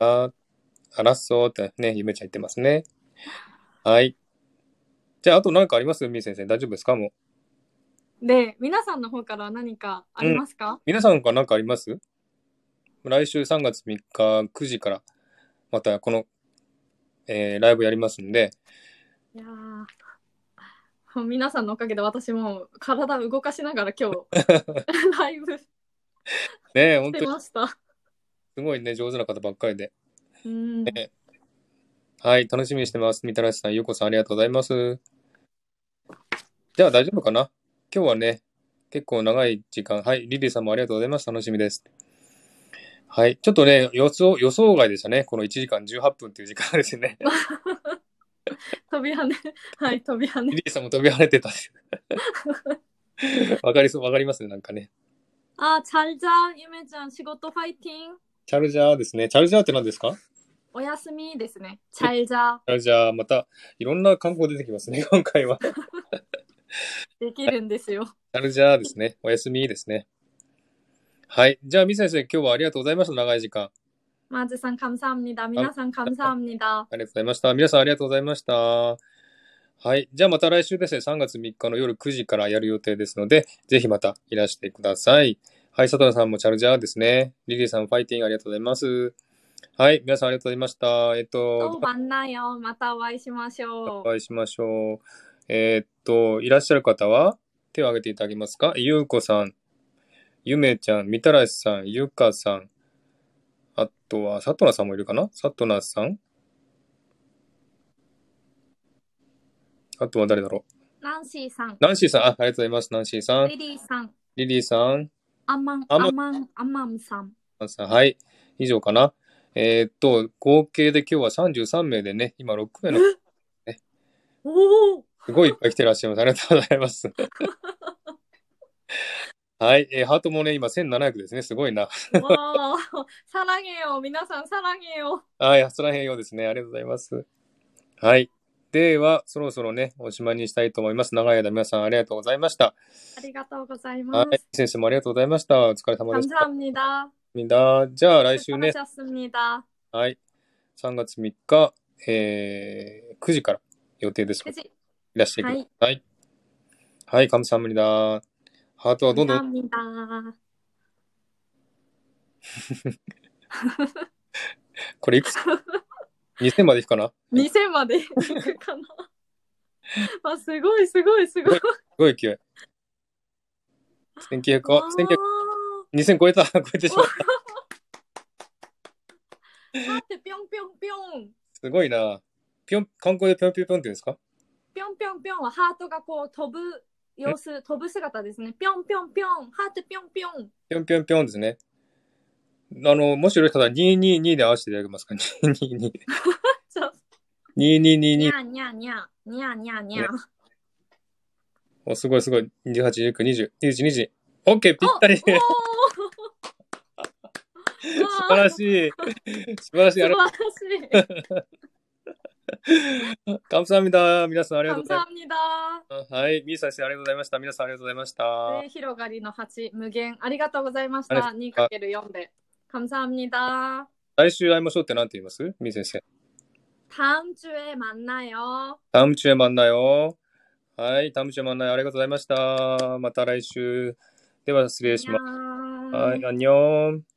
[SPEAKER 1] あ、あらっそうってね、ゆめちゃん言ってますね。はい。じゃあ、あと何かありますみー先生、大丈夫ですかもう。
[SPEAKER 2] で、皆さんの方から何かありますか、
[SPEAKER 1] 皆さんから何かあります来週3月3日9時から、またこの、えーライブやりますんで、
[SPEAKER 2] いやー皆さんのおかげで私もう体動かしながら今 日ライブし
[SPEAKER 1] ねえ、本当
[SPEAKER 2] て
[SPEAKER 1] に
[SPEAKER 2] ました。
[SPEAKER 1] すごいね、上手な方ばっかりで。
[SPEAKER 2] うん、
[SPEAKER 1] はい、楽しみにしてます。みたらしさん、ゆうこさん、ありがとうございます。じゃあ大丈夫かな今日はね、結構長い時間。はい、リリーさんもありがとうございます。楽しみです。はい、ちょっとね、予想、予想外でしたね。この1時間18分という時間ですね。
[SPEAKER 2] 飛び跳ね、 はい、飛び跳
[SPEAKER 1] リ
[SPEAKER 2] ね。
[SPEAKER 1] リーさんも飛び跳ねてた。わかりそう、わかりますね、なんかね。
[SPEAKER 2] あー、チャルジャー、ゆめちゃん、仕事ファイティング、
[SPEAKER 1] チャルジャーですね。チャルジャーって何ですかチ
[SPEAKER 2] お休みですね。チャルジャー、
[SPEAKER 1] ャルジャー、また、いろんな観光出てきますね、今回は。チ
[SPEAKER 2] できるんですよ。
[SPEAKER 1] ャルジャーですね。おやすみですね。はい。じゃあ、み先生、今日はありがとうございました。長い時間。
[SPEAKER 2] マーズさん、감사합니다。皆さん、 아, 감사합니다。
[SPEAKER 1] ありがとうございました。皆さんありがとうございました。はい。じゃあまた来週ですね、3月3日の夜9時からやる予定ですので、ぜひまたいらしてください。はい、佐藤さんもチャルジャーですね。リリーさんファイティングありがとうございます。はい、皆さんありがとうございました。えっ
[SPEAKER 2] ど
[SPEAKER 1] と
[SPEAKER 2] う、ばんなよ。またお会いしましょう
[SPEAKER 1] お。会いしましょう。えーっと、いらっしゃる方は手を挙げていただけますかゆうこさん、ゆめちゃん、みたらしさん、ゆかさん、あとは、さとなさんもいるかなさとなさんあとは誰だろ
[SPEAKER 2] ナンシーさん
[SPEAKER 1] う、ナンシーさん、あありがとうございます、ナンシーさん。
[SPEAKER 2] 네. リリーさん、
[SPEAKER 1] リリーさん、
[SPEAKER 2] アマン、
[SPEAKER 1] アマン
[SPEAKER 2] アマン、アマンさん。
[SPEAKER 1] アンさん、はい。以上かな。えーっと、合計で今日は33名でね、今6名の、
[SPEAKER 2] おお
[SPEAKER 1] すごいいっぱい来てらっしゃいます。ありがとうございます。はい。えーハートもね、今1700ですね。すごいな。
[SPEAKER 2] わー さらげよ皆さんさらげよ
[SPEAKER 1] はい、そらへんようですね。ありがとうございます。はい。では、そろそろね、おしまいにしたいと思います。長い間皆さんありがとうございました。
[SPEAKER 2] ありがとうございま
[SPEAKER 1] はい
[SPEAKER 2] す。。
[SPEAKER 1] 先生もありがとうございました。お疲れ様でし
[SPEAKER 2] 감사
[SPEAKER 1] た。
[SPEAKER 2] 합니다
[SPEAKER 1] みんな、じゃあ来週ね、
[SPEAKER 2] 하셨습니다
[SPEAKER 1] はい。3月3日、えー、9時から予定ですの
[SPEAKER 2] 그
[SPEAKER 1] で。
[SPEAKER 2] 지
[SPEAKER 1] いらっしゃいください。はい、カムサムニダー。ハートはど
[SPEAKER 2] 감
[SPEAKER 1] んど
[SPEAKER 2] 사
[SPEAKER 1] ん
[SPEAKER 2] 합니다
[SPEAKER 1] これいくつ ?2000 までいくかなす
[SPEAKER 2] 2000ま で行くかなあすごいすごいすごい
[SPEAKER 1] ごい勢い。1900、
[SPEAKER 2] わ
[SPEAKER 1] あ、1900、2000超えた。
[SPEAKER 2] 아,
[SPEAKER 1] 超えてしまった。
[SPEAKER 2] ーだってぴょんぴょんぴょん
[SPEAKER 1] すごいな。ぴょん、観光でぴょんぴょんぴょんって言うんですか
[SPEAKER 2] ぴょんぴょんぴょんはハートがこう飛ぶ様子飛ぶ姿ですねぴょんぴょんぴょんハートぴょんぴょん
[SPEAKER 1] ぴょんぴょんぴょんですね。あの、もしよろしかったら222で合わせていただけますか ?222。
[SPEAKER 2] ちょに
[SPEAKER 1] 2222。
[SPEAKER 2] ゃーにゃーにゃーにゃーにゃーにゃー
[SPEAKER 1] お、すごいすごい。28、19、20、21、22。オッケーぴったり素 晴らし
[SPEAKER 2] い
[SPEAKER 1] い 素晴らしい
[SPEAKER 2] 素
[SPEAKER 1] あれ
[SPEAKER 2] 晴らしい
[SPEAKER 1] カムサハムニダ皆さんありがとう
[SPEAKER 2] 感
[SPEAKER 1] ござい
[SPEAKER 2] 謝합니다
[SPEAKER 1] ます。はい。ミー先生ありがとうございました。皆さんありがとうございました。
[SPEAKER 2] ね広がりの8無限ありがとうございまし
[SPEAKER 1] あ
[SPEAKER 2] た
[SPEAKER 1] りがとう
[SPEAKER 2] 2×4 で감사합니다
[SPEAKER 1] 来週会いましょうって何て言いますミー先生。
[SPEAKER 2] 다음 주에 만나요
[SPEAKER 1] 다음 주에 만나요. はい、다음 주에 만나요. ありがとうございました。また来週。では失礼します。
[SPEAKER 2] 안녕
[SPEAKER 1] はい、안녕